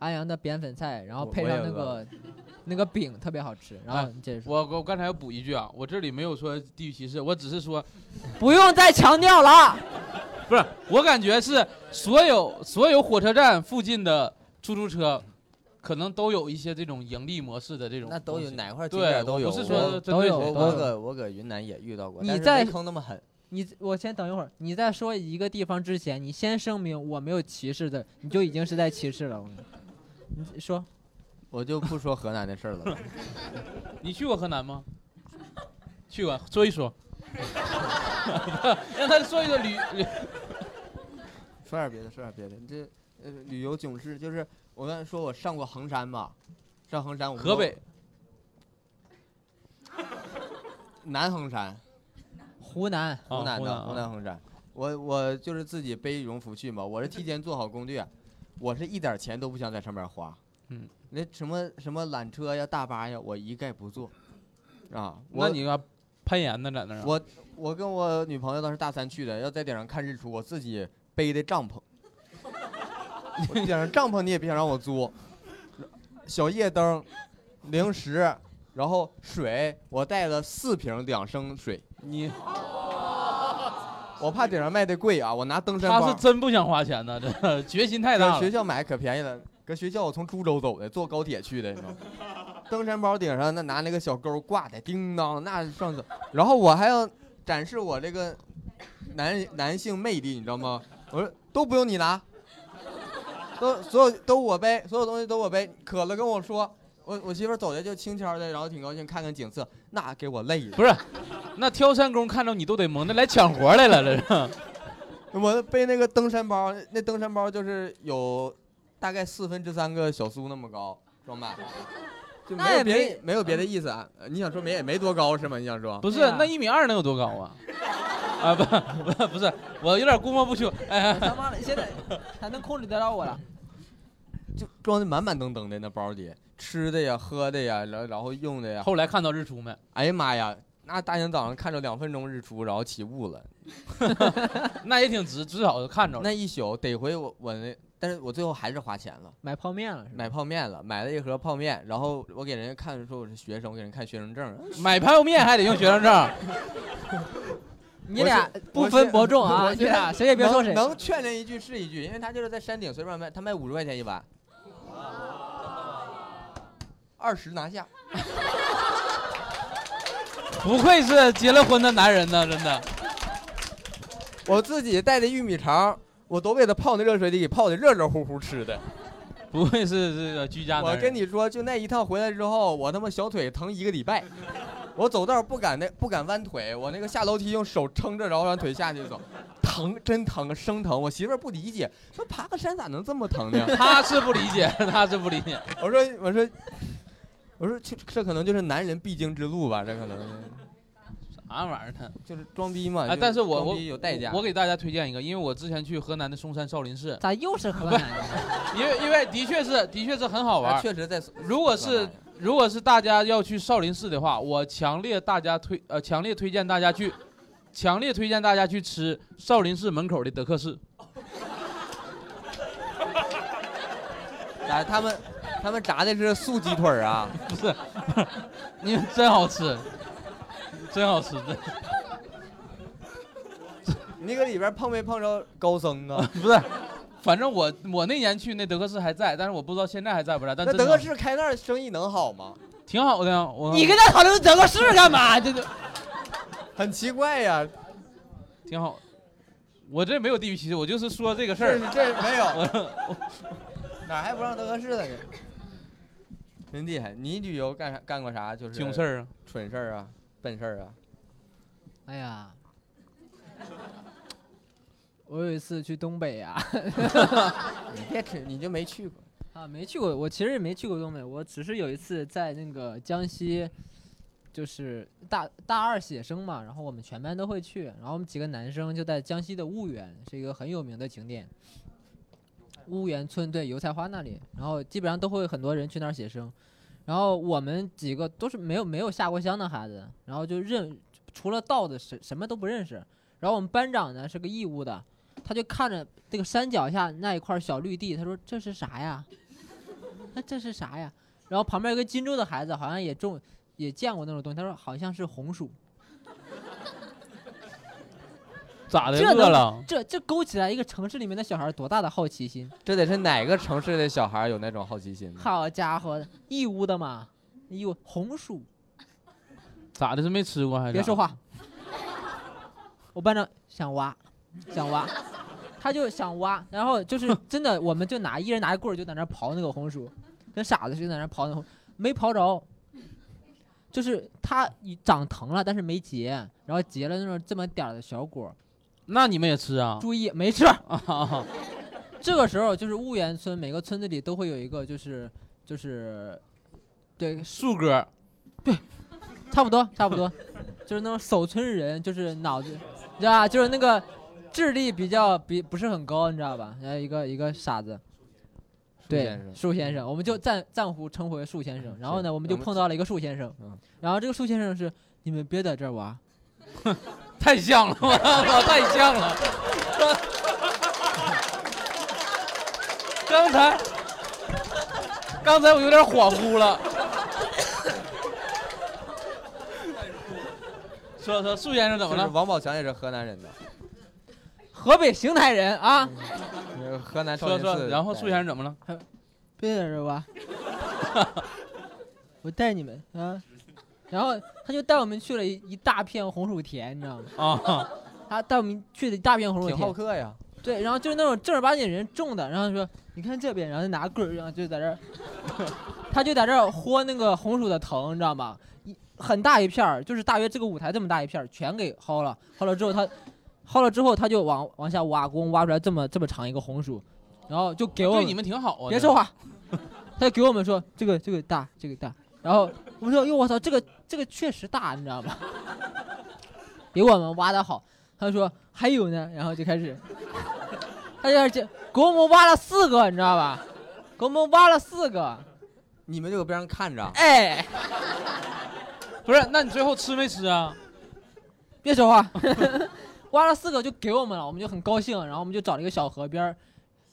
Speaker 3: 安阳的扁粉菜，然后
Speaker 4: 我
Speaker 3: 配
Speaker 4: 我
Speaker 3: 上
Speaker 4: 也
Speaker 3: 那
Speaker 4: 饿了
Speaker 3: 个那个饼特别好吃。然后
Speaker 5: 哎
Speaker 3: 你接着说。
Speaker 5: 我我刚才要补一句啊，我这里没有说地域歧视，我只是说
Speaker 3: 不用再强调了。
Speaker 5: 不是，我感觉是所有所有火车站附近的出租车，可能都有一些这种盈利模式的这种
Speaker 4: 那
Speaker 5: 东西，
Speaker 4: 都有哪块儿景
Speaker 5: 对
Speaker 4: 点都有。
Speaker 5: 我不是
Speaker 4: 我
Speaker 5: 说针
Speaker 3: 都
Speaker 5: 对
Speaker 3: 有
Speaker 5: 谁
Speaker 4: 我
Speaker 3: 都有
Speaker 4: 我搁我搁云南也遇到过，
Speaker 3: 你
Speaker 4: 但是
Speaker 3: 在
Speaker 4: 没坑那么狠。
Speaker 3: 你我先等一会儿，你在说一个地方之前，你先声明我没有歧视的，你就已经是在歧视了。我跟你你说，
Speaker 4: 我就不说河南的事儿了吧。
Speaker 5: 你去过河南吗？ *laughs* 去过，说一说。 *laughs* 让他说一说旅旅
Speaker 4: *laughs* 说点别的，说点别的。你这呃旅游囧事就是我刚才说我上过衡山吧，上衡山我们
Speaker 5: 河北、
Speaker 4: *laughs* 南衡山，
Speaker 3: 湖南
Speaker 5: 啊
Speaker 4: 湖南的
Speaker 5: 啊
Speaker 4: 哦湖南衡山。我我就是自己背羽绒服去嘛，我是提前做好攻略，我是一点钱都不想在上面花。
Speaker 5: 嗯，
Speaker 4: 那什么什么缆车呀、大巴呀，我一概不坐。啊，我
Speaker 5: 那你个攀岩呢，在那儿啊？
Speaker 4: 我我跟我女朋友当时大三去的，要在顶上看日出，我自己背的帐篷，我顶上帐篷你也别想让我租，小夜灯、零食，然后水，我带了四瓶两升水，
Speaker 5: 你
Speaker 4: 我怕顶上卖的贵啊，我拿登山
Speaker 5: 他
Speaker 4: 包
Speaker 5: 是，真不想花钱呢，这决心太
Speaker 4: 在
Speaker 5: 大
Speaker 4: 学
Speaker 5: 了。
Speaker 4: 校买可便宜了，搁学校我从株洲走的，坐高铁去的，你知道吗？登山包顶上那拿那个小钩挂的，叮当那上走，然后我还要展示我这个男男性魅力，你知道吗？我说都不用你拿，都所有都我背，所有东西都我背。渴了跟我说，我我媳妇儿走的就轻巧的，然后挺高兴，看看景色，那给我累的，
Speaker 5: 不是，那挑山工看到你都得懵，那来抢活来了，这是。
Speaker 4: 我背那个登山包，那登山包就是有大概四分之三个小苏那么高，装满，就
Speaker 3: 那
Speaker 4: 没
Speaker 3: 也
Speaker 4: 有别
Speaker 3: 没
Speaker 4: 的没有别的意思啊。呃你想说没也没多高是吗？你想说
Speaker 5: 不是
Speaker 3: 对啊，
Speaker 5: 那一米二能有多高啊？啊不不不是，我有点估摸不清。哎，
Speaker 3: 他妈的，现在还能控制得了我了？
Speaker 4: *laughs* 就装的满满登登的那包里，吃的呀、喝的呀，然后然后用的呀。
Speaker 5: 后来看到日出没？
Speaker 4: 哎呀妈呀，那大清早上看着两分钟日出，然后起雾了，
Speaker 5: 那也挺值，至少看着了。
Speaker 4: 那一宿得回我我那，但是我最后还是花钱了。
Speaker 3: 买泡面了是吧？
Speaker 4: 买泡面了，买了一盒泡面，然后我给人家看说我是学生，我给人看学生证，
Speaker 5: 买泡面还得用学生证。
Speaker 3: 你俩
Speaker 4: 我
Speaker 3: 不
Speaker 4: 是
Speaker 3: 分伯仲
Speaker 4: 我
Speaker 3: 啊！
Speaker 4: 是
Speaker 3: 你俩谁也别说谁。
Speaker 4: 能能劝人一句是一句，因为他就是在山顶随便卖，他卖五十块钱一碗，二十拿下。
Speaker 5: 不愧是结了婚的男人呢，真的。
Speaker 4: 我自己带的玉米肠，我都被他泡那热水里给泡的热热乎乎吃的。
Speaker 5: 不愧是这个居家男
Speaker 4: 我
Speaker 5: 人。
Speaker 4: 跟你说，就那一趟回来之后，我他妈小腿疼一个礼拜，我走道不敢那不敢弯腿，我那个下楼梯用手撑着，然后让腿下去走，疼真疼，生疼。我媳妇儿不理解，说爬个山咋能这么疼呢？
Speaker 5: 他是不理解，他是不理解。
Speaker 4: *laughs* 我说我说我说这这可能就是男人必经之路吧，这可能
Speaker 5: 啥玩意儿呢？
Speaker 4: 就是装逼嘛。
Speaker 5: 哎，
Speaker 4: 就
Speaker 5: 但是我
Speaker 4: 装
Speaker 5: 我
Speaker 4: 逼有代价。
Speaker 5: 我我给大家推荐一个，因为我之前去河南的嵩山少林寺，
Speaker 3: 咋又是河南人？
Speaker 5: 因为因为的确是的确是很好玩
Speaker 4: 他啊
Speaker 5: 儿。
Speaker 4: 哎确实在，
Speaker 5: 如果是
Speaker 4: 河南
Speaker 5: 如果是大家要去少林寺的话，我强烈大家推呃强烈推荐大家去强烈推荐大家去吃少林寺门口的德克士。 *laughs*
Speaker 4: 啊，他们他们炸的是素鸡腿儿
Speaker 5: *laughs*
Speaker 4: 啊，
Speaker 5: 不是，你们真好吃，真好吃，真
Speaker 4: 你搁里边碰没碰着高僧
Speaker 5: *laughs*
Speaker 4: 啊？
Speaker 5: 不是。反正我我那年去那德克士还在，但是我不知道现在还在不在。但
Speaker 4: 那
Speaker 5: 真
Speaker 4: 德克
Speaker 5: 的
Speaker 4: 士开那儿生意能好吗？
Speaker 5: 挺好的呀，我
Speaker 3: 你跟他讨论德克士干嘛？这就
Speaker 4: 很奇怪呀、
Speaker 5: 挺好。我这没有地域歧视，我就是说这个事
Speaker 4: 这
Speaker 5: 儿。
Speaker 4: 是这没有，
Speaker 5: *laughs* 我
Speaker 4: 哪还不让德克士的呢？真厉害！你旅游干啥干过啥？
Speaker 5: *laughs*
Speaker 4: 就是
Speaker 5: 囧事、儿啊，
Speaker 4: 蠢事儿啊、笨事儿啊。
Speaker 3: 哎呀，我有一次去东北啊呀、
Speaker 4: 你别吃，你就没去过。
Speaker 3: 啊，没去过，我其实也没去过东北，我只是有一次在那个江西，就是大大二写生嘛，然后我们全班都会去，然后我们几个男生就在江西的婺源，是一个很有名的景点，婺源村对油菜花那里，然后基本上都会很多人去那儿写生，然后我们几个都是没有没有下过乡的孩子，然后就认除了稻子什什么都不认识，然后我们班长呢是个义乌的，他就看着那个山脚下那一块小绿地，他说这是啥呀？那这是啥呀？然后旁边有个荆州的孩子，好像也种也见过那种东西，他说好像是红薯，
Speaker 5: 咋的？
Speaker 3: 这
Speaker 5: 饿
Speaker 3: 能
Speaker 5: 了？
Speaker 3: 这这勾起来一个城市里面的小孩多大的好奇心！
Speaker 4: 这得是哪个城市的小孩有那种好奇
Speaker 5: *laughs*
Speaker 4: 心呢？
Speaker 3: 好家伙，义乌的嘛，义乌红薯，
Speaker 5: 咋的？是没吃过还是？
Speaker 3: 别说。话。我班长想挖，想挖，他就想挖，然后就是真的，我们就拿一人拿一棍儿就在那儿刨那个红薯，跟傻子似的在那儿刨那红，没刨着，就是它已长疼了，但是没结，然后结了那种这么点儿的小果儿，
Speaker 5: 那你们也吃啊？
Speaker 3: 注意没事。
Speaker 5: *laughs* 啊，
Speaker 3: 这个时候就是婺源村，每个村子里都会有一个，就是就是，对，
Speaker 5: 树哥，
Speaker 3: 差不多 *laughs* 差不多，就是那种守村人，就是脑子，你知道吧？就是那个智力比较比不是很高，你知道吧？然后一个一个傻子，对
Speaker 4: 先，生嗯
Speaker 3: 树先生，我们就暂暂呼称为树先生。然后呢，我们
Speaker 4: 我
Speaker 3: 就
Speaker 4: 们
Speaker 3: 碰到了一个树先生
Speaker 4: 嗯，
Speaker 3: 然后这个树先生是你们别在这儿玩，
Speaker 5: 太像了， *laughs* 我操，太像了。刚才，刚才我有点恍惚了。说说树先生怎么
Speaker 4: 就是
Speaker 5: 了？
Speaker 4: 王宝强也是河南人的，
Speaker 3: 河北邢台人
Speaker 4: 嗯
Speaker 3: 啊，
Speaker 4: 那个河南少
Speaker 5: 说
Speaker 4: 林
Speaker 5: 说，
Speaker 4: 寺。哎
Speaker 5: 然后树先生怎么 *laughs* 了？
Speaker 3: 别在这儿玩， *laughs* 我带你们啊。然后他就带我们去了一一大片红薯田，你知道吗？
Speaker 5: 啊，
Speaker 3: 他带我们去了一大片红薯
Speaker 4: 挺好
Speaker 3: 田，
Speaker 4: 客呀，
Speaker 3: 对，然后就是那种正儿八经人种的，然后说你看这边，然后拿棍儿，然后就在这儿， *laughs* 他就在这儿豁那个红薯的藤，你知道吗？一很大一片儿，就是大约这个舞台这么大一片儿，全给薅了，薅了之后他，薅了之后他就往往下挖，给我们挖出来这么这么长一个红薯，然后就给我
Speaker 5: *laughs* 对
Speaker 3: 们
Speaker 5: 你们挺好啊。
Speaker 3: 别说话。 *laughs* 他就给我们说这个这个大这个大，然后我们说哟我操这个这个确实大，你知道吗？ *laughs* 比我们挖的好。他说还有呢，然后就开始，他就开始给我们挖了四个，你知道吧？给我们挖了四个，
Speaker 4: 你们就搁边上看着，
Speaker 3: 哎，
Speaker 5: 不是，那你最后吃没吃啊？
Speaker 3: 别说话， *laughs* 挖了四个就给我们了，我们就很高兴，然后我们就找了一个小河边儿，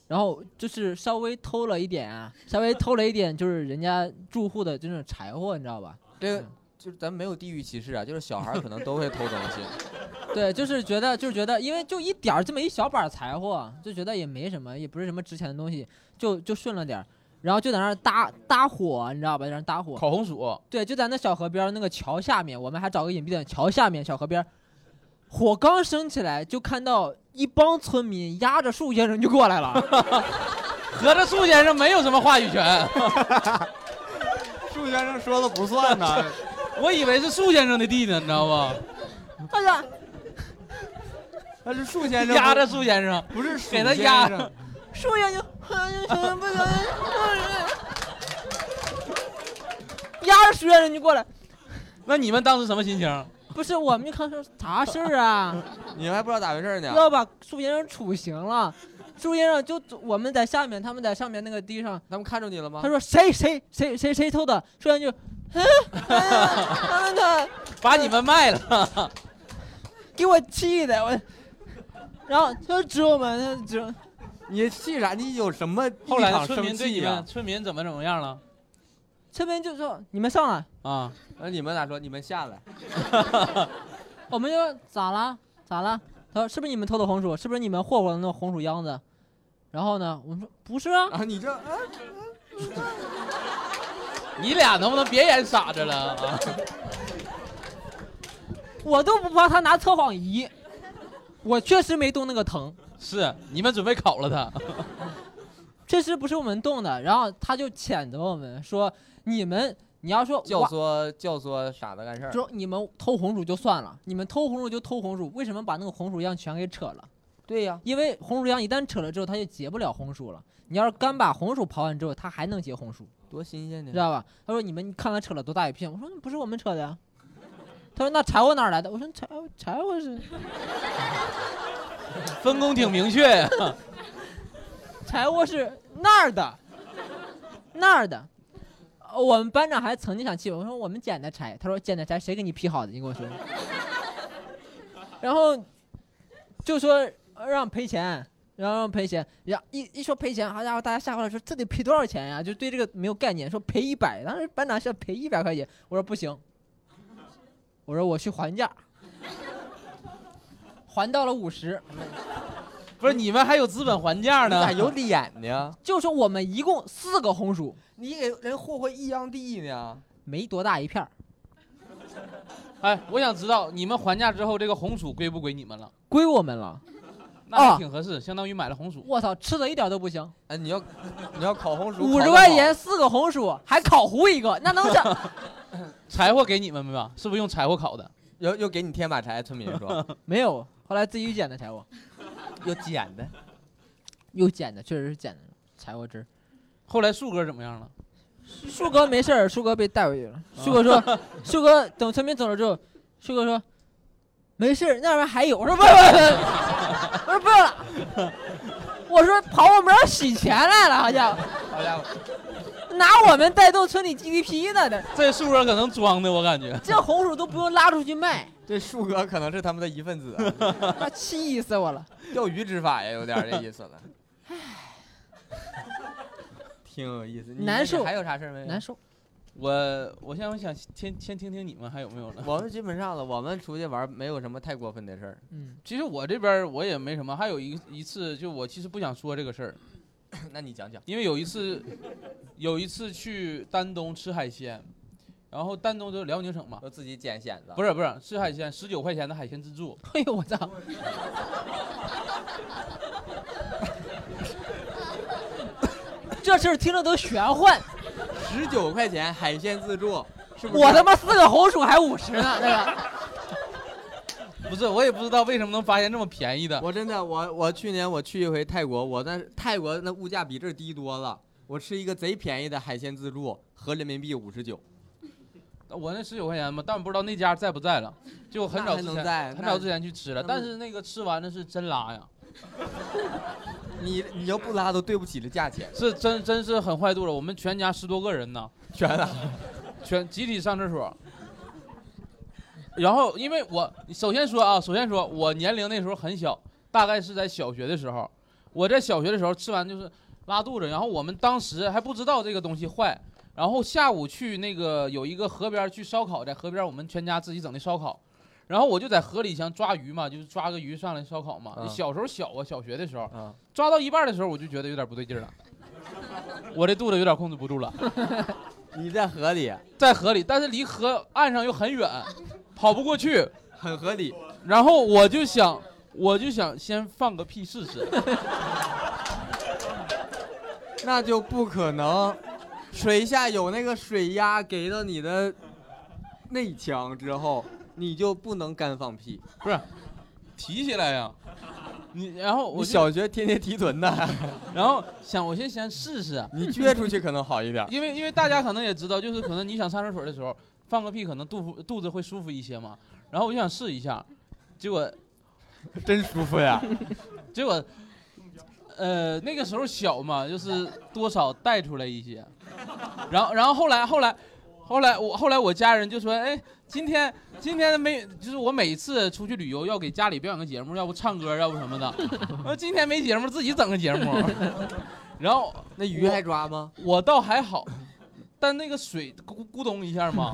Speaker 3: 然后就是稍微偷了一点啊，稍微偷了一点就是人家住户的这种柴火，你知道吧？
Speaker 4: 这
Speaker 5: 嗯
Speaker 4: 个就是咱没有地域歧视啊，就是小孩儿可能都会偷东西。
Speaker 3: *laughs* 对，就是觉得，就是觉得，因为就一点儿这么一小把儿柴火，啊就觉得也没什么，也不是什么值钱的东西，就就顺了点儿，然后就在那儿搭搭火，你知道吧？在那儿搭火，
Speaker 5: *laughs* 烤红薯，
Speaker 3: 对，就在那小河边儿那个桥下面，我们还找个隐蔽点，桥下面小河边儿，火刚升起来，就看到一帮村民压着树先生就过来了，
Speaker 5: 合着树先生没有什么话语权，
Speaker 4: 树先生说了不算呐，
Speaker 5: 我以为是树先生的地呢，你知道吧？
Speaker 3: *laughs* 哎呀，
Speaker 4: 但是树先生
Speaker 5: 压着树先生，
Speaker 4: 不是鼠
Speaker 5: 给他压
Speaker 4: 先生，
Speaker 3: 树先生不行，压着树先生就过来，
Speaker 5: 那你们当时什么心情？
Speaker 3: 不是，我们就看说啥事儿啊？
Speaker 4: 你们还不知道咋回事呢。
Speaker 3: 要把树先生处刑了。树先生就我们在下面，他们在上面那个地上。
Speaker 4: 他们看着你了吗
Speaker 3: 他？说谁谁谁谁谁偷的？树先生就，嗯，他们的
Speaker 5: 把你们卖了，
Speaker 4: 给我气的我，
Speaker 3: 然后就指我们，指
Speaker 4: 你气啥？你有什么
Speaker 5: 后来
Speaker 4: 立场
Speaker 5: 村民
Speaker 4: 生
Speaker 5: 对你
Speaker 4: 气
Speaker 5: 们
Speaker 4: 呀？
Speaker 5: 村民怎么怎么样了
Speaker 3: 这边就说你们上来，
Speaker 5: 啊？
Speaker 4: 那你们咋说？你们下
Speaker 5: *laughs*
Speaker 4: 来，
Speaker 3: 我们就说咋啦咋啦？他说是不是你们偷的红薯？是不是你们霍霍的那红薯秧子？然后呢，我们说不是啊
Speaker 4: 然，后你这啊
Speaker 5: 你俩能不能别演傻子了啊？
Speaker 3: 我都不怕他拿测谎仪，我确实没动那个藤，
Speaker 5: 是你们准备烤了他，
Speaker 3: 确实不是我们动的。然后他就谴责我们说你们，你要说
Speaker 4: 教
Speaker 3: 哇
Speaker 4: 唆教唆傻子干事儿，
Speaker 3: 说你们偷红薯就算了，你们偷红薯就偷红薯，为什么把那个红薯秧全给扯了？
Speaker 4: 对呀、
Speaker 3: 因为红薯秧一旦扯了之后，它就结不了红薯了。你要是干把红薯刨完之后，它还能结红薯，
Speaker 4: 多新鲜
Speaker 3: 知
Speaker 4: 呢！
Speaker 3: 道吧？他说你们看看扯了多大一片，我说不是我们扯的呀。他说那柴火哪儿来的？我说柴火柴火是
Speaker 5: 分工挺明确呀。
Speaker 3: 柴火是那儿的，那儿的。呃我们班长还曾经想气我，我说我们捡的柴，他说捡的柴谁给你劈好的？你跟我说。然后就说呃让赔钱，然后让赔钱，然后一一说赔钱，好家伙，大家吓坏了，说这得赔多少钱呀？就对这个没有概念，说赔一百，当时班长是要赔一百块钱，我说不行，我说我去还价，还到了五十，
Speaker 5: 不是你们还有资本还价
Speaker 4: 你
Speaker 5: 呢
Speaker 4: 咋？
Speaker 5: *laughs*
Speaker 4: 有脸呢？
Speaker 3: 就说我们一共四个红薯，
Speaker 4: 你给人霍霍一秧地呢？
Speaker 3: 没多大一片儿，
Speaker 5: 哎，我想知道你们还价之后，这个红薯归不归你们了？
Speaker 3: 归我们了。
Speaker 5: 那还
Speaker 3: 啊
Speaker 5: 挺合适，相当于买了红薯。
Speaker 3: 我操，吃的一点都不行，
Speaker 4: 哎，你要你要烤红薯，
Speaker 3: 五
Speaker 4: 烤
Speaker 3: 十
Speaker 4: 得
Speaker 3: 块
Speaker 4: 好
Speaker 3: 钱四个红薯，还烤糊一个，那能整？
Speaker 4: *laughs*
Speaker 5: 柴火给你们没吧？是不是用柴火烤的？
Speaker 4: 又又给你添把柴，村民 *laughs* 说
Speaker 3: 没有，后来自己捡的柴火，
Speaker 4: 又捡的，
Speaker 3: 又捡的，确实是捡的柴火汁儿。
Speaker 5: 后来树哥怎么样了？
Speaker 3: 树哥没事儿，树哥被带回去了。树哥
Speaker 4: 啊 *laughs*
Speaker 3: 说，树哥等村民走了之后，树哥说，没事儿，那边还有。我说不不不，我说不用了，我说跑我们这儿洗钱来了，好家伙，
Speaker 4: 好家伙，
Speaker 3: 拿我们带动村里 GDP 呢这
Speaker 5: 这树哥可能装的，我感觉。
Speaker 3: 这红薯都不用拉出去卖，
Speaker 4: 这树哥可能是他们的一份 *laughs* 子啊，
Speaker 3: 那气死我了。
Speaker 4: 钓鱼执法呀，有点这意思了。挺有意思，你
Speaker 3: 难
Speaker 4: 你
Speaker 3: 受
Speaker 4: 还有啥事儿没有？
Speaker 3: 难受，
Speaker 5: 我我现在我想先先听听你们还有没有了。
Speaker 4: 我们基本上了，我们出去玩没有什么太过分的事儿。 *laughs*
Speaker 3: 嗯，
Speaker 5: 其实我这边儿我也没什么，还有一一次就我其实不想说这个事儿，
Speaker 4: 那你讲讲，
Speaker 5: 因为有一次，有一次去丹东吃海鲜，然后丹东就是辽宁省嘛，
Speaker 4: 我自己捡蚬子，
Speaker 5: 不是不是吃海鲜，十九块钱的海鲜自助，
Speaker 3: *laughs* 哎呦我操， *laughs* 这事儿听着都玄幻。
Speaker 4: 十九块钱海鲜自助，是不是？
Speaker 3: 我他妈四个红薯还五十呢，对吧？
Speaker 5: 不是我也不知道为什么能发现这么
Speaker 4: *laughs*
Speaker 5: 便宜的，
Speaker 4: 我真的，我我去年我去一回泰国，我那泰国那物价比这儿低多了。我吃一个贼便宜的海鲜自助，合人民币五十九，
Speaker 5: 我那十九块钱嘛，但我不知道那家在不在了，就很
Speaker 4: 那
Speaker 5: 早
Speaker 4: 还
Speaker 5: 之
Speaker 4: 能
Speaker 5: 前
Speaker 4: 在
Speaker 5: 很
Speaker 4: 那
Speaker 5: 早之前去吃
Speaker 4: 那
Speaker 5: 了，
Speaker 4: 不
Speaker 5: 但是那个吃完的是真拉呀，
Speaker 4: 你你要不拉都对不起这价钱，
Speaker 5: 是真真是很坏肚子，我们全家十多个人呢，
Speaker 4: 全 *laughs* 拉。
Speaker 5: 全集体上厕所。然后，因为我首先说啊，首先说我年龄那时候很小，大概是在小学的时候。我在小学的时候吃完就是拉肚子，然后我们当时还不知道这个东西坏。然后下午去那个有一个河边去烧烤，在河边我们全家自己整的烧烤。然后我就在河里想抓鱼嘛，就是抓个鱼上来烧烤嘛。
Speaker 4: 嗯
Speaker 5: 小时候小啊，小学的时候，
Speaker 4: 啊，
Speaker 5: 抓到一半的时候我就觉得有点不对劲儿了，我这肚子有点控制不住了。
Speaker 4: 你在河里，
Speaker 5: 在河里，但是离河岸上又很远，跑不过去。
Speaker 4: 很合理。
Speaker 5: 然后我就想，我就想先放个屁试试。
Speaker 4: 那就不可能，水下有那个水压给到你的内腔之后，你就不能干放屁。
Speaker 5: 不是，提起来呀、你然后
Speaker 4: 我
Speaker 5: 我就，
Speaker 4: 小学天天提臀 *laughs* 的，
Speaker 5: 然后想我先先试啊试，
Speaker 4: 你撅出去可能好一点。
Speaker 5: 因为因为大家可能也知道，就是可能你想上厕所的时候放个屁，可能肚腹肚子会舒服一些嘛。然后我就想试一下，结果
Speaker 4: *laughs* 真舒服呀！
Speaker 5: 结果，呃，那个时候小嘛，就是多少带出来一些，然后然后后来后来后来我后来我家人就说，哎，今天今天没，就是我每次出去旅游要给家里表演个节目，要不唱歌，要不什么的。我说今天没节目，自己整个节目。 *laughs* 然后
Speaker 4: 那鱼还抓吗？
Speaker 5: 我倒还好，但那个水咕咕咚一下嘛，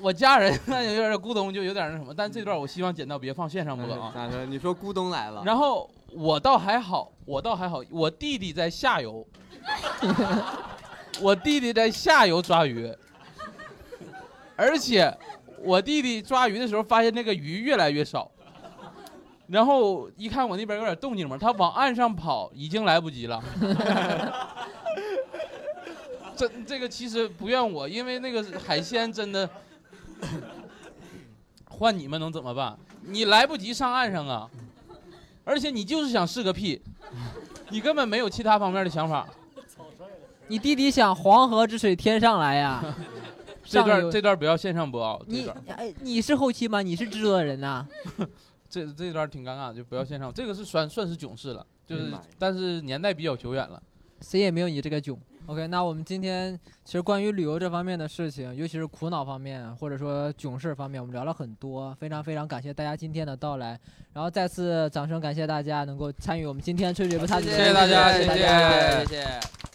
Speaker 5: 我家人那有点咕咚就有点那什么。但这段我希望剪到别放线上播啊。
Speaker 4: 咋的？嗯你说咕咚来了，
Speaker 5: 然后我倒还好，我倒还好，我弟弟在下游， *laughs* 我弟弟在下游抓鱼，而且我弟弟抓鱼的时候发现那个鱼越来越少，然后一看我那边有点动静嘛，他往岸上跑已经来不及了。 *laughs* 这这个其实不怨我，因为那个海鲜真的， *coughs* 换你们能怎么办？你来不及上岸上啊。而且你就是想试个屁，你根本没有其他方面的想法。
Speaker 3: 你弟弟想黄河之水天上来 *laughs* 呀、
Speaker 5: 这
Speaker 3: 上
Speaker 5: 段
Speaker 3: 游
Speaker 5: 这段不要线上播啊，这
Speaker 3: 你
Speaker 5: 段
Speaker 3: 哎，你是后期吗？你是制作人呐、
Speaker 5: 这这段挺尴尬的，就不要线上。这个是算算是囧事了，就是
Speaker 4: 哎呀妈呀
Speaker 5: 但是年代比较久远了。
Speaker 3: 谁也没有你这个囧。OK，那我们今天其实关于旅游这方面的事情，尤其是苦恼方面或者说囧事方面，我们聊了很多，非常非常感谢大家今天的到来，然后再次掌声感谢大家能够参与我们今天吹水不插嘴的
Speaker 5: 谢谢大家
Speaker 3: 谢谢大
Speaker 5: 谢
Speaker 3: 家。
Speaker 4: 谢谢。